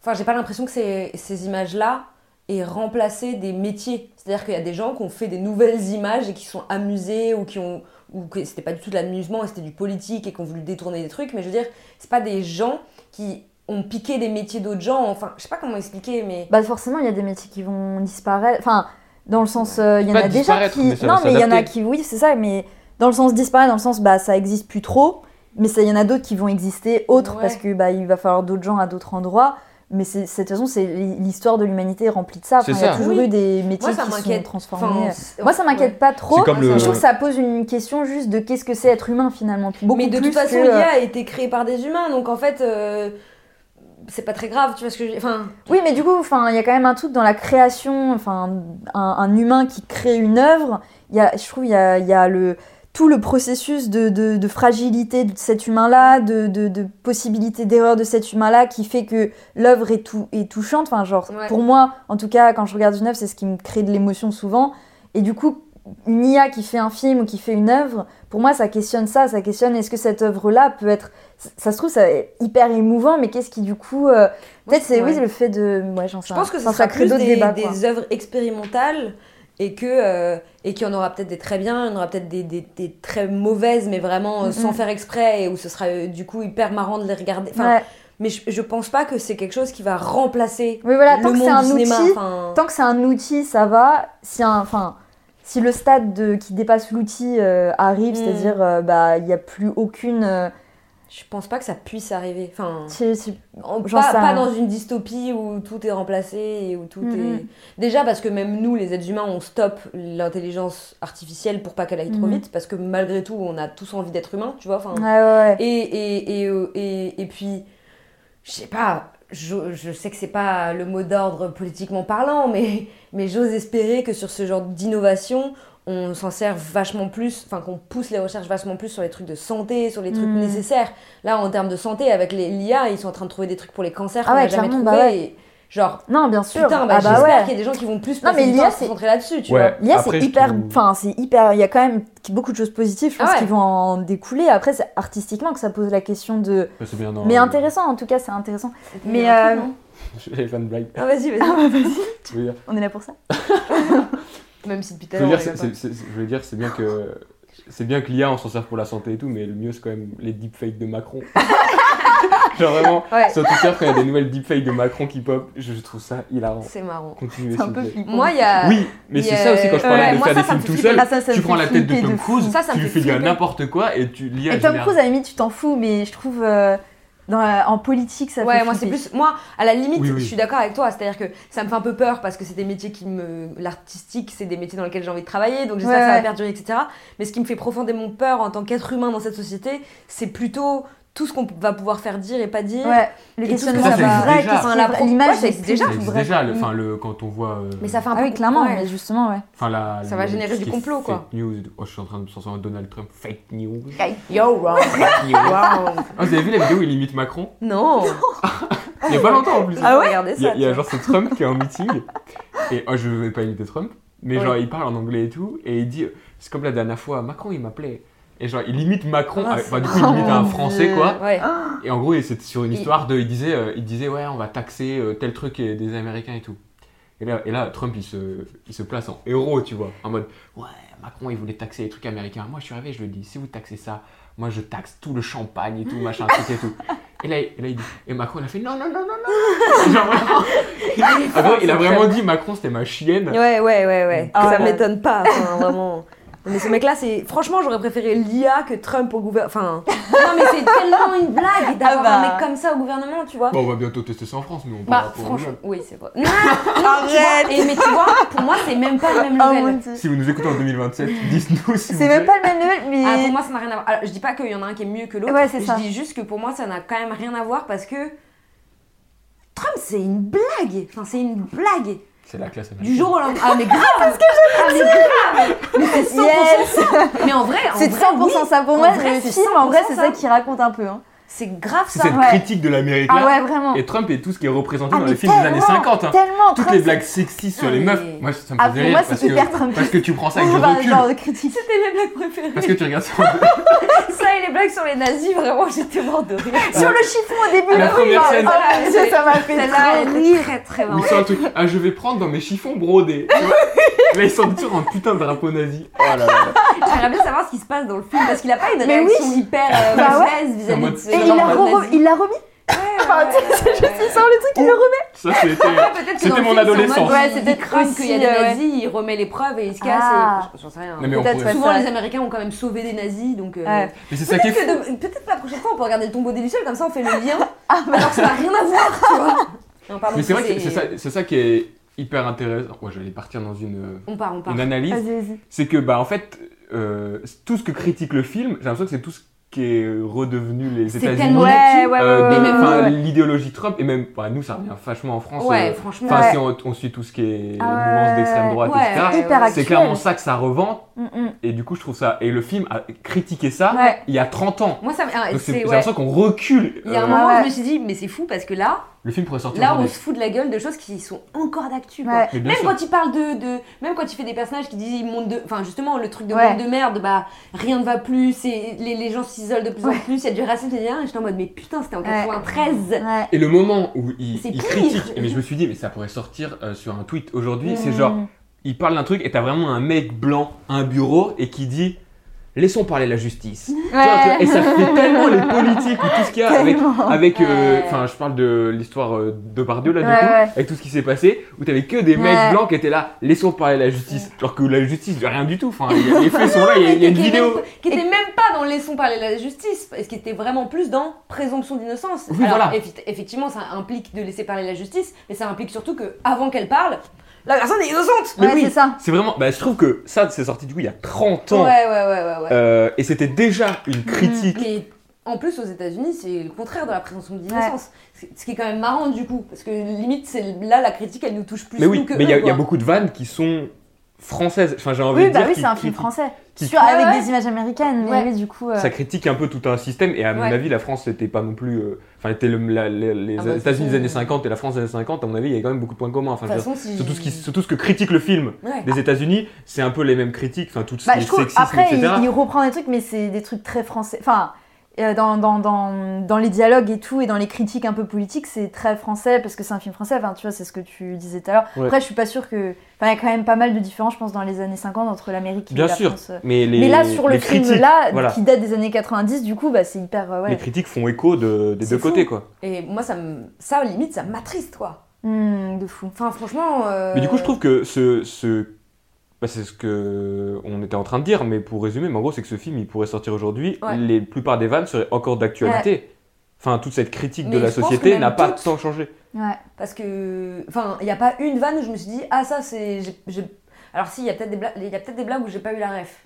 Speaker 2: Enfin, j'ai pas l'impression que ces, ces images-là aient remplacé des métiers. C'est-à-dire qu'il y a des gens qui ont fait des nouvelles images et qui sont amusés ou qui ont. ou que c'était pas du tout de l'amusement, c'était du politique et qui ont voulu détourner des trucs, mais je veux dire, c'est pas des gens qui ont piqué des métiers d'autres gens, enfin, je sais pas comment expliquer, mais.
Speaker 3: Bah forcément, il y a des métiers qui vont disparaître. Enfin, Dans le sens, euh, il y en
Speaker 5: Pas
Speaker 3: a déjà
Speaker 5: disparaître,
Speaker 3: qui.
Speaker 5: mais ça va
Speaker 3: non, mais il y en a
Speaker 5: s'adapter.
Speaker 3: qui, oui, c'est ça, mais dans le sens disparaître, dans le sens, bah, ça existe plus trop, mais ça- il y en a d'autres qui vont exister, autres,
Speaker 2: Ouais.
Speaker 3: parce que bah, il va falloir d'autres gens à d'autres endroits. Mais c'est- c'est- de toute façon, c'est l'histoire de l'humanité est remplie de ça. Enfin,
Speaker 5: C'est
Speaker 3: Il y a
Speaker 5: ça.
Speaker 3: toujours
Speaker 2: Oui.
Speaker 3: eu des métiers
Speaker 2: ça
Speaker 3: qui sont
Speaker 2: m'inquiète.
Speaker 3: transformés. Moi, ça m'inquiète pas trop.
Speaker 5: C'est comme
Speaker 2: ouais,
Speaker 5: le.
Speaker 3: Je trouve que ça pose une question juste de qu'est-ce que c'est être humain finalement. Beaucoup
Speaker 2: mais de
Speaker 3: plus
Speaker 2: toute façon,
Speaker 3: que, euh,
Speaker 2: l'IA a été créée par des humains, donc en fait, euh, c'est pas très grave, tu vois ce que je veux dire Enfin,
Speaker 3: Oui, mais du coup, enfin, il y a quand même un truc dans la création, enfin, un, un humain qui crée une œuvre. Il y a, je trouve, il y a, il y a le tout le processus de, de- de fragilité de cet humain-là, de, de- de possibilité d'erreur de cet humain-là, qui fait que l'œuvre est, tou- est touchante. Enfin, genre,
Speaker 2: Ouais.
Speaker 3: pour moi, en tout cas, quand je regarde une œuvre, c'est ce qui me crée de l'émotion souvent. Et du coup, une IA qui fait un film ou qui fait une œuvre, pour moi, ça questionne ça. Ça questionne est-ce que cette œuvre-là peut être. Ça se trouve, ça est hyper émouvant, mais qu'est-ce qui, du coup. euh, Peut-être c'est oui
Speaker 2: Ouais.
Speaker 3: le fait de ouais j'en sais
Speaker 2: je
Speaker 3: rien.
Speaker 2: pense que ça
Speaker 3: Enfin,
Speaker 2: sera
Speaker 3: crée
Speaker 2: plus
Speaker 3: d'autres
Speaker 2: des,
Speaker 3: débats,
Speaker 2: des
Speaker 3: quoi.
Speaker 2: œuvres expérimentales et que euh, et qu'il y en aura peut-être des très bien, il y en aura peut-être des, des- des très mauvaises, mais vraiment euh,
Speaker 3: Mhm.
Speaker 2: sans faire exprès et où ce sera euh, du coup hyper marrant de les regarder. Enfin,
Speaker 3: Ouais.
Speaker 2: mais je, je pense pas que c'est quelque chose qui va remplacer
Speaker 3: Oui voilà
Speaker 2: le
Speaker 3: tant que
Speaker 2: monde
Speaker 3: c'est un
Speaker 2: du cinéma.
Speaker 3: outil
Speaker 2: enfin,
Speaker 3: tant que c'est un outil ça va si un enfin si le stade de, qui dépasse l'outil euh, arrive
Speaker 2: Mm.
Speaker 3: c'est-à-dire euh, bah il n'y a plus aucune euh,
Speaker 2: je pense pas que ça puisse arriver. Enfin,
Speaker 3: tu- tu-
Speaker 2: En-
Speaker 3: J'en
Speaker 2: pas,
Speaker 3: sais
Speaker 2: pas
Speaker 3: rien.
Speaker 2: dans une dystopie où tout est remplacé et où tout
Speaker 3: Mhm.
Speaker 2: est. Déjà parce que même nous, les êtres humains, on stoppe l'intelligence artificielle pour pas qu'elle aille trop
Speaker 3: Mhm.
Speaker 2: vite, parce que malgré tout, on a tous envie d'être humain, tu vois. Enfin,
Speaker 3: ouais ouais, ouais.
Speaker 2: et, et, et, euh, et, et puis, je sais pas, je, je sais que c'est pas le mot d'ordre politiquement parlant, mais, mais j'ose espérer que sur ce genre d'innovation, on s'en sert vachement plus, enfin qu'on pousse les recherches vachement plus sur les trucs de santé, sur les trucs
Speaker 3: Mm.
Speaker 2: nécessaires. Là, en termes de santé, avec les l'IA, ils sont en train de trouver des trucs pour les cancers
Speaker 3: Ah
Speaker 2: qu'on
Speaker 3: ouais,
Speaker 2: a jamais
Speaker 3: clairement,
Speaker 2: trouvé.
Speaker 3: bah ouais.
Speaker 2: et genre,
Speaker 3: non bien sûr
Speaker 2: putain, bah,
Speaker 3: ah bah
Speaker 2: j'espère
Speaker 3: ouais
Speaker 2: qu'il y a des gens qui vont plus
Speaker 3: Non,
Speaker 2: passer
Speaker 3: mais
Speaker 2: du
Speaker 3: l'IA,
Speaker 2: temps à se
Speaker 3: c'est-
Speaker 2: concentrer là-dessus, tu vois.
Speaker 5: Ouais,
Speaker 3: L'IA,
Speaker 5: après,
Speaker 3: c'est
Speaker 5: je
Speaker 3: hyper.
Speaker 5: trouve-
Speaker 3: Enfin, c'est hyper. Il y a quand même beaucoup de choses positives, je
Speaker 2: Ah
Speaker 3: pense,
Speaker 2: ouais.
Speaker 3: qui vont en découler. Après, c'est artistiquement que ça pose la question de.
Speaker 5: Ouais, C'est bien. non,
Speaker 3: Mais
Speaker 5: euh, <laughs>
Speaker 3: intéressant, en tout cas, c'est intéressant. Mais, euh,
Speaker 5: J'avais plein de blagues.
Speaker 2: Ah, vas-y, vas-y.
Speaker 3: <laughs>
Speaker 5: Je veux dire,
Speaker 3: On est là pour ça.
Speaker 2: Même si depuis tout
Speaker 5: je
Speaker 2: à
Speaker 5: veux
Speaker 2: l'heure,
Speaker 5: dire,
Speaker 2: on
Speaker 5: c'est-
Speaker 2: l'a pas.
Speaker 5: c'est- c'est- je veux dire, c'est bien que. C'est bien que l'IA, on s'en sert pour la santé et tout, mais le mieux, c'est quand même les deepfakes de
Speaker 3: <laughs>
Speaker 5: Macron. Genre vraiment,
Speaker 2: Ouais.
Speaker 5: sur Twitter, quand il y a des nouvelles deepfakes de Macron qui pop, je trouve ça hilarant.
Speaker 2: c'est marrant.
Speaker 5: Continuez,
Speaker 3: C'est
Speaker 5: s'il
Speaker 3: un
Speaker 5: vous
Speaker 3: peu
Speaker 5: plaît.
Speaker 3: flippant.
Speaker 2: Moi, il y a.
Speaker 5: Oui, mais
Speaker 2: il y
Speaker 5: c'est
Speaker 2: a-
Speaker 5: ça aussi quand je parlais
Speaker 2: Euh, Ouais,
Speaker 5: de
Speaker 2: moi,
Speaker 5: faire
Speaker 2: ça,
Speaker 5: des
Speaker 2: ça me
Speaker 5: films
Speaker 2: fait
Speaker 5: tout seul.
Speaker 3: Ah, ça, ça
Speaker 5: tu
Speaker 3: me
Speaker 5: prends
Speaker 3: fait
Speaker 5: la tête de
Speaker 3: flipper
Speaker 5: Tom
Speaker 3: de fou.
Speaker 5: Cruise,
Speaker 2: Ça, ça me
Speaker 5: tu lui fais
Speaker 2: fait
Speaker 5: dire
Speaker 2: flipper.
Speaker 5: n'importe quoi et tu l'IA
Speaker 3: Et Tom
Speaker 5: génère-
Speaker 3: Cruise, à la limite, tu t'en fous, mais je trouve euh, dans la- en politique, ça
Speaker 2: ouais,
Speaker 3: fait
Speaker 2: moi c'est
Speaker 3: flipper.
Speaker 2: plus. Moi, à la limite,
Speaker 5: Oui, oui.
Speaker 2: je suis d'accord avec toi. C'est-à-dire que ça me fait un peu peur parce que c'est des métiers qui me. L'artistique, c'est des métiers dans lesquels j'ai envie de travailler, donc j'espère
Speaker 3: Ouais,
Speaker 2: que ça
Speaker 3: ouais.
Speaker 2: va perdurer, etc. Mais ce qui me fait profondément peur en tant qu'être humain dans cette société, c'est plutôt tout ce qu'on va pouvoir faire dire et pas dire.
Speaker 3: Ouais, le
Speaker 2: Et
Speaker 3: questionnement,
Speaker 2: tout ce
Speaker 3: ça
Speaker 2: que ça
Speaker 3: va.
Speaker 5: existe déjà.
Speaker 3: Vrai, qu'est-ce qui est
Speaker 2: Enfin, la
Speaker 3: vrai,
Speaker 2: pro-
Speaker 3: L'image,
Speaker 2: ouais, ça
Speaker 3: c'est
Speaker 2: existe déjà.
Speaker 5: Ça existe déjà, le, enfin, le, quand on voit. euh,
Speaker 2: Mais ça fait un
Speaker 3: Ah
Speaker 2: peu.
Speaker 3: oui, clairement,
Speaker 2: ouais.
Speaker 3: mais justement, ouais.
Speaker 5: Enfin, la,
Speaker 2: Ça va
Speaker 5: le-
Speaker 2: générer
Speaker 5: tout ce
Speaker 2: du
Speaker 5: qui est
Speaker 2: complot, quoi.
Speaker 5: Fake news. Oh, je suis en train de me sortir un Donald Trump. Fake news.
Speaker 2: Yo, wrong. <laughs> wrong.
Speaker 5: Ah, vous avez vu la vidéo où il imite Macron
Speaker 3: <laughs>
Speaker 2: Non.
Speaker 5: Il n'y a pas longtemps en plus.
Speaker 2: Ah ouais Regardez
Speaker 5: Il y
Speaker 2: ça.
Speaker 5: a, il y a
Speaker 2: tiens.
Speaker 5: genre ce Trump qui est en meeting. Et oh, je vais pas imiter Trump. Mais
Speaker 2: Oui.
Speaker 5: genre, il parle en anglais et tout. Et il dit. C'est comme la dernière fois, Macron il m'appelait. Et genre, il imite Macron.
Speaker 2: Ah,
Speaker 5: avec-
Speaker 2: c'est-
Speaker 5: bah, du coup, il imite un français quoi.
Speaker 2: Ouais.
Speaker 3: Ah.
Speaker 5: Et en gros, c'était sur une
Speaker 2: Il-
Speaker 5: histoire de. Il disait, euh, il disait ouais, on va taxer euh, tel truc et des Américains et tout. Et là, et là Trump, il se, il se place en héros, tu vois. En mode, ouais, Macron, il voulait taxer les trucs américains. Moi, je suis arrivé, je lui dis, si vous taxez ça, moi, je taxe tout le champagne et tout, machin, truc et tout. Et là, il- et là, il dit, et Macron, il a fait, non, non, non, non, non. <laughs> Genre, vraiment, il, ah, non, il a vraiment dit, Macron, c'était ma chienne.
Speaker 2: Ouais, ouais, ouais, ouais.
Speaker 3: Ah
Speaker 2: ça
Speaker 3: ouais.
Speaker 2: m'étonne pas, enfin, <laughs> vraiment. Mais ce mec-là, c'est. Franchement, j'aurais préféré l'IA que Trump au gouvernement. Enfin. Non, mais c'est tellement une blague d'avoir
Speaker 3: Ah bah.
Speaker 2: un mec comme ça au gouvernement, tu vois.
Speaker 5: Bon, on va bientôt tester ça en France, mais on
Speaker 2: bah,
Speaker 5: parlera pour
Speaker 2: franchement,
Speaker 5: vous.
Speaker 2: oui, c'est vrai. Non, Arrête Et, Mais tu vois, pour moi, c'est même pas le même
Speaker 3: Oh mon
Speaker 2: level.
Speaker 3: dieu.
Speaker 5: Si vous nous écoutez en 2027, dites-nous si
Speaker 3: C'est même pas le même level,
Speaker 2: Ah, pour
Speaker 3: mais.
Speaker 2: moi, ça n'a rien à voir. Alors, je dis pas qu'il y en a un qui est mieux que l'autre.
Speaker 3: Ouais, c'est
Speaker 2: je
Speaker 3: ça.
Speaker 2: dis juste que pour moi, ça n'a quand même rien à voir parce que. Trump, c'est une blague. Enfin, c'est une blague.
Speaker 5: C'est la classe américaine.
Speaker 2: Du jour au lendemain. Ah, mais grave
Speaker 3: <laughs>
Speaker 2: Parce que j'aime Mais grave Mais c'est 100%
Speaker 3: Yes
Speaker 2: Mais en vrai, en
Speaker 3: C'est
Speaker 2: vrai,
Speaker 3: 100%
Speaker 2: oui.
Speaker 3: ça pour moi,
Speaker 2: En vrai,
Speaker 3: le
Speaker 2: c'est
Speaker 3: film, en vrai, c'est
Speaker 2: 100%
Speaker 3: ça qui raconte un peu. hein.
Speaker 2: C'est grave
Speaker 5: C'est
Speaker 2: ça.
Speaker 5: cette
Speaker 3: ouais.
Speaker 5: critique de l'amérique
Speaker 3: Ah ouais, vraiment.
Speaker 5: Et Trump et tout ce qui est représenté
Speaker 3: Ah,
Speaker 5: dans
Speaker 3: mais
Speaker 5: les films des années
Speaker 3: tellement,
Speaker 5: 50. hein.
Speaker 3: Tellement,
Speaker 5: Toutes
Speaker 3: Trump,
Speaker 5: les blagues sexy sur les
Speaker 2: mais-
Speaker 5: meufs. Moi, ça me
Speaker 3: Ah,
Speaker 5: faisait
Speaker 3: pour
Speaker 5: rire
Speaker 3: moi,
Speaker 5: parce,
Speaker 3: c'est hyper
Speaker 5: que,
Speaker 3: Trump. Oh, bah,
Speaker 5: parce que tu prends ça avec
Speaker 3: c'est-
Speaker 5: du
Speaker 3: Enfin,
Speaker 5: recul.
Speaker 3: genre de critique.
Speaker 2: C'était mes blagues
Speaker 5: Parce que
Speaker 2: préférées.
Speaker 5: tu regardes ça.
Speaker 3: <laughs>
Speaker 2: Ça et les blagues sur les nazis, vraiment, j'étais morte de rire.
Speaker 3: Sur le chiffon au début,
Speaker 5: La
Speaker 3: là,
Speaker 5: première
Speaker 3: genre,
Speaker 5: scène.
Speaker 3: oh mon Dieu, ça m'a fait
Speaker 2: Celle-là,
Speaker 3: trop
Speaker 2: elle
Speaker 3: rire.
Speaker 2: était très très
Speaker 5: Ou
Speaker 2: marrante.
Speaker 5: sur un truc. Ah, je vais prendre dans mes chiffons brodés. Tu vois Là, ils sont toujours en putain de drapeau nazi. Oh là là.
Speaker 2: J'aimerais bien savoir ce qui se passe dans le film parce qu'il a pas une
Speaker 3: Mais
Speaker 2: réaction hyper euh,
Speaker 3: Bah ouais.
Speaker 2: mauvaise
Speaker 5: En
Speaker 2: vis-à-vis de
Speaker 5: mode-
Speaker 2: ce
Speaker 3: Et il
Speaker 2: genre
Speaker 3: l'a
Speaker 2: de
Speaker 3: re-
Speaker 2: nazi.
Speaker 3: <laughs> il l'a remis.
Speaker 2: Ouais, ouais, ouais, ouais.
Speaker 3: Il sort le truc, il le remet.
Speaker 5: Ça, c'était.
Speaker 2: Peut-être que
Speaker 5: C'était
Speaker 2: dans le
Speaker 5: mon
Speaker 2: film, c'est en
Speaker 5: adolescence.
Speaker 2: mode,
Speaker 3: Ouais,
Speaker 2: il-
Speaker 3: c'est
Speaker 2: il
Speaker 3: peut-être
Speaker 2: crame qu'il y a des
Speaker 3: aussi, ouais.
Speaker 2: nazis, il remet les preuves et il se casse.
Speaker 3: Ah.
Speaker 2: Et... J'en sais rien.
Speaker 5: Non, mais on
Speaker 3: Peut-être,
Speaker 5: pourrait-
Speaker 3: ouais.
Speaker 2: Souvent,
Speaker 3: ça.
Speaker 2: les Américains ont quand même sauvé des nazis, donc. euh,
Speaker 3: Ouais.
Speaker 5: Mais c'est ça qui est
Speaker 2: Peut-être
Speaker 5: fou.
Speaker 2: que de- peut-être la prochaine fois, on peut regarder le tombeau des Lucioles, comme ça on fait le
Speaker 3: <laughs>
Speaker 2: lien.
Speaker 3: Ah, bah.
Speaker 2: alors que ça n'a rien à voir, tu vois. Non, pardon,
Speaker 5: Mais c'est vrai que c'est ça, c'est ça qui est hyper intéressant. Ouais, j'allais partir dans une,
Speaker 2: On part, on part.
Speaker 5: une analyse.
Speaker 3: Vas-y, vas-y.
Speaker 5: C'est que, bah, en fait, euh, tout ce que critique le film, j'ai l'impression que c'est tout ce qui est redevenu les
Speaker 2: C'est
Speaker 5: États-Unis.
Speaker 2: tellement-
Speaker 3: Ouais, ouais, ouais.
Speaker 5: euh,
Speaker 3: ouais,
Speaker 5: de-
Speaker 3: ouais,
Speaker 5: enfin,
Speaker 3: ouais.
Speaker 5: L'idéologie Trump, et même, bah, nous, ça revient vachement en France.
Speaker 2: Ouais,
Speaker 5: euh,
Speaker 2: franchement.
Speaker 5: Enfin,
Speaker 3: Ouais.
Speaker 5: si on, on suit tout ce qui est
Speaker 3: Ah ouais.
Speaker 5: mouvance d'extrême droite,
Speaker 2: Ouais.
Speaker 5: etc.
Speaker 3: Hyper
Speaker 2: C'est
Speaker 5: C'est
Speaker 3: actuel.
Speaker 5: clairement ça que ça revend,
Speaker 3: Mm, mm.
Speaker 5: et du coup, je trouve ça. Et le film a critiqué ça
Speaker 3: Ouais.
Speaker 5: il y a 30 ans.
Speaker 2: Moi, ça me- ah,
Speaker 5: Donc, c'est-
Speaker 2: c'est-
Speaker 5: j'ai
Speaker 2: ouais.
Speaker 5: l'impression qu'on recule.
Speaker 2: Il y a un
Speaker 5: euh,
Speaker 2: moment,
Speaker 3: Ouais.
Speaker 2: je me suis dit, mais c'est fou parce que là,
Speaker 5: Le film pourrait sortir
Speaker 2: là, on
Speaker 5: aujourd'hui.
Speaker 2: se fout de la gueule de choses qui sont encore d'actu. quoi.
Speaker 3: Ouais.
Speaker 5: Mais bien
Speaker 2: Même
Speaker 5: sûr.
Speaker 2: quand il parle de, de- même quand il fait des personnages qui disent ils montent de, enfin justement le truc de
Speaker 3: Ouais.
Speaker 2: monde de merde, bah rien ne va plus, c'est- les, les gens s'isolent de plus en
Speaker 3: Ouais.
Speaker 2: plus, il y a du racisme, etc. Et j'étais en mode mais putain c'était en
Speaker 3: Ouais.
Speaker 2: 93.
Speaker 3: Ouais.
Speaker 5: Et le moment où il,
Speaker 2: C'est
Speaker 5: il
Speaker 2: pire.
Speaker 5: critique, mais je me suis dit, mais ça pourrait sortir euh, sur un tweet aujourd'hui,
Speaker 2: Mm.
Speaker 5: c'est genre, il parle d'un truc et t'as vraiment un mec blanc à un bureau et qui dit, laissons parler la justice. Tu vois, tu vois, Et ça fait tellement les politiques ou tout ce qu'il y a avec.
Speaker 3: Euh. Tellement.
Speaker 5: Avec, euh,
Speaker 2: Ouais.
Speaker 5: enfin, je parle de l'histoire euh, de Bardieu là, du
Speaker 3: Ouais,
Speaker 5: coup,
Speaker 3: ouais.
Speaker 5: avec tout ce qui s'est passé, où t'avais que des
Speaker 3: Ouais.
Speaker 5: mecs blancs qui étaient là, laissons parler la justice, genre que la justice, rien du tout, enfin, il y a- les faits sont là, il y a- il y a
Speaker 2: Qui
Speaker 5: une
Speaker 2: était
Speaker 5: vidéo.
Speaker 2: même- qui était même pas dans Laissons parler la justice, parce qu'il était vraiment plus dans présomption d'innocence.
Speaker 5: Oui, voilà.
Speaker 2: effi- Effectivement, ça implique de laisser parler la justice, mais ça implique surtout que avant qu'elle parle, la personne est innocente.
Speaker 5: Mais
Speaker 3: Ouais,
Speaker 5: oui.
Speaker 3: c'est ça.
Speaker 5: C'est vraiment, bah, je trouve que ça, c'est sorti du coup il y a 30
Speaker 2: Ouais,
Speaker 5: ans.
Speaker 2: ouais, ouais, ouais. ouais.
Speaker 5: Euh, et c'était déjà une
Speaker 3: Mm.
Speaker 5: critique.
Speaker 2: Mais en plus, aux États-Unis, c'est le contraire de la présomption d'innocence. C'est- Ce qui est quand même marrant du coup, parce que limite, c'est là la critique, elle nous touche plus
Speaker 5: Mais oui,
Speaker 2: nous que
Speaker 5: mais il y, a-
Speaker 2: eux,
Speaker 5: il y a
Speaker 2: quoi.
Speaker 5: beaucoup de vannes qui sont françaises. Enfin, j'ai envie
Speaker 3: euh, Oui,
Speaker 5: de dire.
Speaker 3: bah oui,
Speaker 5: qui-
Speaker 3: c'est un
Speaker 5: qui-
Speaker 3: film français.
Speaker 5: qui-
Speaker 3: Sur,
Speaker 2: Ouais,
Speaker 3: avec
Speaker 2: ouais.
Speaker 3: des images américaines, mais
Speaker 2: Ouais.
Speaker 3: oui, du coup. euh,
Speaker 5: Ça critique un peu tout un système, et à mon
Speaker 2: Ouais.
Speaker 5: avis, la France, c'était pas non plus. euh, Enfin, était le- la- la- les
Speaker 2: Ah bah,
Speaker 5: États-Unis des
Speaker 2: c'est-
Speaker 5: années 50 et la France des années 50, à mon avis, il y a quand même beaucoup de points communs. Enfin,
Speaker 2: De
Speaker 5: je
Speaker 2: toute
Speaker 3: Bah,
Speaker 5: veux dire,
Speaker 2: façon, si.
Speaker 5: surtout, ce qui, surtout ce que critique le film
Speaker 2: Ouais.
Speaker 5: des États-Unis, c'est un peu les mêmes critiques, enfin, tout ce
Speaker 3: Bah,
Speaker 5: qui est
Speaker 3: je trouve,
Speaker 5: sexisme,
Speaker 3: après, il,
Speaker 5: etc.
Speaker 3: il reprend des trucs, mais c'est des trucs très français. Enfin, euh, dans, dans, dans, dans les dialogues et tout, et dans les critiques un peu politiques, c'est très français, parce que c'est un film français, enfin, tu vois, c'est ce que tu disais tout à l'heure.
Speaker 5: Ouais.
Speaker 3: Après, je suis pas sûre que... Enfin, il y a quand même pas mal de différences, je pense, dans les années 50, entre l'Amérique et
Speaker 5: Bien
Speaker 3: la
Speaker 5: sûr.
Speaker 3: France.
Speaker 5: Mais, les,
Speaker 3: mais là, sur le
Speaker 5: les
Speaker 3: film,
Speaker 5: critiques,
Speaker 3: là,
Speaker 5: voilà.
Speaker 3: qui date des années 90, du coup, bah, c'est hyper... euh,
Speaker 5: les
Speaker 3: ouais.
Speaker 5: critiques font écho de- des
Speaker 2: C'est
Speaker 5: deux
Speaker 2: fou.
Speaker 5: côtés, quoi.
Speaker 2: Et moi, ça, me... ça limite, ça m'attriste, quoi.
Speaker 3: Hmm, de fou.
Speaker 2: Enfin, franchement. euh,
Speaker 5: Mais du coup, je trouve que ce. ce... bah, c'est ce que on était en train de dire, mais pour résumer, mais en gros, c'est que ce film, il pourrait sortir aujourd'hui.
Speaker 2: Ouais.
Speaker 5: Les plupart des vannes seraient encore d'actualité. Enfin, toute cette critique
Speaker 2: Mais
Speaker 5: de la
Speaker 2: je pense que
Speaker 5: société
Speaker 2: même
Speaker 5: n'a pas
Speaker 2: toutes- euh,
Speaker 5: tant changé.
Speaker 3: Ouais.
Speaker 2: Parce que. Enfin, il n'y a pas une vanne où je me suis dit, ah, ça, c'est. j'ai- j'ai- Alors, si, il y a peut-être des, bla... peut des blagues où j'ai pas eu la ref.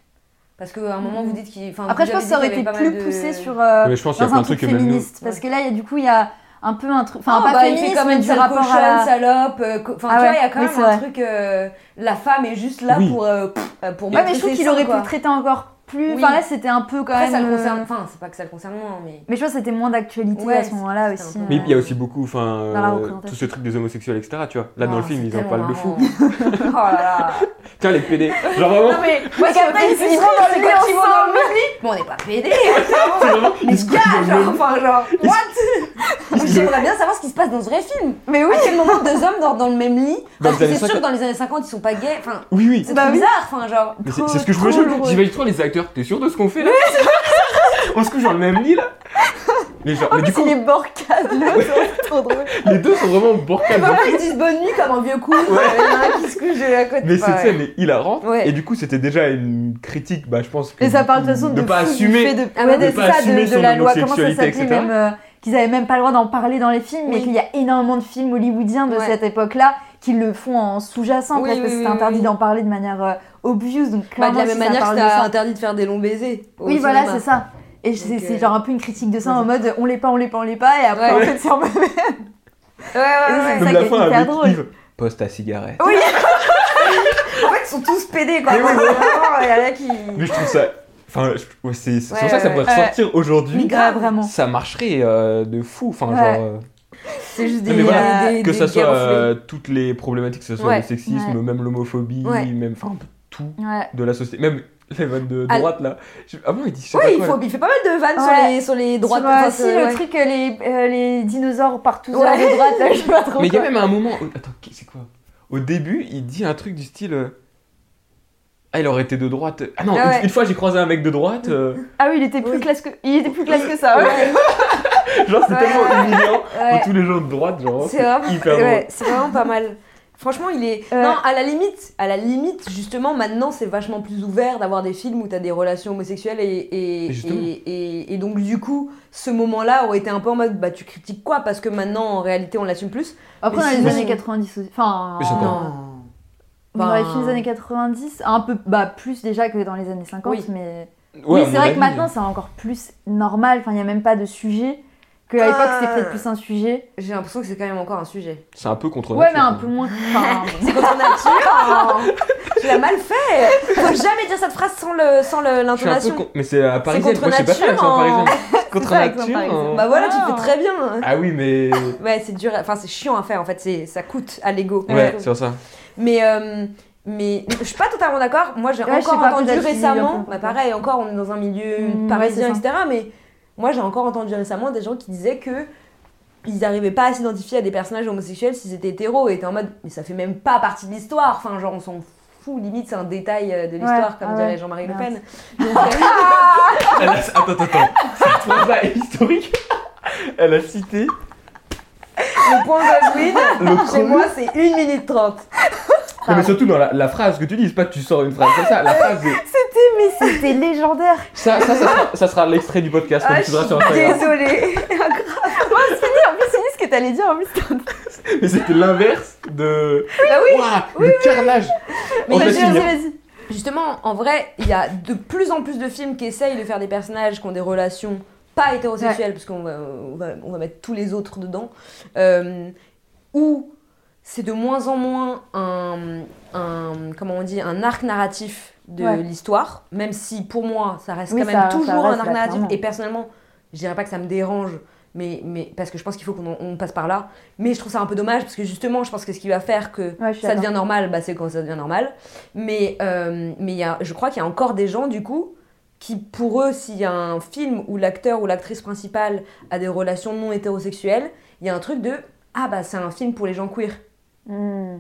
Speaker 2: Parce qu'à un moment,
Speaker 3: Mhm.
Speaker 2: vous dites qu'il. enfin,
Speaker 3: Après,
Speaker 2: vous
Speaker 3: je pense
Speaker 2: avez
Speaker 3: que ça aurait
Speaker 2: dit
Speaker 3: été
Speaker 2: qu'il y avait
Speaker 3: plus
Speaker 2: pas mal de-
Speaker 3: poussé sur... euh,
Speaker 5: mais je pense qu'il y a
Speaker 3: dans un
Speaker 5: plein de trucs
Speaker 3: truc
Speaker 5: que même nous.
Speaker 3: féministe, parce que là, il y a du coup, il y a un peu un truc... Enfin,
Speaker 2: Enfin,
Speaker 3: pas
Speaker 2: bah, il
Speaker 3: féministe,
Speaker 2: fait quand
Speaker 3: mais
Speaker 2: même
Speaker 3: du
Speaker 2: sale
Speaker 3: rapport
Speaker 2: cochonne,
Speaker 3: à la...
Speaker 2: salope. euh, co- Enfin,
Speaker 3: Ah
Speaker 2: tu
Speaker 3: ouais,
Speaker 2: vois, il y a quand
Speaker 3: oui,
Speaker 2: même
Speaker 3: c'est vrai.
Speaker 2: un truc. euh, la femme est juste là
Speaker 5: Oui.
Speaker 2: pour. euh, pff, euh, pour
Speaker 3: Ouais, mais
Speaker 2: montrer
Speaker 3: je trouve
Speaker 2: ses
Speaker 3: qu'il
Speaker 2: seins,
Speaker 3: aurait pu
Speaker 2: quoi.
Speaker 3: le traiter encore plus.
Speaker 2: Oui.
Speaker 3: Enfin, là, c'était un peu quand
Speaker 2: Après,
Speaker 3: même.
Speaker 2: ça le
Speaker 3: euh,
Speaker 2: concerne. Enfin, c'est pas que ça le concerne moins, mais.
Speaker 3: Mais je pense que c'était moins d'actualité
Speaker 2: Ouais,
Speaker 3: à ce moment-là
Speaker 2: c'était
Speaker 3: aussi.
Speaker 2: un peu-
Speaker 5: Mais
Speaker 3: euh,
Speaker 5: il y a aussi beaucoup, enfin,
Speaker 3: Dans la
Speaker 5: euh,
Speaker 3: représentation.
Speaker 5: tout ce truc des homosexuels, etc. Tu vois, là dans
Speaker 2: Oh,
Speaker 5: le film,
Speaker 2: c'est
Speaker 5: ils en parlent de fou.
Speaker 3: <laughs>
Speaker 2: tellement marrant. oh là là.
Speaker 5: Tiens, les
Speaker 2: <laughs>
Speaker 5: PD, genre vraiment,
Speaker 2: mais. Moi,
Speaker 3: qu'après, ils se font
Speaker 2: dans
Speaker 3: enlever
Speaker 2: quand ils vont dans
Speaker 3: ensemble.
Speaker 2: le public. Mais on n'est pas
Speaker 3: <laughs>
Speaker 2: pédés.
Speaker 5: c'est vraiment, ils se
Speaker 2: Gars,
Speaker 5: cognent dans
Speaker 2: genre,
Speaker 5: le-
Speaker 2: enfin, genre. What <laughs>
Speaker 5: ils se-
Speaker 2: J'aimerais bien savoir ce qui se passe dans ce vrai film.
Speaker 3: Mais oui,
Speaker 2: À quel moment deux hommes dorment dans le même lit
Speaker 5: Dans les
Speaker 2: Parce que c'est
Speaker 5: années
Speaker 2: sûr que
Speaker 5: 50.
Speaker 2: dans les années 50, ils sont pas gays. Enfin,
Speaker 5: Oui, oui.
Speaker 2: c'est
Speaker 3: Bah
Speaker 2: trop
Speaker 3: oui.
Speaker 2: bizarre. Enfin, genre.
Speaker 5: Mais
Speaker 3: Trop-
Speaker 5: c'est c'est ce que je
Speaker 3: trop
Speaker 5: me jure.
Speaker 3: drôle.
Speaker 5: J'imagine trop les acteurs. T'es sûr de ce qu'on fait là <laughs> On se couche dans le même lit
Speaker 2: <laughs>
Speaker 5: là Mais genre, mais du
Speaker 3: c'est
Speaker 5: coup,
Speaker 3: les borcades. c'est trop drôle.
Speaker 5: les deux sont vraiment borcades.
Speaker 2: Pourquoi ils se disent bonne nuit comme un vieux couple
Speaker 5: Ouais.
Speaker 2: Il y en a un qui se couche de la côté.
Speaker 5: Mais
Speaker 2: Enfin,
Speaker 5: cette
Speaker 2: ouais.
Speaker 5: scène est hilarante.
Speaker 2: Ouais.
Speaker 5: Et du coup, c'était déjà une critique, bah, je pense. Que
Speaker 3: Et ça parle de toute façon de,
Speaker 5: pas
Speaker 3: fou, du fait
Speaker 5: assumer.
Speaker 3: de,
Speaker 2: Ah ouais,
Speaker 3: ouais,
Speaker 5: de
Speaker 3: c'est
Speaker 5: pas
Speaker 3: ça,
Speaker 5: assumer
Speaker 3: de, de
Speaker 5: son
Speaker 3: la loi, comment ça
Speaker 5: homosexualité,
Speaker 3: s'appelait
Speaker 5: etc.
Speaker 3: même euh, qu'ils avaient même pas le droit d'en parler dans les films, mais
Speaker 2: Oui.
Speaker 3: qu'il y a énormément de films hollywoodiens de
Speaker 2: Ouais.
Speaker 3: cette époque-là qui le font en sous-jacent
Speaker 2: Oui,
Speaker 3: presque,
Speaker 2: oui,
Speaker 3: parce que
Speaker 2: oui,
Speaker 3: c'est
Speaker 2: oui,
Speaker 3: interdit
Speaker 2: oui.
Speaker 3: d'en parler de manière euh, obvious, donc
Speaker 2: Bah,
Speaker 3: clairement
Speaker 2: de la même
Speaker 3: si ça
Speaker 2: manière
Speaker 3: parle
Speaker 2: que
Speaker 3: de ça-
Speaker 2: t'as interdit de faire des longs baisers. au
Speaker 3: Oui, voilà,
Speaker 2: cinéma.
Speaker 3: c'est ça. Et c'est
Speaker 2: Donc,
Speaker 3: c'est
Speaker 2: euh,
Speaker 3: genre un peu une critique de ça en
Speaker 2: vas-y.
Speaker 3: mode on l'est pas, on l'est pas, on l'est pas, et après
Speaker 2: Ouais.
Speaker 3: en fait c'est un peu.
Speaker 2: Ouais, ouais,
Speaker 3: Et
Speaker 2: ouais.
Speaker 3: ça
Speaker 5: Comme
Speaker 3: qui
Speaker 5: la
Speaker 3: est
Speaker 5: fin
Speaker 3: hyper
Speaker 5: avec
Speaker 3: drôle.
Speaker 5: Yves. Poste à cigarette.
Speaker 2: En fait, ils sont tous pédés, quoi.
Speaker 5: Mais oui,
Speaker 2: Vraiment, Il y en a qui.
Speaker 5: Mais je trouve ça. Enfin, je- ouais, c'est c'est
Speaker 2: Ouais,
Speaker 5: pour ça que ça
Speaker 2: ouais,
Speaker 5: pourrait
Speaker 3: ouais.
Speaker 5: ressortir aujourd'hui.
Speaker 3: Mais grave, vraiment.
Speaker 5: Ça marcherait euh, de fou. Enfin,
Speaker 3: Ouais.
Speaker 5: genre. euh,
Speaker 2: C'est juste
Speaker 5: Non,
Speaker 2: des.
Speaker 5: mais voilà,
Speaker 2: des- des-
Speaker 5: que ça
Speaker 2: des
Speaker 5: soit
Speaker 2: gaufres,
Speaker 5: euh, toutes les problématiques, que ce soit
Speaker 2: Ouais.
Speaker 5: le sexisme,
Speaker 3: Ouais.
Speaker 5: même l'homophobie,
Speaker 2: Ouais.
Speaker 5: même. Enfin, tout
Speaker 3: Ouais.
Speaker 5: de la société. Même les vannes de
Speaker 2: Ah,
Speaker 5: droite là. Je- Ah bon, il dit. je sais
Speaker 2: Oui,
Speaker 5: pas
Speaker 2: il,
Speaker 5: quoi,
Speaker 2: faut, il fait pas mal de vannes sur,
Speaker 3: Ouais.
Speaker 2: les, sur les droits
Speaker 3: Droite,
Speaker 2: de
Speaker 3: aussi le truc, euh, les, euh, les dinosaures partout sur
Speaker 2: Ouais.
Speaker 3: les droites, là, je sais pas trop.
Speaker 5: Mais il y a
Speaker 3: quoi.
Speaker 5: même un moment. où- Attends, qui- c'est quoi Au début, il dit un truc du style. euh, Ah, il aurait été de droite. Ah non,
Speaker 2: Ah
Speaker 5: une-
Speaker 2: ouais.
Speaker 5: une, fois j'ai croisé un mec de droite. euh, <laughs>
Speaker 3: Ah oui, il était plus
Speaker 2: Oui.
Speaker 3: classe que, il était plus classe que ça. ouais.
Speaker 5: Genre, c'est
Speaker 2: Ouais,
Speaker 5: tellement
Speaker 2: ouais.
Speaker 5: humiliant
Speaker 2: Ouais.
Speaker 5: pour tous les gens de droite, genre.
Speaker 2: C'est vraiment,
Speaker 5: Oh, hyper
Speaker 2: ouais,
Speaker 5: drôle.
Speaker 2: c'est vraiment pas mal. Franchement, il est.
Speaker 3: Ouais.
Speaker 2: Non, à la limite, à la limite, justement, maintenant, c'est vachement plus ouvert d'avoir des films où t'as des relations homosexuelles et et,
Speaker 5: Et justement.
Speaker 2: et- et- et donc du coup, ce moment-là aurait été un peu en mode, bah tu critiques quoi Parce que maintenant, en réalité, on l'assume plus.
Speaker 3: Après,
Speaker 2: Mais
Speaker 3: dans
Speaker 2: si-
Speaker 3: les
Speaker 2: mais
Speaker 3: années
Speaker 2: si-
Speaker 3: 90 aussi. Enfin,
Speaker 5: Mais c'est pas-
Speaker 3: dans les
Speaker 2: Enfin-
Speaker 3: films des années 90, un peu bah, plus déjà que dans les années 50,
Speaker 2: Oui.
Speaker 3: mais.
Speaker 5: Ouais, à
Speaker 3: oui, c'est
Speaker 5: mon euh,
Speaker 3: vrai
Speaker 5: avis,
Speaker 3: que maintenant, c'est encore plus normal. Enfin, il n'y a même pas de sujet. Que à l'époque, c'était peut-être plus un sujet.
Speaker 2: J'ai l'impression que c'est quand même encore un sujet.
Speaker 5: C'est un peu contre
Speaker 3: Ouais, mais
Speaker 5: nature, hein.
Speaker 3: un
Speaker 5: quoi.
Speaker 3: peu moins. Enfin,
Speaker 2: C'est quand on a Tu l'as mal fait. Faut jamais dire cette phrase sans le sans le-
Speaker 5: Je suis un peu
Speaker 2: l'intonation.
Speaker 5: con- Mais c'est à parisienne.
Speaker 2: contre
Speaker 5: Moi, je sais pas faire l'accent
Speaker 2: nature, hein.
Speaker 5: parisien. C'est Contre
Speaker 3: ça, l'accent
Speaker 5: nature.
Speaker 3: parisien.
Speaker 5: hein.
Speaker 2: Bah voilà, tu
Speaker 3: Ah.
Speaker 2: le fais très bien.
Speaker 5: Ah oui, mais.
Speaker 2: Ouais, c'est dur. à- Enfin, c'est chiant à faire en fait. C'est ça coûte à l'ego.
Speaker 5: Ouais, c'est pour ça.
Speaker 2: Mais, euh, mais je suis pas totalement d'accord. Moi, j'ai
Speaker 3: Ouais, je sais
Speaker 2: encore
Speaker 3: pas,
Speaker 2: entendu
Speaker 3: peut-être qu'il y a eu un
Speaker 2: récemment.
Speaker 3: peu-
Speaker 2: Bah, pareil, encore, on est dans un milieu
Speaker 3: Mm,
Speaker 2: parisien,
Speaker 3: ouais, c'est
Speaker 2: etc. Mais moi, j'ai encore entendu récemment des gens qui disaient que ils n'arrivaient pas à s'identifier à des personnages homosexuels s'ils étaient hétéros. Et étaient en mode, mais ça fait même pas partie de l'histoire. Enfin, genre, on s'en fout. Limite, c'est un détail euh, de l'histoire, comme
Speaker 3: ah
Speaker 2: dirait
Speaker 3: ouais.
Speaker 2: Jean-Marie Le
Speaker 3: Merde.
Speaker 2: Pen. Donc, <laughs> euh,
Speaker 5: Elle a- Attends, attends, attends. Cette phrase-là est historique. Elle a cité
Speaker 2: le point Goldwyn,
Speaker 5: le
Speaker 2: chez
Speaker 5: chrono.
Speaker 2: moi, c'est 1 minute 30.
Speaker 5: Non, mais surtout dans la, la phrase que tu dis, c'est pas que tu sors une phrase comme ça. La phrase est.
Speaker 3: mais <laughs> c'était légendaire.
Speaker 5: Ça, ça, ça sera, ça sera l'extrait du podcast qu'on
Speaker 2: Ah, je
Speaker 5: diffusera
Speaker 2: suis
Speaker 5: sur Instagram.
Speaker 2: désolée.
Speaker 3: En plus, c'est dit ce que t'allais dire. En plus,
Speaker 5: Mais c'était l'inverse de.
Speaker 2: bah oui,
Speaker 5: Ouah, le carnage.
Speaker 2: Mais
Speaker 5: On
Speaker 2: vas-y,
Speaker 5: va finir.
Speaker 2: Justement, en vrai, il y a de plus en plus de films qui essayent de faire des personnages qui ont des relations pas hétérosexuelles, parce qu'on va, on va, on va mettre tous les autres dedans, euh, où c'est de moins en moins un, un- comment on dit, un arc narratif de
Speaker 3: Ouais.
Speaker 2: l'histoire, même si pour moi, ça reste
Speaker 3: Oui,
Speaker 2: quand même
Speaker 3: ça- ça
Speaker 2: toujours
Speaker 3: reste
Speaker 2: un arc
Speaker 3: là,
Speaker 2: narratif,
Speaker 3: clairement.
Speaker 2: et personnellement, je dirais pas que ça me dérange, mais, mais, parce que je pense qu'il faut qu'on en- on passe par là, mais je trouve ça un peu dommage, parce que justement, je pense que ce qui va faire que
Speaker 3: Ouais, je suis
Speaker 2: ça
Speaker 3: d'accord.
Speaker 2: devient normal, bah, c'est quand ça devient normal. Mais, euh, mais il y a, je crois qu'il y a encore des gens, du coup, qui, pour eux, s'il y a un film où l'acteur ou l'actrice principale a des relations non hétérosexuelles, il y a un truc de Ah, bah, c'est un film pour les gens queer.
Speaker 3: Hmm,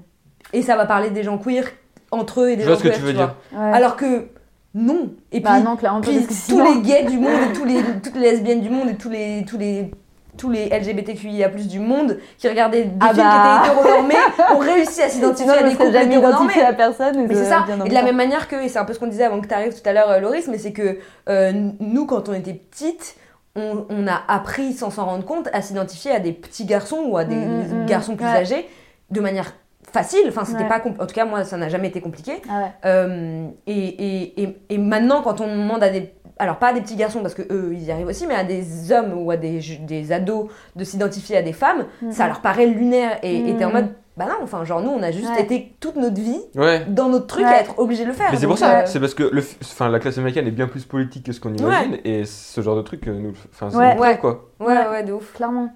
Speaker 2: Et ça va parler des gens queer entre eux et des
Speaker 5: Je vois
Speaker 2: gens
Speaker 5: ce que
Speaker 2: queer,
Speaker 5: tu veux
Speaker 2: vois.
Speaker 5: dire.
Speaker 3: ouais.
Speaker 2: Alors que, non. Et
Speaker 3: bah
Speaker 2: puis,
Speaker 3: non, clairement,
Speaker 2: puis
Speaker 3: parce que
Speaker 2: tous
Speaker 3: sinon-
Speaker 2: les gays du monde et tous les, toutes les lesbiennes du monde et tous les, tous les, tous les LGBTQIA+, du monde qui regardaient des
Speaker 3: Ah
Speaker 2: films
Speaker 3: bah.
Speaker 2: qui étaient hétéronormés ont réussi à s'identifier à des
Speaker 3: s'est
Speaker 2: couples hétéronormés.
Speaker 3: à personne.
Speaker 2: Mais c'est ça, et de la même manière que, et c'est un peu ce qu'on disait avant que tu arrives tout à l'heure, euh, Loris, mais c'est que euh, nous, quand on était petites, on, on a appris sans s'en rendre compte à s'identifier à des petits garçons ou à des
Speaker 3: Mm, mm, mm.
Speaker 2: garçons plus
Speaker 3: Ouais.
Speaker 2: âgés de manière facile. Enfin, c'était
Speaker 3: Ouais.
Speaker 2: pas compl- En tout cas, moi, ça n'a jamais été compliqué.
Speaker 3: Ah ouais.
Speaker 2: Euh, et, et- et- et maintenant, quand on demande à des. Alors, pas à des petits garçons, parce que eux, ils y arrivent aussi, mais à des hommes ou à des, ju- des ados de s'identifier à des femmes, ça leur paraît lunaire. Et et t'es en
Speaker 3: Mm.
Speaker 2: mode, bah non, enfin, genre, nous, on a juste
Speaker 3: Ouais.
Speaker 2: été toute notre vie
Speaker 5: Ouais.
Speaker 2: dans notre truc
Speaker 3: Ouais.
Speaker 2: à être obligé de le faire.
Speaker 5: Mais c'est pour
Speaker 2: Donc,
Speaker 5: ça,
Speaker 2: euh,
Speaker 5: c'est parce que le, f- enfin, la classe américaine est bien plus politique que ce qu'on imagine et ce genre de truc, euh, nous, enfin, c'est
Speaker 3: Ouais.
Speaker 5: nous prend, quoi.
Speaker 2: Ouais, ouais, de ouf.
Speaker 3: Clairement.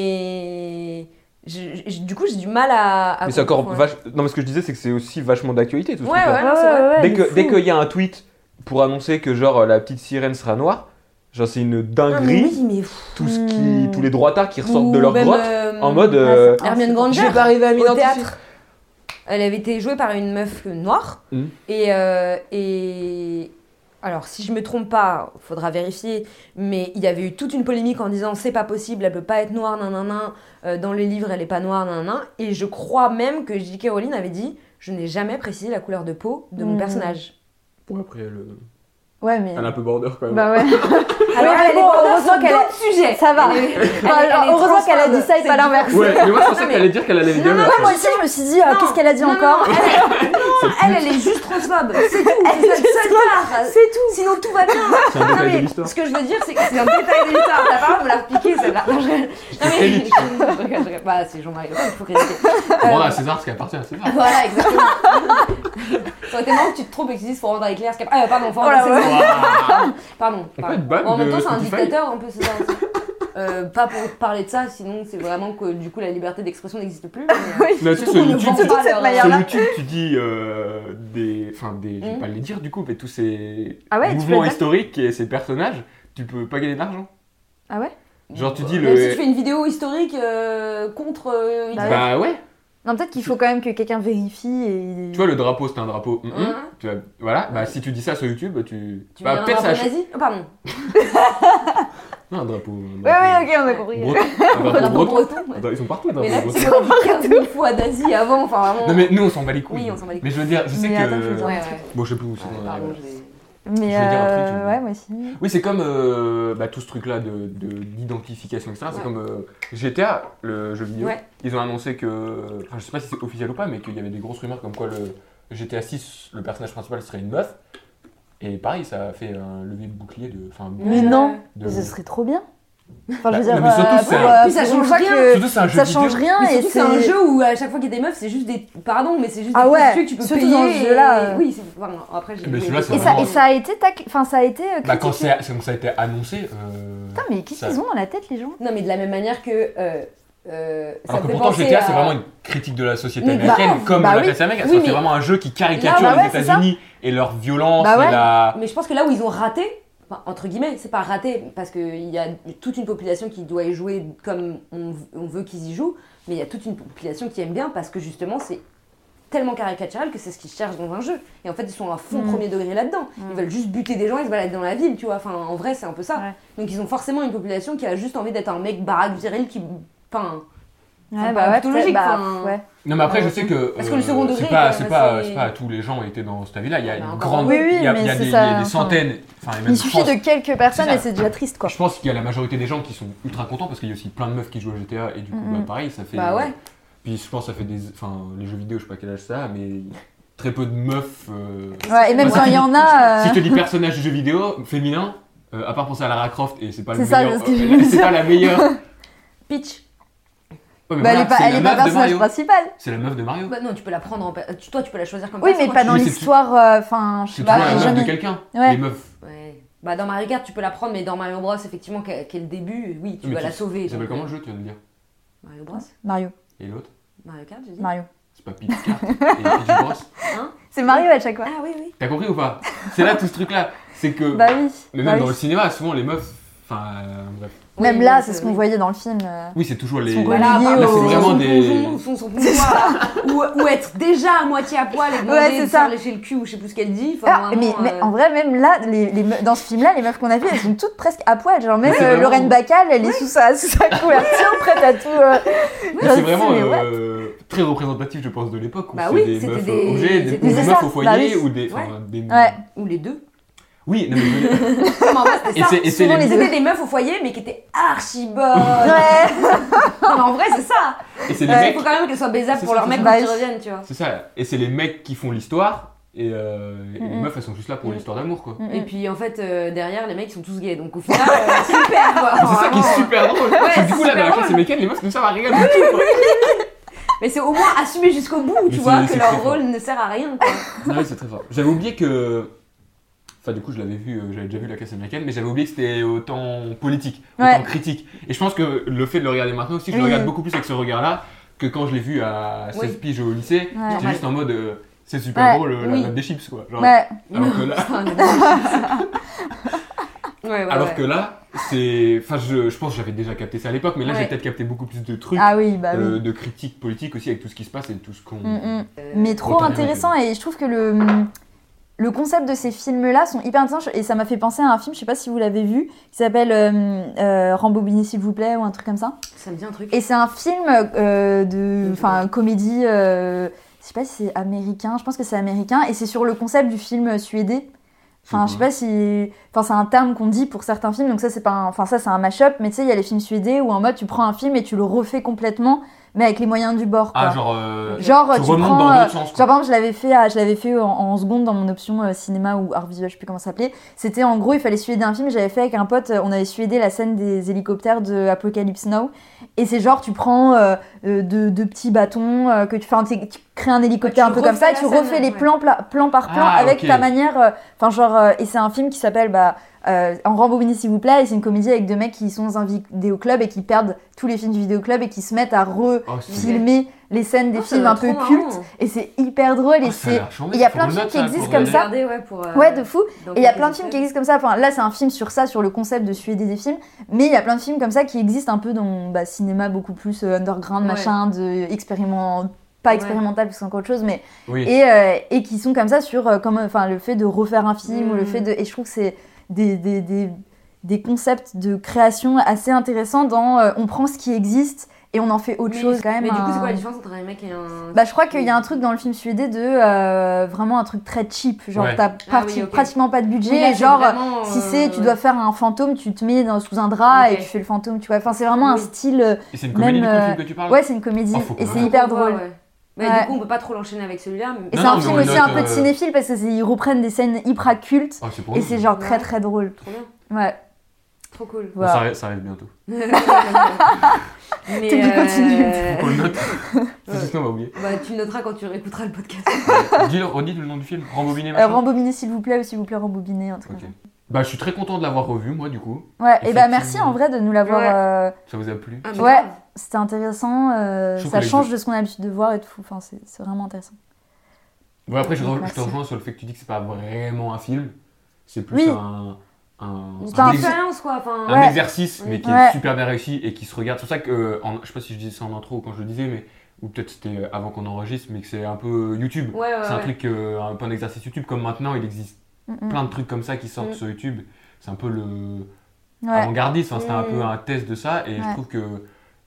Speaker 2: Mais je- je- du coup, j'ai du mal à. à
Speaker 5: Mais c'est encore
Speaker 2: comprendre.
Speaker 5: vache. Non, mais ce que je disais, c'est que c'est aussi vachement d'actualité tout ce
Speaker 2: Ouais,
Speaker 5: truc-là.
Speaker 2: ouais, non, c'est vrai.
Speaker 5: dès que
Speaker 3: de
Speaker 5: dès
Speaker 3: fou.
Speaker 5: qu'il y a un tweet pour annoncer que genre la petite sirène sera noire, genre c'est une
Speaker 2: Ah, mais
Speaker 5: dinguerie,
Speaker 2: oui, mais. pff,
Speaker 5: tout ce qui
Speaker 3: Mmh.
Speaker 5: tous les droitards qui ressortent de
Speaker 2: ou
Speaker 5: leur
Speaker 2: même,
Speaker 5: grotte
Speaker 2: euh,
Speaker 5: en mode oh,
Speaker 3: ouais,
Speaker 5: euh,
Speaker 3: c'est-
Speaker 2: Hermione Granger.
Speaker 3: Je vais pas
Speaker 2: arriver à
Speaker 3: m'identifier.
Speaker 2: Elle avait été jouée par une meuf euh, noire.
Speaker 5: Mhm.
Speaker 2: Et, euh, et. Alors, si je me trompe pas, faudra vérifier, mais il y avait eu toute une polémique en disant c'est pas possible, elle peut pas être noire, nanana, euh, dans les livres elle est pas noire, nanana. Et je crois même que J.K. Rowling avait dit je n'ai jamais précisé la couleur de peau de mon
Speaker 3: Mhm.
Speaker 2: personnage.
Speaker 5: Bon, après le-
Speaker 3: Ouais, mais.
Speaker 5: un peu border quand même.
Speaker 3: Bah ouais.
Speaker 2: Alors,
Speaker 3: mais
Speaker 2: Ah elle est
Speaker 3: bon,
Speaker 2: border
Speaker 3: heureusement
Speaker 2: sur
Speaker 3: qu'elle a-
Speaker 2: d'autres sujets.
Speaker 3: Ça va.
Speaker 2: Elle est-
Speaker 3: Enfin,
Speaker 2: elle est
Speaker 3: heureusement qu'elle a dit ça et
Speaker 2: transparente.
Speaker 3: pas l'inverse.
Speaker 5: Ouais, mais moi je pensais
Speaker 2: Non, mais-
Speaker 5: qu'elle allait dire qu'elle allait les gamins.
Speaker 3: Moi aussi, je me suis dit, euh,
Speaker 2: Non.
Speaker 3: qu'est-ce qu'elle a dit
Speaker 2: Non,
Speaker 3: encore
Speaker 2: non, elle,
Speaker 3: <laughs>
Speaker 2: elle, elle est juste transphobe. C'est tout. C'est notre seule part.
Speaker 3: C'est tout.
Speaker 2: Sinon tout va bien.
Speaker 5: C'est un
Speaker 2: Non,
Speaker 5: détail de
Speaker 2: mais
Speaker 5: l'histoire.
Speaker 2: ce que je veux dire, c'est que c'est un détail de l'histoire. T'as pas à me la repiquer celle-là. Non, je- non, mais- <laughs>
Speaker 5: vite.
Speaker 2: je rigole, je rigole. Bah, c'est Jean-Marie Le Pen, il faut critiquer. Euh,
Speaker 8: Bon, à César, ce qui appartient à César.
Speaker 2: Voilà, exactement. Ça aurait été marrant que tu te trompes et que tu dises faut rendre à éclair ce qu'il y a- Ah, pardon, faut
Speaker 3: Oh
Speaker 2: rendre
Speaker 3: la
Speaker 2: à César. Pardon.
Speaker 5: On
Speaker 2: pardon.
Speaker 5: peut être ban
Speaker 2: en même
Speaker 5: de
Speaker 2: temps, c'est un
Speaker 5: Spotify.
Speaker 2: dictateur, un peu César aussi. Euh, pas pour parler de ça, sinon c'est vraiment que du coup la liberté d'expression n'existe plus. mais-
Speaker 5: Mais tu sais, sur
Speaker 2: Surtout qu'on ne
Speaker 5: YouTube,
Speaker 2: vend
Speaker 5: tu-
Speaker 2: pas
Speaker 3: de cette
Speaker 2: leur-
Speaker 3: manière-là.
Speaker 5: sur YouTube, tu dis euh, des. Enfin, des. Je vais
Speaker 2: Mm.
Speaker 5: pas les dire du coup, mais tous ces
Speaker 3: Ah ouais, tu peux
Speaker 5: mouvements
Speaker 3: les-
Speaker 5: historiques et ces personnages, tu peux pas gagner d'argent.
Speaker 3: Ah ouais
Speaker 5: Genre, tu dis
Speaker 2: Même si tu
Speaker 5: le.
Speaker 2: fais une vidéo historique euh, contre euh, Hitler.
Speaker 5: Bah ouais.
Speaker 3: Non, peut-être qu'il faut quand même que quelqu'un vérifie et.
Speaker 5: Tu vois, le drapeau, c'est un drapeau. hum, hum.
Speaker 2: Hein
Speaker 5: Tu vois, voilà, bah si tu dis ça sur YouTube, tu.
Speaker 2: tu
Speaker 5: bah
Speaker 2: viens
Speaker 5: peut-être
Speaker 2: un
Speaker 5: ça.
Speaker 2: nazi Oh, Pardon.
Speaker 5: Non, un drapeau. un
Speaker 3: Ouais,
Speaker 5: drapeau-
Speaker 3: ouais, ok, on a compris.
Speaker 5: breton. Un
Speaker 2: <laughs>
Speaker 5: drapeau
Speaker 2: Drapeau
Speaker 5: breton.
Speaker 2: breton, ouais.
Speaker 5: Attends, Ils sont partout, les
Speaker 2: Mais
Speaker 5: drapeaux
Speaker 2: là,
Speaker 5: bretons.
Speaker 2: tu as 15 000 fois d'Asie avant, enfin vraiment.
Speaker 5: Non, mais nous, on s'en bat les couilles.
Speaker 2: Oui, on s'en bat les
Speaker 5: Mais je veux dire, je sais
Speaker 3: Mais
Speaker 5: que.
Speaker 3: attends, je veux dire-
Speaker 2: Ouais, ouais.
Speaker 5: Bon, je sais plus où c'est.
Speaker 2: Ouais,
Speaker 5: dans la-
Speaker 2: pardon, j'ai-
Speaker 3: Mais
Speaker 5: Je veux dire un truc,
Speaker 3: euh,
Speaker 5: tu me-
Speaker 3: ouais, moi aussi.
Speaker 5: Oui, c'est comme euh, bah, tout ce truc-là de- de- d'identification, de, etc. C'est
Speaker 2: Ouais.
Speaker 5: comme euh, GTA, le jeu vidéo.
Speaker 2: Ouais.
Speaker 5: Ils ont annoncé que. Enfin, je sais pas si c'est officiel ou pas, mais qu'il y avait des grosses rumeurs comme quoi le GTA 6, le personnage principal serait une meuf. Et pareil, ça a fait un lever de bouclier de. Enfin,
Speaker 3: Mais
Speaker 2: Ouais.
Speaker 3: non.
Speaker 5: de-
Speaker 3: Mais ce serait trop bien. Enfin, je veux
Speaker 5: Bah,
Speaker 3: dire,
Speaker 5: non, mais surtout,
Speaker 3: euh,
Speaker 5: c'est
Speaker 3: pour,
Speaker 5: un-
Speaker 3: euh,
Speaker 2: Puis ça
Speaker 3: pour
Speaker 2: change
Speaker 3: une fois
Speaker 2: rien.
Speaker 3: que
Speaker 5: Surtout, c'est un jeu
Speaker 3: ça
Speaker 5: vidéo.
Speaker 3: change rien
Speaker 2: Mais
Speaker 3: Ah, et
Speaker 2: surtout, c'est un jeu où à chaque fois qu'il y a des meufs, c'est juste des. Pardon, mais c'est juste
Speaker 3: Ah
Speaker 2: des
Speaker 3: ouais,
Speaker 2: prostituées que tu peux
Speaker 3: surtout
Speaker 2: payer.
Speaker 3: dans ce jeu-là,
Speaker 2: et-
Speaker 3: euh.
Speaker 2: Oui, c'est. Enfin, non, après, j'ai.
Speaker 5: Mais celui-là, c'est
Speaker 3: Et ça,
Speaker 5: vraiment-
Speaker 3: et ça a été tac- enfin ça a été euh,
Speaker 5: Bah, quand
Speaker 3: critiqué.
Speaker 5: c'est comme ça a été annoncé. euh,
Speaker 3: Putain mais qu'est-ce
Speaker 5: ça-
Speaker 3: qu'ils ont dans la tête les gens
Speaker 2: Non, mais de la même manière que. euh, euh, ça
Speaker 5: Alors que
Speaker 2: fait
Speaker 5: pourtant,
Speaker 2: penser
Speaker 5: GTA,
Speaker 2: à-
Speaker 5: c'est vraiment une critique de la société
Speaker 2: Mais grave,
Speaker 5: américaine, comme
Speaker 3: bah
Speaker 5: la
Speaker 3: oui.
Speaker 5: classe américaine.
Speaker 2: Oui,
Speaker 5: Ça, c'est
Speaker 2: mais-
Speaker 5: vraiment un jeu qui caricature
Speaker 3: Là,
Speaker 5: les
Speaker 3: bah ouais, c'est ça.
Speaker 5: États-Unis et leur violence
Speaker 3: Bah ouais.
Speaker 5: et la.
Speaker 2: Ah. Mais je pense que là où ils ont raté, enfin, entre guillemets, c'est pas raté, parce qu'il y a toute une population qui doit y jouer comme on, on veut qu'ils y jouent, mais il y a toute une population qui aime bien parce que justement c'est tellement caricatural que c'est ce qu'ils cherchent dans un jeu. Et en fait, ils sont à fond
Speaker 3: Mm.
Speaker 2: premier degré là-dedans.
Speaker 3: Mm.
Speaker 2: Ils veulent juste buter des gens et se balader dans la ville, tu vois. Enfin, en vrai, c'est un peu ça.
Speaker 3: Ouais.
Speaker 2: Donc, ils ont forcément une population qui a juste envie d'être un mec baraque viril qui. Enfin. me paraît plutôt
Speaker 3: peut-être,
Speaker 2: logique,
Speaker 3: bah,
Speaker 2: enfin.
Speaker 3: ouais.
Speaker 5: Non, mais
Speaker 3: Ah,
Speaker 5: après,
Speaker 2: Ouais,
Speaker 5: je sais que. euh,
Speaker 2: Parce que le second degré
Speaker 5: C'est
Speaker 2: est
Speaker 5: pas,
Speaker 2: quand
Speaker 5: c'est
Speaker 2: même
Speaker 5: pas,
Speaker 2: assez-
Speaker 5: c'est pas tous les gens étaient dans cette avis-là. Il y a
Speaker 2: Ah, mais
Speaker 5: une
Speaker 2: encore.
Speaker 5: grande.
Speaker 3: bah, Oui, oui,
Speaker 5: il y a,
Speaker 3: mais
Speaker 5: il y a
Speaker 3: c'est
Speaker 5: des,
Speaker 3: ça,
Speaker 5: il y a des
Speaker 3: enfin.
Speaker 5: centaines. Enfin, et même
Speaker 3: Il
Speaker 5: je
Speaker 3: suffit
Speaker 5: pense-
Speaker 3: de quelques personnes
Speaker 5: C'est ça.
Speaker 3: et c'est déjà triste quoi.
Speaker 5: Je pense qu'il y a la majorité des gens qui sont ultra contents parce qu'il y a aussi plein de meufs qui jouent à GTA et du coup,
Speaker 3: Mhm.
Speaker 5: bah, pareil, ça fait.
Speaker 2: Bah ouais.
Speaker 5: Puis je pense que ça fait des. Enfin, les jeux vidéo, je sais pas quel âge ça a, mais très peu de meufs. euh,
Speaker 3: Ouais, et même
Speaker 5: Bah,
Speaker 3: quand
Speaker 5: si
Speaker 3: il y
Speaker 5: tu-
Speaker 3: en a
Speaker 5: Si je te
Speaker 3: euh,
Speaker 5: dis personnage de jeu vidéo féminin, euh, à part penser à Lara Croft et c'est pas le
Speaker 3: C'est ça,
Speaker 5: meilleur.
Speaker 3: parce que
Speaker 5: euh,
Speaker 3: je
Speaker 5: <laughs>
Speaker 3: me
Speaker 5: c'est pas la meilleure. Ouais,
Speaker 2: Pitch.
Speaker 3: <laughs>
Speaker 5: mais
Speaker 3: bah, elle
Speaker 5: voilà,
Speaker 3: est pas
Speaker 5: c'est
Speaker 3: elle
Speaker 5: la meuf
Speaker 3: est pas
Speaker 5: de
Speaker 3: personnage
Speaker 5: Mario.
Speaker 3: principal.
Speaker 5: C'est la meuf de Mario.
Speaker 2: Bah non, tu peux la prendre en. pa- tu- Toi, tu peux la choisir comme
Speaker 3: Oui, mais
Speaker 2: personne.
Speaker 3: pas dans
Speaker 5: Mais c'est
Speaker 3: l'histoire euh, enfin je
Speaker 5: C'est
Speaker 3: sais
Speaker 5: toujours la
Speaker 3: pas
Speaker 5: meuf de
Speaker 3: jamais.
Speaker 5: quelqu'un.
Speaker 3: Ouais.
Speaker 5: Les meufs.
Speaker 2: Ouais. Bah dans Mario Kart tu peux la prendre mais dans Mario Bros effectivement qui est le début, oui tu
Speaker 5: Mais
Speaker 2: vas
Speaker 5: qui-
Speaker 2: la sauver.
Speaker 5: Ça s'appelle
Speaker 2: donc, euh,
Speaker 5: comment le
Speaker 3: euh.
Speaker 5: jeu, tu viens de dire
Speaker 2: Mario Bros
Speaker 3: Mario,
Speaker 5: Et l'autre
Speaker 2: Mario Kart j'ai dit
Speaker 3: Mario.
Speaker 5: C'est pas Peach Kart et Peach Bros.
Speaker 3: C'est Mario à chaque fois.
Speaker 2: Ah oui oui.
Speaker 5: T'as compris ou pas C'est là tout ce truc-là. C'est que.
Speaker 3: Bah oui.
Speaker 5: mais
Speaker 3: bah
Speaker 5: même
Speaker 3: oui.
Speaker 5: dans le cinéma, souvent les meufs. Enfin, euh, bref.
Speaker 3: Même
Speaker 2: Oui,
Speaker 3: là,
Speaker 2: oui,
Speaker 3: c'est ce
Speaker 2: oui.
Speaker 3: qu'on voyait dans le film. euh.
Speaker 5: Oui, c'est toujours les.
Speaker 3: Son
Speaker 5: les-
Speaker 3: voilà,
Speaker 2: Voilà,
Speaker 3: Lié
Speaker 2: par
Speaker 5: là,
Speaker 3: au-
Speaker 5: c'est vraiment des.
Speaker 2: Son, son, son pouvoir, ou, ou être déjà à moitié à poil et demander
Speaker 3: Ouais, c'est
Speaker 2: de
Speaker 3: ça.
Speaker 2: ça. lécher le cul ou je sais plus ce qu'elle dit.
Speaker 3: Ah,
Speaker 2: Enfin,
Speaker 3: mais,
Speaker 2: vraiment,
Speaker 3: mais
Speaker 2: euh,
Speaker 3: en vrai, même là, les, les me- dans ce film-là, les meufs qu'on a vues, elles sont toutes presque à poil. Genre, même
Speaker 5: Mais c'est
Speaker 3: euh,
Speaker 5: vraiment-
Speaker 3: Lorraine Bacall, elle est sous, sa, sous sa couverture, prête à tout. euh,
Speaker 5: Mais
Speaker 3: genre,
Speaker 5: c'est vraiment
Speaker 3: mais ouais.
Speaker 5: euh, très représentatif, je pense, de l'époque. où
Speaker 2: Bah
Speaker 5: c'est
Speaker 2: oui,
Speaker 5: des
Speaker 2: c'était
Speaker 5: meufs
Speaker 2: des-
Speaker 5: objets, des,
Speaker 2: c'était
Speaker 5: ou des
Speaker 3: des-
Speaker 5: meufs
Speaker 3: ça,
Speaker 5: au foyer,
Speaker 3: bah oui.
Speaker 5: ou des. Enfin, des.
Speaker 3: Ouais.
Speaker 2: Ou
Speaker 3: <laughs>
Speaker 2: les deux.
Speaker 5: Oui, non, mais je veux dire-
Speaker 2: Non, mais en vrai, c'était
Speaker 5: Et
Speaker 2: ça.
Speaker 5: c'est- et c'est
Speaker 2: Souvent,
Speaker 5: les-
Speaker 2: C'était des meufs au foyer mais qui étaient archi bonnes.
Speaker 3: Ouais.
Speaker 2: Non, mais en vrai c'est ça.
Speaker 5: Et
Speaker 3: <laughs>
Speaker 5: c'est les
Speaker 2: Il
Speaker 5: mecs.
Speaker 2: faut quand même qu'elles soient baisables
Speaker 5: C'est
Speaker 2: pour
Speaker 5: ça,
Speaker 2: leur
Speaker 5: c'est
Speaker 2: mec
Speaker 3: ça.
Speaker 2: quand ils reviennent tu vois.
Speaker 3: Mm,
Speaker 5: C'est ça. Et c'est les mecs qui font l'histoire. Et, euh, et les
Speaker 3: Mhm.
Speaker 5: meufs, elles sont juste là pour
Speaker 2: Mhm.
Speaker 5: l'histoire d'amour,
Speaker 3: Mm.
Speaker 5: quoi.
Speaker 2: Et puis en fait euh, derrière les mecs ils sont tous gays donc au final
Speaker 3: <laughs>
Speaker 2: euh, super quoi.
Speaker 5: Et C'est ça qui
Speaker 2: Vraiment,
Speaker 5: est
Speaker 3: Oh.
Speaker 5: super drôle. Parce que
Speaker 2: Ouais,
Speaker 5: du coup, là,
Speaker 2: super
Speaker 5: dans la classe
Speaker 2: drôle.
Speaker 5: américaine, les meufs ne savent à rien du tout. quoi.
Speaker 2: euh, Mais c'est au moins assumé jusqu'au bout,
Speaker 5: Mais
Speaker 2: tu vois,
Speaker 5: c'est-
Speaker 2: que
Speaker 5: c'est très
Speaker 2: leur
Speaker 5: fort.
Speaker 2: rôle ne sert à rien. quoi.
Speaker 5: Ah oui, c'est très fort. J'avais oublié que. Enfin, du coup, je l'avais vu, euh, j'avais déjà vu la classe américaine, mais j'avais oublié que c'était autant politique, autant
Speaker 3: Ouais.
Speaker 5: critique. Et je pense que le fait de le regarder maintenant aussi, je
Speaker 3: Oui.
Speaker 5: le regarde beaucoup plus avec ce regard-là que quand je l'ai vu à 16
Speaker 2: Oui.
Speaker 5: piges au lycée. J'étais
Speaker 2: Normal.
Speaker 5: juste en mode. euh, c'est super
Speaker 3: Ouais,
Speaker 5: drôle, euh, la
Speaker 2: oui.
Speaker 5: meuf des chips, quoi. Genre,
Speaker 3: Ouais.
Speaker 5: Alors que là.
Speaker 3: <laughs>
Speaker 2: <laughs> Putain, mais bon. Ah, ouais, ouais,
Speaker 5: Alors
Speaker 2: ouais.
Speaker 5: que là, c'est. Enfin, je, je pense que j'avais déjà capté ça à l'époque, mais là,
Speaker 2: Ouais.
Speaker 5: j'ai peut-être capté beaucoup plus de trucs,
Speaker 3: Ah oui, bah oui.
Speaker 5: euh, de critiques politiques aussi, avec tout ce qui se passe et tout ce qu'on.
Speaker 3: Mm, mm.
Speaker 2: Euh,
Speaker 3: Mais trop
Speaker 5: Autant
Speaker 3: intéressant et je trouve que le, le concept de ces films-là sont hyper intéressants et ça m'a fait penser à un film, je sais pas si vous l'avez vu, qui s'appelle euh, euh, Rembobiner s'il vous plaît ou un truc comme ça.
Speaker 2: ça me dit un truc.
Speaker 3: Et c'est un film euh, de, enfin, comédie, euh, je sais pas si c'est américain, je pense que c'est américain, et c'est sur le concept du film suédé. Enfin, je sais pas si, enfin, c'est un terme qu'on dit pour certains films, donc ça c'est pas, un- enfin ça c'est un mashup, mais tu sais, il y a les films suédés où en mode tu prends un film et tu le refais complètement, mais avec les moyens du bord. Quoi.
Speaker 5: Ah, genre. euh,
Speaker 3: Genre,
Speaker 5: tu
Speaker 3: tu
Speaker 5: remontes
Speaker 3: prends,
Speaker 5: dans
Speaker 3: euh,
Speaker 5: l'autre sens.
Speaker 3: Genre,
Speaker 5: Quoi.
Speaker 3: par exemple, je l'avais fait, à- je l'avais fait en, en seconde dans mon option euh, cinéma ou art visuel, je sais plus comment ça s'appelait. C'était en gros, il fallait suéder un film. J'avais fait avec un pote, euh, on avait suédé la scène des hélicoptères de Apocalypse Now. Et c'est genre, tu prends euh, euh, deux, deux petits bâtons, euh, que tu, enfin, tu tu crées un hélicoptère
Speaker 2: Ouais,
Speaker 3: un
Speaker 2: tu
Speaker 3: peu comme ça, et tu
Speaker 2: refais la
Speaker 3: refais
Speaker 2: scène,
Speaker 3: les
Speaker 2: ouais.
Speaker 3: plans pla- plan par plan
Speaker 5: Ah,
Speaker 3: avec
Speaker 5: ok.
Speaker 3: ta manière. euh, Enfin, genre, euh, et c'est un film qui s'appelle bah, euh, En rembobinez s'il vous plaît. Et c'est une comédie avec deux mecs qui sont dans un vidéoclub et qui perdent tous les films du vidéoclub et qui se mettent à re
Speaker 5: Oh, c'est-
Speaker 3: filmer les scènes des
Speaker 2: Oh, ça
Speaker 3: films
Speaker 2: doit
Speaker 3: un
Speaker 2: être
Speaker 3: peu
Speaker 2: trop
Speaker 3: cultes
Speaker 2: marrant.
Speaker 3: et c'est hyper drôle et
Speaker 5: Ah, ça a
Speaker 3: c'est
Speaker 5: l'air chambé,
Speaker 3: il y a
Speaker 5: faut
Speaker 3: plein
Speaker 5: que
Speaker 3: de
Speaker 5: je note
Speaker 3: films qui
Speaker 5: ça,
Speaker 3: existent
Speaker 5: pour
Speaker 3: comme
Speaker 5: le-
Speaker 3: ça.
Speaker 2: Regardez, ouais, pour, euh,
Speaker 3: ouais de fou
Speaker 2: dans
Speaker 3: et il y a
Speaker 2: quelques
Speaker 3: plein de films qui
Speaker 2: épisodes.
Speaker 3: existent comme ça enfin là c'est un film sur ça sur le concept de suéder des films mais il y a plein de films comme ça qui existent un peu dans bah, cinéma beaucoup plus euh, underground
Speaker 2: Ouais.
Speaker 3: machin de expériment pas
Speaker 2: Ouais.
Speaker 3: expérimental parce que c'est encore autre chose mais
Speaker 5: Oui.
Speaker 3: et, euh, et qui sont comme ça sur euh, comme enfin le fait de refaire un film ou le
Speaker 2: Mhm.
Speaker 3: fait de et je trouve que c'est des, des, des des concepts de création assez intéressants dans euh, on prend ce qui existe et on en fait autre chose quand même.
Speaker 2: Mais du coup, c'est
Speaker 3: un-
Speaker 2: quoi la différence entre un remake et un.
Speaker 3: bah, je crois qu'il y a un truc dans le film suédois de euh, vraiment un truc très cheap, genre
Speaker 5: Ouais.
Speaker 3: t'as
Speaker 2: Ah
Speaker 3: prati-
Speaker 2: oui, ok.
Speaker 3: pratiquement pas de budget,
Speaker 2: Oui, là,
Speaker 3: et
Speaker 2: c'est
Speaker 3: genre
Speaker 2: vraiment,
Speaker 3: si
Speaker 2: euh,
Speaker 3: c'est tu dois faire un fantôme, tu te mets dans- sous un drap
Speaker 2: Ok.
Speaker 3: et tu fais le fantôme, tu vois. Enfin c'est vraiment un
Speaker 2: Oui.
Speaker 3: style, euh,
Speaker 5: Et c'est une comédie du
Speaker 3: Même,
Speaker 5: coup, le
Speaker 3: euh,
Speaker 5: film que tu parles
Speaker 3: ouais c'est une comédie
Speaker 5: Oh, faut qu'on
Speaker 3: et
Speaker 5: voit.
Speaker 3: c'est hyper
Speaker 2: On voit,
Speaker 3: drôle.
Speaker 2: ouais. Mais
Speaker 3: Ouais.
Speaker 2: du coup, on peut pas trop l'enchaîner avec celui-là. mais-
Speaker 3: Et
Speaker 5: Non,
Speaker 3: c'est
Speaker 5: non,
Speaker 3: un
Speaker 5: mais
Speaker 3: film
Speaker 5: on
Speaker 3: aussi
Speaker 5: note,
Speaker 3: un peu de
Speaker 5: euh,
Speaker 3: cinéphile parce qu'ils reprennent des scènes hyper cultes
Speaker 5: Ah, c'est pour
Speaker 3: et
Speaker 5: nous.
Speaker 3: c'est genre
Speaker 2: Ouais.
Speaker 3: très très drôle.
Speaker 2: Trop bien.
Speaker 3: Ouais,
Speaker 2: Trop
Speaker 3: <laughs>
Speaker 2: cool.
Speaker 5: Bon,
Speaker 3: voilà.
Speaker 5: ça, arrive, ça arrive bientôt.
Speaker 2: Mais,
Speaker 3: Tout continue.
Speaker 5: On le
Speaker 3: <laughs>
Speaker 5: note.
Speaker 2: Ouais.
Speaker 5: Parce que sinon, on va oublier.
Speaker 2: Bah, tu noteras quand tu réécouteras le podcast.
Speaker 5: Dis, redis le nom du film, Rembobiner
Speaker 3: Euh,
Speaker 5: machin.
Speaker 3: rembobinez s'il vous plaît ou s'il vous plaît rembobinez un truc.
Speaker 5: Ok. Bah, je suis très content de l'avoir revu, moi, du coup.
Speaker 3: Ouais, et bah
Speaker 5: Effectivement.
Speaker 3: merci en vrai de nous l'avoir.
Speaker 2: Ouais.
Speaker 3: euh,
Speaker 5: Ça vous a plu
Speaker 2: Ah, mais
Speaker 3: Ouais.
Speaker 2: grave.
Speaker 3: C'était intéressant, euh,
Speaker 5: Je trouve
Speaker 3: ça
Speaker 5: que les
Speaker 3: change de ce qu'on a l'habitude de voir et tout. Enfin, c'est c'est vraiment intéressant.
Speaker 5: Ouais, après, je, re- je
Speaker 3: Merci.
Speaker 5: te rejoins sur le fait que tu dis que c'est pas vraiment un film. C'est plus
Speaker 3: Oui.
Speaker 5: un. Un,
Speaker 3: C'est
Speaker 2: C'est une
Speaker 3: un
Speaker 5: exer-
Speaker 2: expérience quoi. Enfin,
Speaker 5: un
Speaker 3: Ouais.
Speaker 5: exercice, mais qui est
Speaker 3: Ouais.
Speaker 5: super bien réussi et qui se regarde. C'est pour ça que, euh, en- je sais pas si je disais ça en intro ou quand je le disais, mais ou peut-être c'était avant qu'on enregistre, mais que c'est un peu euh, YouTube.
Speaker 2: Ouais, ouais,
Speaker 5: c'est un
Speaker 2: ouais.
Speaker 5: truc, euh, un peu un exercice YouTube comme maintenant. Il existe
Speaker 3: Mm, mm.
Speaker 5: plein de trucs comme ça qui sortent
Speaker 2: Mm.
Speaker 5: sur YouTube. C'est un peu le
Speaker 3: Ouais.
Speaker 5: avant-gardiste. Enfin, c'était un
Speaker 2: Mm.
Speaker 5: peu un test de ça et je
Speaker 3: Ouais.
Speaker 5: trouve que,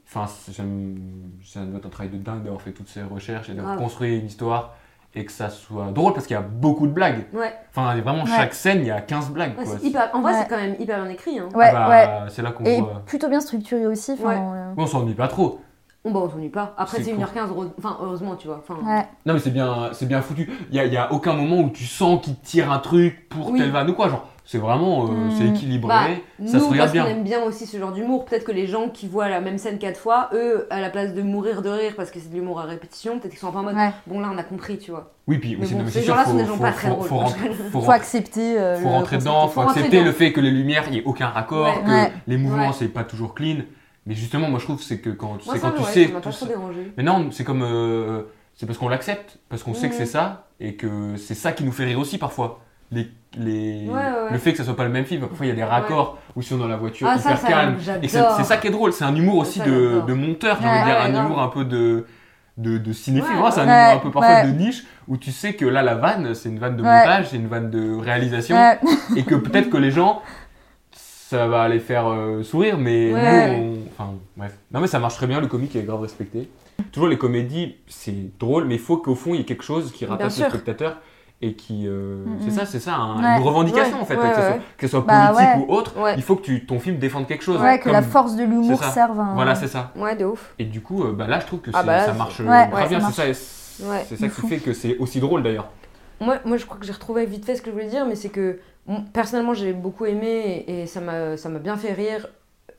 Speaker 5: enfin, c'est- j'aime- ça doit être un travail de dingue d'avoir fait toutes ces recherches et d'avoir
Speaker 2: Grave.
Speaker 5: construit une histoire et que ça soit drôle parce qu'il y a beaucoup de blagues.
Speaker 2: Ouais.
Speaker 5: Enfin, vraiment
Speaker 3: Ouais.
Speaker 5: chaque scène, il y a 15 blagues.
Speaker 2: Ouais,
Speaker 5: quoi.
Speaker 2: c'est hyper... En vrai,
Speaker 3: Ouais.
Speaker 2: c'est quand même hyper bien écrit. Hein.
Speaker 3: Ouais,
Speaker 5: Ah
Speaker 3: ouais.
Speaker 5: bah, C'est là qu'on
Speaker 3: Et
Speaker 5: voit.
Speaker 3: plutôt bien structuré aussi. enfin,
Speaker 2: Ouais.
Speaker 3: euh,
Speaker 5: On s'ennuie pas trop.
Speaker 2: Bon, bah, on s'ennuie pas. Après,
Speaker 5: C'est
Speaker 2: c'est
Speaker 5: cool.
Speaker 2: 1h15, heure- enfin, heureusement, tu vois. Enfin,
Speaker 3: euh, ouais.
Speaker 5: Non mais c'est bien, c'est bien foutu. Il y a, il y a aucun moment où tu sens qu'il tire un truc pour
Speaker 2: Oui.
Speaker 5: tel van ou quoi. Genre, c'est vraiment, euh,
Speaker 3: Mm.
Speaker 5: c'est équilibré,
Speaker 2: Bah,
Speaker 5: ça se
Speaker 2: nous,
Speaker 5: regarde
Speaker 2: parce qu'on
Speaker 5: bien.
Speaker 2: aime bien aussi ce genre d'humour, peut-être que les gens qui voient la même scène quatre fois, eux, à la place de mourir de rire parce que c'est de l'humour à répétition, peut-être qu'ils sont un peu en mode
Speaker 3: Ouais.
Speaker 2: bon là on a compris, tu vois.
Speaker 5: Oui, puis
Speaker 2: Mais
Speaker 5: oui, c'est-
Speaker 2: bon,
Speaker 5: non, mais
Speaker 2: ces
Speaker 5: c'est sûr,
Speaker 2: gens-là
Speaker 5: faut,
Speaker 2: sont des gens
Speaker 5: faut-
Speaker 2: pas très
Speaker 5: faut-
Speaker 2: drôles,
Speaker 5: faut
Speaker 2: en
Speaker 5: rentrer- faut
Speaker 3: Faut
Speaker 5: rentrer-
Speaker 3: accepter. euh,
Speaker 5: faut
Speaker 3: le
Speaker 5: rentrer
Speaker 3: concept.
Speaker 5: dedans, faut,
Speaker 2: rentrer
Speaker 5: accepter
Speaker 2: dedans.
Speaker 5: le fait que les lumières, il n'y ait aucun raccord,
Speaker 2: Ouais.
Speaker 5: que
Speaker 3: Ouais.
Speaker 5: les mouvements,
Speaker 2: Ouais.
Speaker 5: c'est pas toujours clean. Mais justement, moi je trouve c'est que quand tu,
Speaker 2: Moi
Speaker 5: c'est
Speaker 2: ça,
Speaker 5: quand
Speaker 2: ouais,
Speaker 5: tu sais
Speaker 2: ça m'a pas
Speaker 5: tout ça-
Speaker 2: trop dérangé.
Speaker 5: Mais non, c'est comme. euh, c'est parce qu'on l'accepte, parce qu'on sait que
Speaker 2: Mhm.
Speaker 5: c'est ça, et que c'est ça qui nous fait rire aussi parfois. Les, les-
Speaker 2: Ouais, ouais, ouais.
Speaker 5: Le fait que ça soit pas le même film, parfois il y a des raccords où si on est dans la voiture
Speaker 2: Ah, ça,
Speaker 5: hyper
Speaker 2: ça,
Speaker 5: calme.
Speaker 2: j'adore.
Speaker 5: Et c'est c'est ça qui est drôle, c'est un humour aussi
Speaker 2: Ça,
Speaker 5: de,
Speaker 2: j'adore.
Speaker 5: de monteur, j'ai
Speaker 3: Ouais,
Speaker 5: envie de dire,
Speaker 2: ouais,
Speaker 5: un
Speaker 2: grave.
Speaker 5: humour un peu de. De, de cinéphile,
Speaker 2: Ouais,
Speaker 5: Vraiment, c'est un
Speaker 3: ouais.
Speaker 5: humour un peu parfois de
Speaker 3: Ouais.
Speaker 5: niche où tu sais que là la vanne c'est une vanne de
Speaker 3: Ouais.
Speaker 5: montage, c'est une vanne de réalisation
Speaker 3: <laughs> Ouais.
Speaker 5: et que peut-être que les gens ça va les faire euh, sourire mais
Speaker 2: Ouais.
Speaker 5: nous on... enfin bref non mais ça marche très bien le comique est grave respecté toujours les comédies c'est drôle mais il faut qu'au fond il y ait quelque chose qui rattache le
Speaker 2: sûr.
Speaker 5: spectateur et qui euh,
Speaker 3: Mhm.
Speaker 5: c'est ça c'est ça un-
Speaker 3: Ouais.
Speaker 5: une revendication
Speaker 2: Ouais.
Speaker 5: en fait
Speaker 2: Ouais,
Speaker 5: que, ce
Speaker 2: ouais.
Speaker 5: soit, que ce soit
Speaker 3: Bah,
Speaker 5: politique
Speaker 3: ouais.
Speaker 5: ou autre
Speaker 2: Ouais.
Speaker 5: il faut que tu, ton film défende quelque chose
Speaker 3: Ouais, que la
Speaker 5: Comme-
Speaker 3: force de l'humour
Speaker 5: c'est ça.
Speaker 3: serve
Speaker 2: hein.
Speaker 3: à un.
Speaker 5: voilà c'est ça
Speaker 2: Ouais, de ouf.
Speaker 5: et du coup euh, bah là je trouve que
Speaker 2: Ah,
Speaker 5: c'est-
Speaker 2: bah là,
Speaker 5: ça
Speaker 2: c'est-
Speaker 5: marche euh,
Speaker 3: Ouais,
Speaker 5: grave
Speaker 3: ouais,
Speaker 5: bien
Speaker 3: ça
Speaker 5: c'est ça
Speaker 2: Ouais.
Speaker 5: c'est ça qui
Speaker 3: Fou.
Speaker 5: fait que c'est aussi drôle d'ailleurs
Speaker 2: Moi, moi, je crois que j'ai retrouvé vite fait ce que je voulais dire, mais c'est que bon, personnellement, j'ai beaucoup aimé et, et ça m'a ça m'a bien fait rire,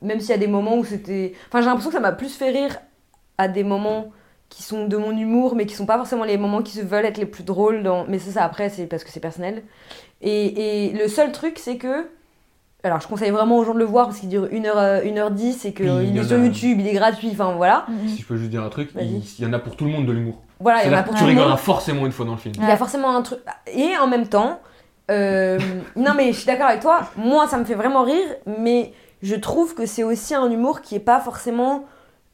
Speaker 2: même s'il y a des moments où c'était. Enfin, j'ai l'impression que ça m'a plus fait rire à des moments qui sont de mon humour, mais qui sont pas forcément les moments qui se veulent être les plus drôles. Dans... Mais c'est ça, après, c'est parce que c'est personnel. Et, et le seul truc, c'est que. Alors, je conseille vraiment aux gens de le voir parce qu'il dure euh, 1h10 et
Speaker 5: Puis, il
Speaker 2: qu'il
Speaker 5: y
Speaker 2: est
Speaker 5: en
Speaker 2: sur
Speaker 5: a-
Speaker 2: YouTube, il est gratuit, enfin voilà.
Speaker 3: Mhm.
Speaker 5: si je peux juste dire un truc
Speaker 2: Vas-y.
Speaker 5: il il y en a pour tout le monde de l'humour
Speaker 2: Voilà, il y en a
Speaker 5: C'est-à-dire
Speaker 2: pour
Speaker 5: que
Speaker 2: tout
Speaker 5: tu
Speaker 2: le monde.
Speaker 5: rigoleras forcément une fois dans le film
Speaker 2: Il y a forcément un truc. Et en même temps, euh, non mais je suis d'accord avec toi, moi ça me fait vraiment rire, mais je trouve que c'est aussi un humour qui est pas forcément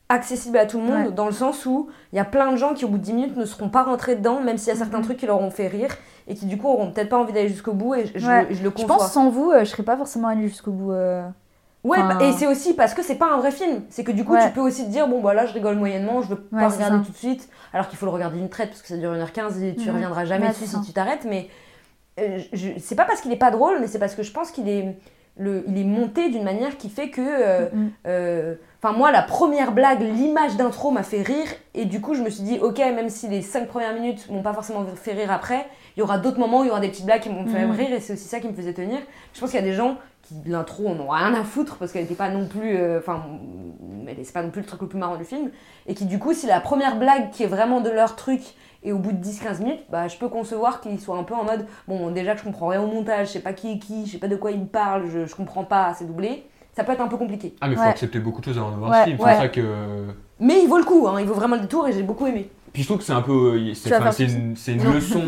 Speaker 2: accessible à tout le monde,
Speaker 3: Ouais.
Speaker 2: dans le sens où il y a plein de gens qui au bout de 10 minutes ne seront pas rentrés dedans, même s'il y a
Speaker 3: Mhm.
Speaker 2: certains trucs qui leur ont fait rire et qui du coup auront peut-être pas envie d'aller jusqu'au bout, et je, je-
Speaker 3: Ouais.
Speaker 2: je
Speaker 3: Je
Speaker 2: le conçois.
Speaker 3: pense sans vous, euh, je serais pas forcément allée jusqu'au bout. euh.
Speaker 2: Ouais,
Speaker 3: Enfin-
Speaker 2: bah, et c'est aussi parce que c'est pas un vrai film. C'est que du coup,
Speaker 3: Ouais.
Speaker 2: tu peux aussi te dire, bon, bah là, je rigole moyennement, je veux pas
Speaker 3: Ouais, c'est
Speaker 2: regarder
Speaker 3: ça.
Speaker 2: tout de suite. Alors qu'il faut le regarder une traite parce que ça dure 1h15 et tu
Speaker 3: Mhm.
Speaker 2: reviendras jamais
Speaker 3: Ouais,
Speaker 2: dessus
Speaker 3: c'est
Speaker 2: si
Speaker 3: ça.
Speaker 2: tu t'arrêtes. Mais euh, je- c'est pas parce qu'il est pas drôle, mais c'est parce que je pense qu'il est, le, il est monté d'une manière qui fait que. euh,
Speaker 3: Mhm.
Speaker 2: euh, Enfin, moi, la première blague, l'image d'intro m'a fait rire. Et du coup, je me suis dit, ok, même si les 5 premières minutes m'ont pas forcément fait rire après, il y aura d'autres moments, où il y aura des petites blagues qui m'ont fait
Speaker 3: Mhm.
Speaker 2: rire. Et c'est aussi ça qui me faisait tenir. Je pense qu'il y a des gens qui, de l'intro, on a rien à foutre parce qu'elle n'était pas non plus. euh, Enfin, mais c'est pas non plus le truc le plus marrant du film. Et qui, du coup, si la première blague qui est vraiment de leur truc. Et au bout de 10-15 minutes, bah, je peux concevoir qu'ils soient un peu en mode Bon, déjà que je comprends rien au montage, je sais pas qui est qui, je sais pas de quoi il me parle, je, je comprends pas, c'est doublé. Ça peut être un peu compliqué.
Speaker 5: Ah mais faut
Speaker 3: Ouais.
Speaker 5: accepter beaucoup de choses avant de voir
Speaker 3: Ouais,
Speaker 5: ce film, c'est
Speaker 3: ouais.
Speaker 5: pour ça que...
Speaker 2: Mais il vaut le coup, hein, il vaut vraiment le détour et j'ai beaucoup aimé.
Speaker 5: Puis je trouve que c'est un peu... euh,
Speaker 3: Tu
Speaker 5: C'est
Speaker 3: vas
Speaker 5: enfin,
Speaker 3: faire
Speaker 5: c'est
Speaker 3: tout
Speaker 5: une, c'est une
Speaker 3: <laughs>
Speaker 2: Non.
Speaker 5: leçon,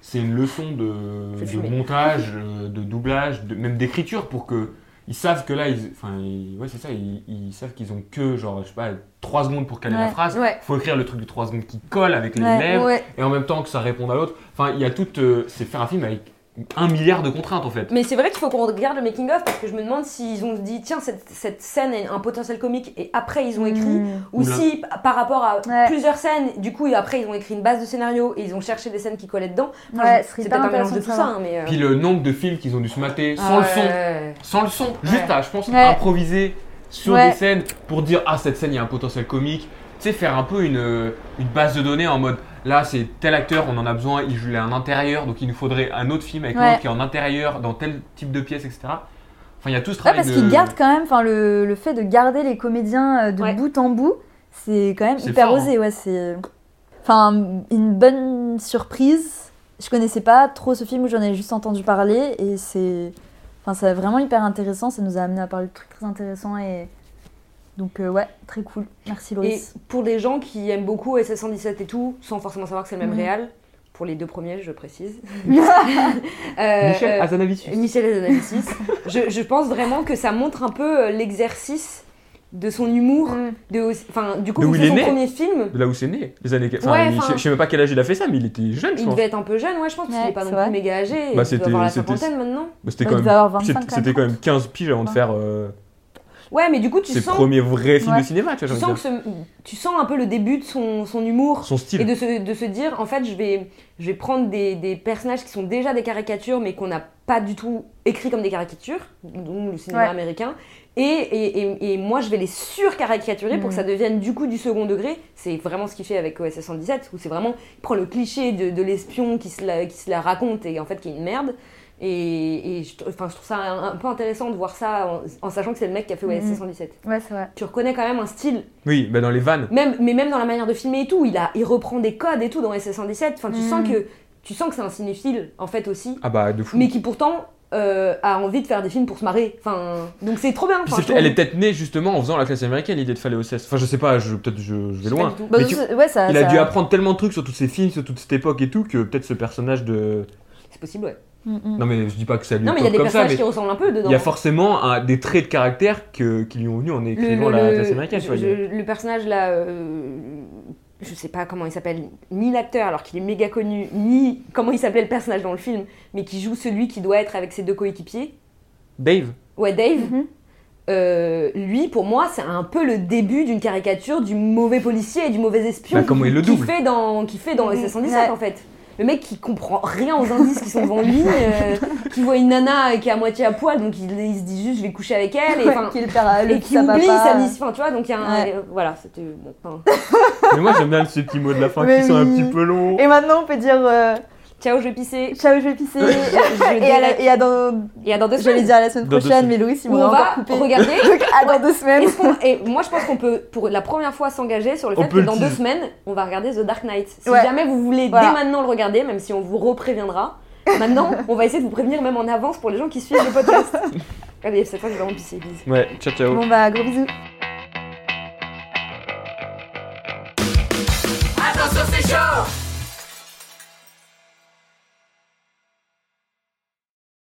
Speaker 5: c'est une leçon de,
Speaker 2: Faut
Speaker 5: de
Speaker 2: fumer.
Speaker 5: montage, euh, de doublage, de- même d'écriture pour que... Ils savent que là, ils, enfin, ils- ouais, c'est ça, ils, ils savent qu'ils ont que, genre, je sais pas, 3 secondes pour caler la
Speaker 3: Ouais.
Speaker 5: phrase.
Speaker 2: Ouais.
Speaker 5: Faut écrire le truc de 3 secondes qui colle avec les
Speaker 3: Ouais,
Speaker 5: lèvres,
Speaker 2: ouais.
Speaker 5: et en même temps que ça réponde à l'autre. Enfin, il y a tout... euh, c'est faire un film avec un milliard de contraintes en fait.
Speaker 2: Mais c'est vrai qu'il faut qu'on regarde le making of parce que je me demande s'ils ont dit tiens cette, cette scène a un potentiel comique et après
Speaker 3: Mm.
Speaker 2: ils ont écrit ou
Speaker 5: Oula.
Speaker 2: si p- par rapport à
Speaker 3: Hmm. Ouais.
Speaker 2: plusieurs scènes du coup et après ils ont écrit une base de scénario et ils ont cherché des scènes qui collaient dedans. Enfin,
Speaker 3: Ouais,
Speaker 2: je-
Speaker 3: ce serait
Speaker 2: c'est
Speaker 3: hyper
Speaker 2: peut-être un mélange
Speaker 3: intéressant
Speaker 2: de
Speaker 3: de
Speaker 2: tout ça
Speaker 3: savoir.
Speaker 2: hein, mais euh,
Speaker 5: Puis le nombre de films qu'ils ont dû se mater sans
Speaker 2: ah
Speaker 5: le son,
Speaker 2: ouais.
Speaker 5: sans le son, juste à, je pense,
Speaker 3: Ouais.
Speaker 5: improviser sur
Speaker 3: Ouais.
Speaker 5: des scènes pour dire ah cette scène il y a un potentiel comique, tu sais faire un peu une, euh, une base de données en mode là c'est tel acteur on en a besoin, il joue à un intérieur donc il nous faudrait un autre film avec
Speaker 3: Ouais.
Speaker 5: l'autre qui est en intérieur dans tel type de pièce etc. Enfin il y a tout ce
Speaker 3: Ouais,
Speaker 5: travail
Speaker 3: parce
Speaker 5: de-
Speaker 3: qu'ils gardent quand même, enfin le, le fait de garder les comédiens euh, de
Speaker 2: Ouais. hein.
Speaker 3: bout en bout, c'est quand même
Speaker 5: C'est
Speaker 3: hyper
Speaker 5: fort,
Speaker 3: osé, ouais, c'est enfin une bonne surprise. Je connaissais pas trop ce film, j'en ai juste entendu parler et c'est enfin c'est vraiment hyper intéressant, ça nous a amené à parler de trucs très intéressants et donc euh, ouais, très cool. Merci <laughs>
Speaker 2: Et
Speaker 3: Loris.
Speaker 2: pour les gens qui aiment beaucoup SS117 et tout sans forcément savoir que c'est le même
Speaker 3: Mhm.
Speaker 2: réal pour les deux premiers
Speaker 3: <laughs>
Speaker 2: je précise. <laughs>
Speaker 5: Michel
Speaker 2: Euh, euh,
Speaker 5: Hazanavicius.
Speaker 2: Michel Hazanavicius. je, je pense vraiment que ça montre un peu euh, l'exercice de son humour, de, enfin, du coup,
Speaker 5: De où
Speaker 2: vu que
Speaker 5: il
Speaker 2: c'est
Speaker 5: est
Speaker 2: son
Speaker 5: né.
Speaker 2: premier film,
Speaker 5: De Là où c'est né, les années. Enfin,
Speaker 2: Ouais,
Speaker 5: il-
Speaker 2: enfin-
Speaker 5: je, je sais même pas quel âge il a fait ça, mais il était jeune, je
Speaker 2: il
Speaker 5: pense.
Speaker 2: devait être un peu jeune, ouais, je pense qu'il
Speaker 3: Ouais,
Speaker 2: n'est pas non
Speaker 3: c'est vrai.
Speaker 2: plus méga âgé,
Speaker 5: Bah,
Speaker 2: il doit
Speaker 5: c'était-
Speaker 2: avoir la
Speaker 5: c'était-
Speaker 2: cinquantaine maintenant.
Speaker 5: Bah, C'était
Speaker 3: Bah,
Speaker 5: quand
Speaker 3: il
Speaker 5: même.
Speaker 3: devait avoir 25
Speaker 5: c'était- C'était quand même 15 piges avant de
Speaker 3: Ouais.
Speaker 5: faire euh,
Speaker 2: Ouais, mais du coup, tu
Speaker 5: ses
Speaker 2: sens,
Speaker 5: premiers vrais films
Speaker 3: Ouais.
Speaker 5: de cinéma, tu vois. j'ai
Speaker 2: tu
Speaker 5: envie
Speaker 2: sens,
Speaker 5: de
Speaker 2: que
Speaker 5: dire.
Speaker 2: ce- tu sens un peu le début de son, son humour
Speaker 5: Son
Speaker 2: et
Speaker 5: style.
Speaker 2: de se, de se dire, en fait, je vais, je vais prendre des, des personnages qui sont déjà des caricatures, mais qu'on n'a pas du tout écrit comme des caricatures, donc le cinéma
Speaker 3: Ouais.
Speaker 2: américain, et, et, et, et moi, je vais les surcaricaturer pour que
Speaker 3: Mhm.
Speaker 2: ça devienne du coup du second degré. C'est vraiment ce qu'il fait avec OSS 117, où c'est vraiment il prend le cliché de, de l'espion qui se, la, qui se la raconte et en fait qui est une merde. Et, et je, tr- enfin, je trouve ça un, un peu intéressant de voir ça en, en sachant que c'est le mec qui a fait OSS
Speaker 3: Mhm.
Speaker 2: 117.
Speaker 3: Ouais, c'est vrai.
Speaker 2: Tu reconnais quand même un style,
Speaker 5: Oui, bah dans les vannes.
Speaker 2: même, mais même dans la manière de filmer et tout, il, a, il reprend des codes et tout dans OSS 117. Enfin, tu,
Speaker 3: Mhm.
Speaker 2: sens que, tu sens que c'est un cinéphile en fait aussi,
Speaker 5: Ah bah de Mm. fou.
Speaker 2: mais qui pourtant euh, a envie de faire des films pour se marrer. Enfin, donc c'est trop bien.
Speaker 5: Puis
Speaker 2: Enfin,
Speaker 5: c'est-
Speaker 2: je trouve-
Speaker 5: elle est peut-être née justement en faisant la classe américaine, l'idée de Fallait au cesse. Enfin, je sais pas, je, peut-être je, je vais
Speaker 2: pas
Speaker 5: loin.
Speaker 2: du tout.
Speaker 3: Bah,
Speaker 5: Mais
Speaker 3: donc,
Speaker 5: tu-
Speaker 3: c'est- ouais, ça,
Speaker 5: il a
Speaker 3: ça-
Speaker 5: dû apprendre tellement de trucs sur tous ces films, sur toute cette époque et tout, que peut-être ce personnage de.
Speaker 2: C'est possible, ouais.
Speaker 3: Mm, mm.
Speaker 5: Non, mais je dis pas que ça lui
Speaker 2: Non, mais il y a
Speaker 5: pop
Speaker 2: des
Speaker 5: comme ça,
Speaker 2: personnages
Speaker 5: mais
Speaker 2: qui ressemblent un peu dedans.
Speaker 5: il y a forcément un- des traits de caractère que, qui lui ont venus en écrivant la classe américaine. tu vois, il y a-
Speaker 2: je- le personnage là, euh, je sais pas comment il s'appelle, ni l'acteur alors qu'il est méga connu, ni comment il s'appelait le personnage dans le film, mais qui joue celui qui doit être avec ses deux coéquipiers.
Speaker 5: Dave
Speaker 2: Ouais, Dave.
Speaker 3: Mhm.
Speaker 2: euh, lui, pour moi, c'est un peu le début d'une caricature du mauvais policier et du mauvais espion
Speaker 5: Bah, comment il le
Speaker 2: qui
Speaker 5: double.
Speaker 2: fait dans qui fait dans
Speaker 3: Mhm.
Speaker 2: SS117
Speaker 3: Ouais.
Speaker 2: en fait. Le mec qui comprend rien aux indices qui sont
Speaker 3: <laughs>
Speaker 2: devant lui, euh, qui voit une nana qui est à moitié à poil, donc il, il se dit juste je vais coucher avec elle. Et,
Speaker 3: Ouais,
Speaker 2: enfin,
Speaker 3: qui est le père- le
Speaker 2: et
Speaker 3: petit
Speaker 2: qui oublie
Speaker 3: papa.
Speaker 2: sa mission. Enfin, tu vois, donc il y a un.
Speaker 3: Ouais.
Speaker 2: euh, voilà, c'était. Bon, enfin,
Speaker 5: Mais moi j'aime bien ces petits mots de
Speaker 2: <laughs>
Speaker 5: la fin
Speaker 3: Mais
Speaker 5: qui sont un
Speaker 3: oui.
Speaker 5: petit peu longs.
Speaker 3: Et maintenant, on peut dire euh,
Speaker 2: Ciao, je vais
Speaker 3: <laughs>
Speaker 2: pisser.
Speaker 3: ciao, je vais pisser.
Speaker 5: <laughs>
Speaker 2: Je
Speaker 3: et, à la-
Speaker 2: délaisse.
Speaker 3: et à dans,
Speaker 2: Et à dans deux
Speaker 3: j'allais
Speaker 2: semaines.
Speaker 3: dire à la semaine
Speaker 5: Dans deux
Speaker 3: prochaine,
Speaker 5: semaines.
Speaker 3: mais Loris, il
Speaker 2: Où
Speaker 3: m'aurait
Speaker 2: on va
Speaker 3: encore coupé.
Speaker 2: regarder.
Speaker 3: Donc, <laughs> à dans deux
Speaker 2: <laughs>
Speaker 3: semaines.
Speaker 2: Est-ce qu'on- Et moi, je pense qu'on peut, pour la première fois, s'engager sur le
Speaker 5: On
Speaker 2: fait
Speaker 5: peut
Speaker 2: que
Speaker 5: le
Speaker 2: dans deux
Speaker 5: teaser.
Speaker 2: semaines, on va regarder The Dark Knight. Si
Speaker 3: Ouais.
Speaker 2: jamais vous voulez
Speaker 3: Voilà.
Speaker 2: dès maintenant le regarder, même si on vous repréviendra, maintenant, on va essayer de vous prévenir
Speaker 5: <laughs>
Speaker 2: même en avance pour les gens qui suivent le podcast. Allez, cette fois, je vais vraiment pisser. Bisous.
Speaker 5: Ouais, ciao ciao.
Speaker 3: Bon, bah, gros bisous.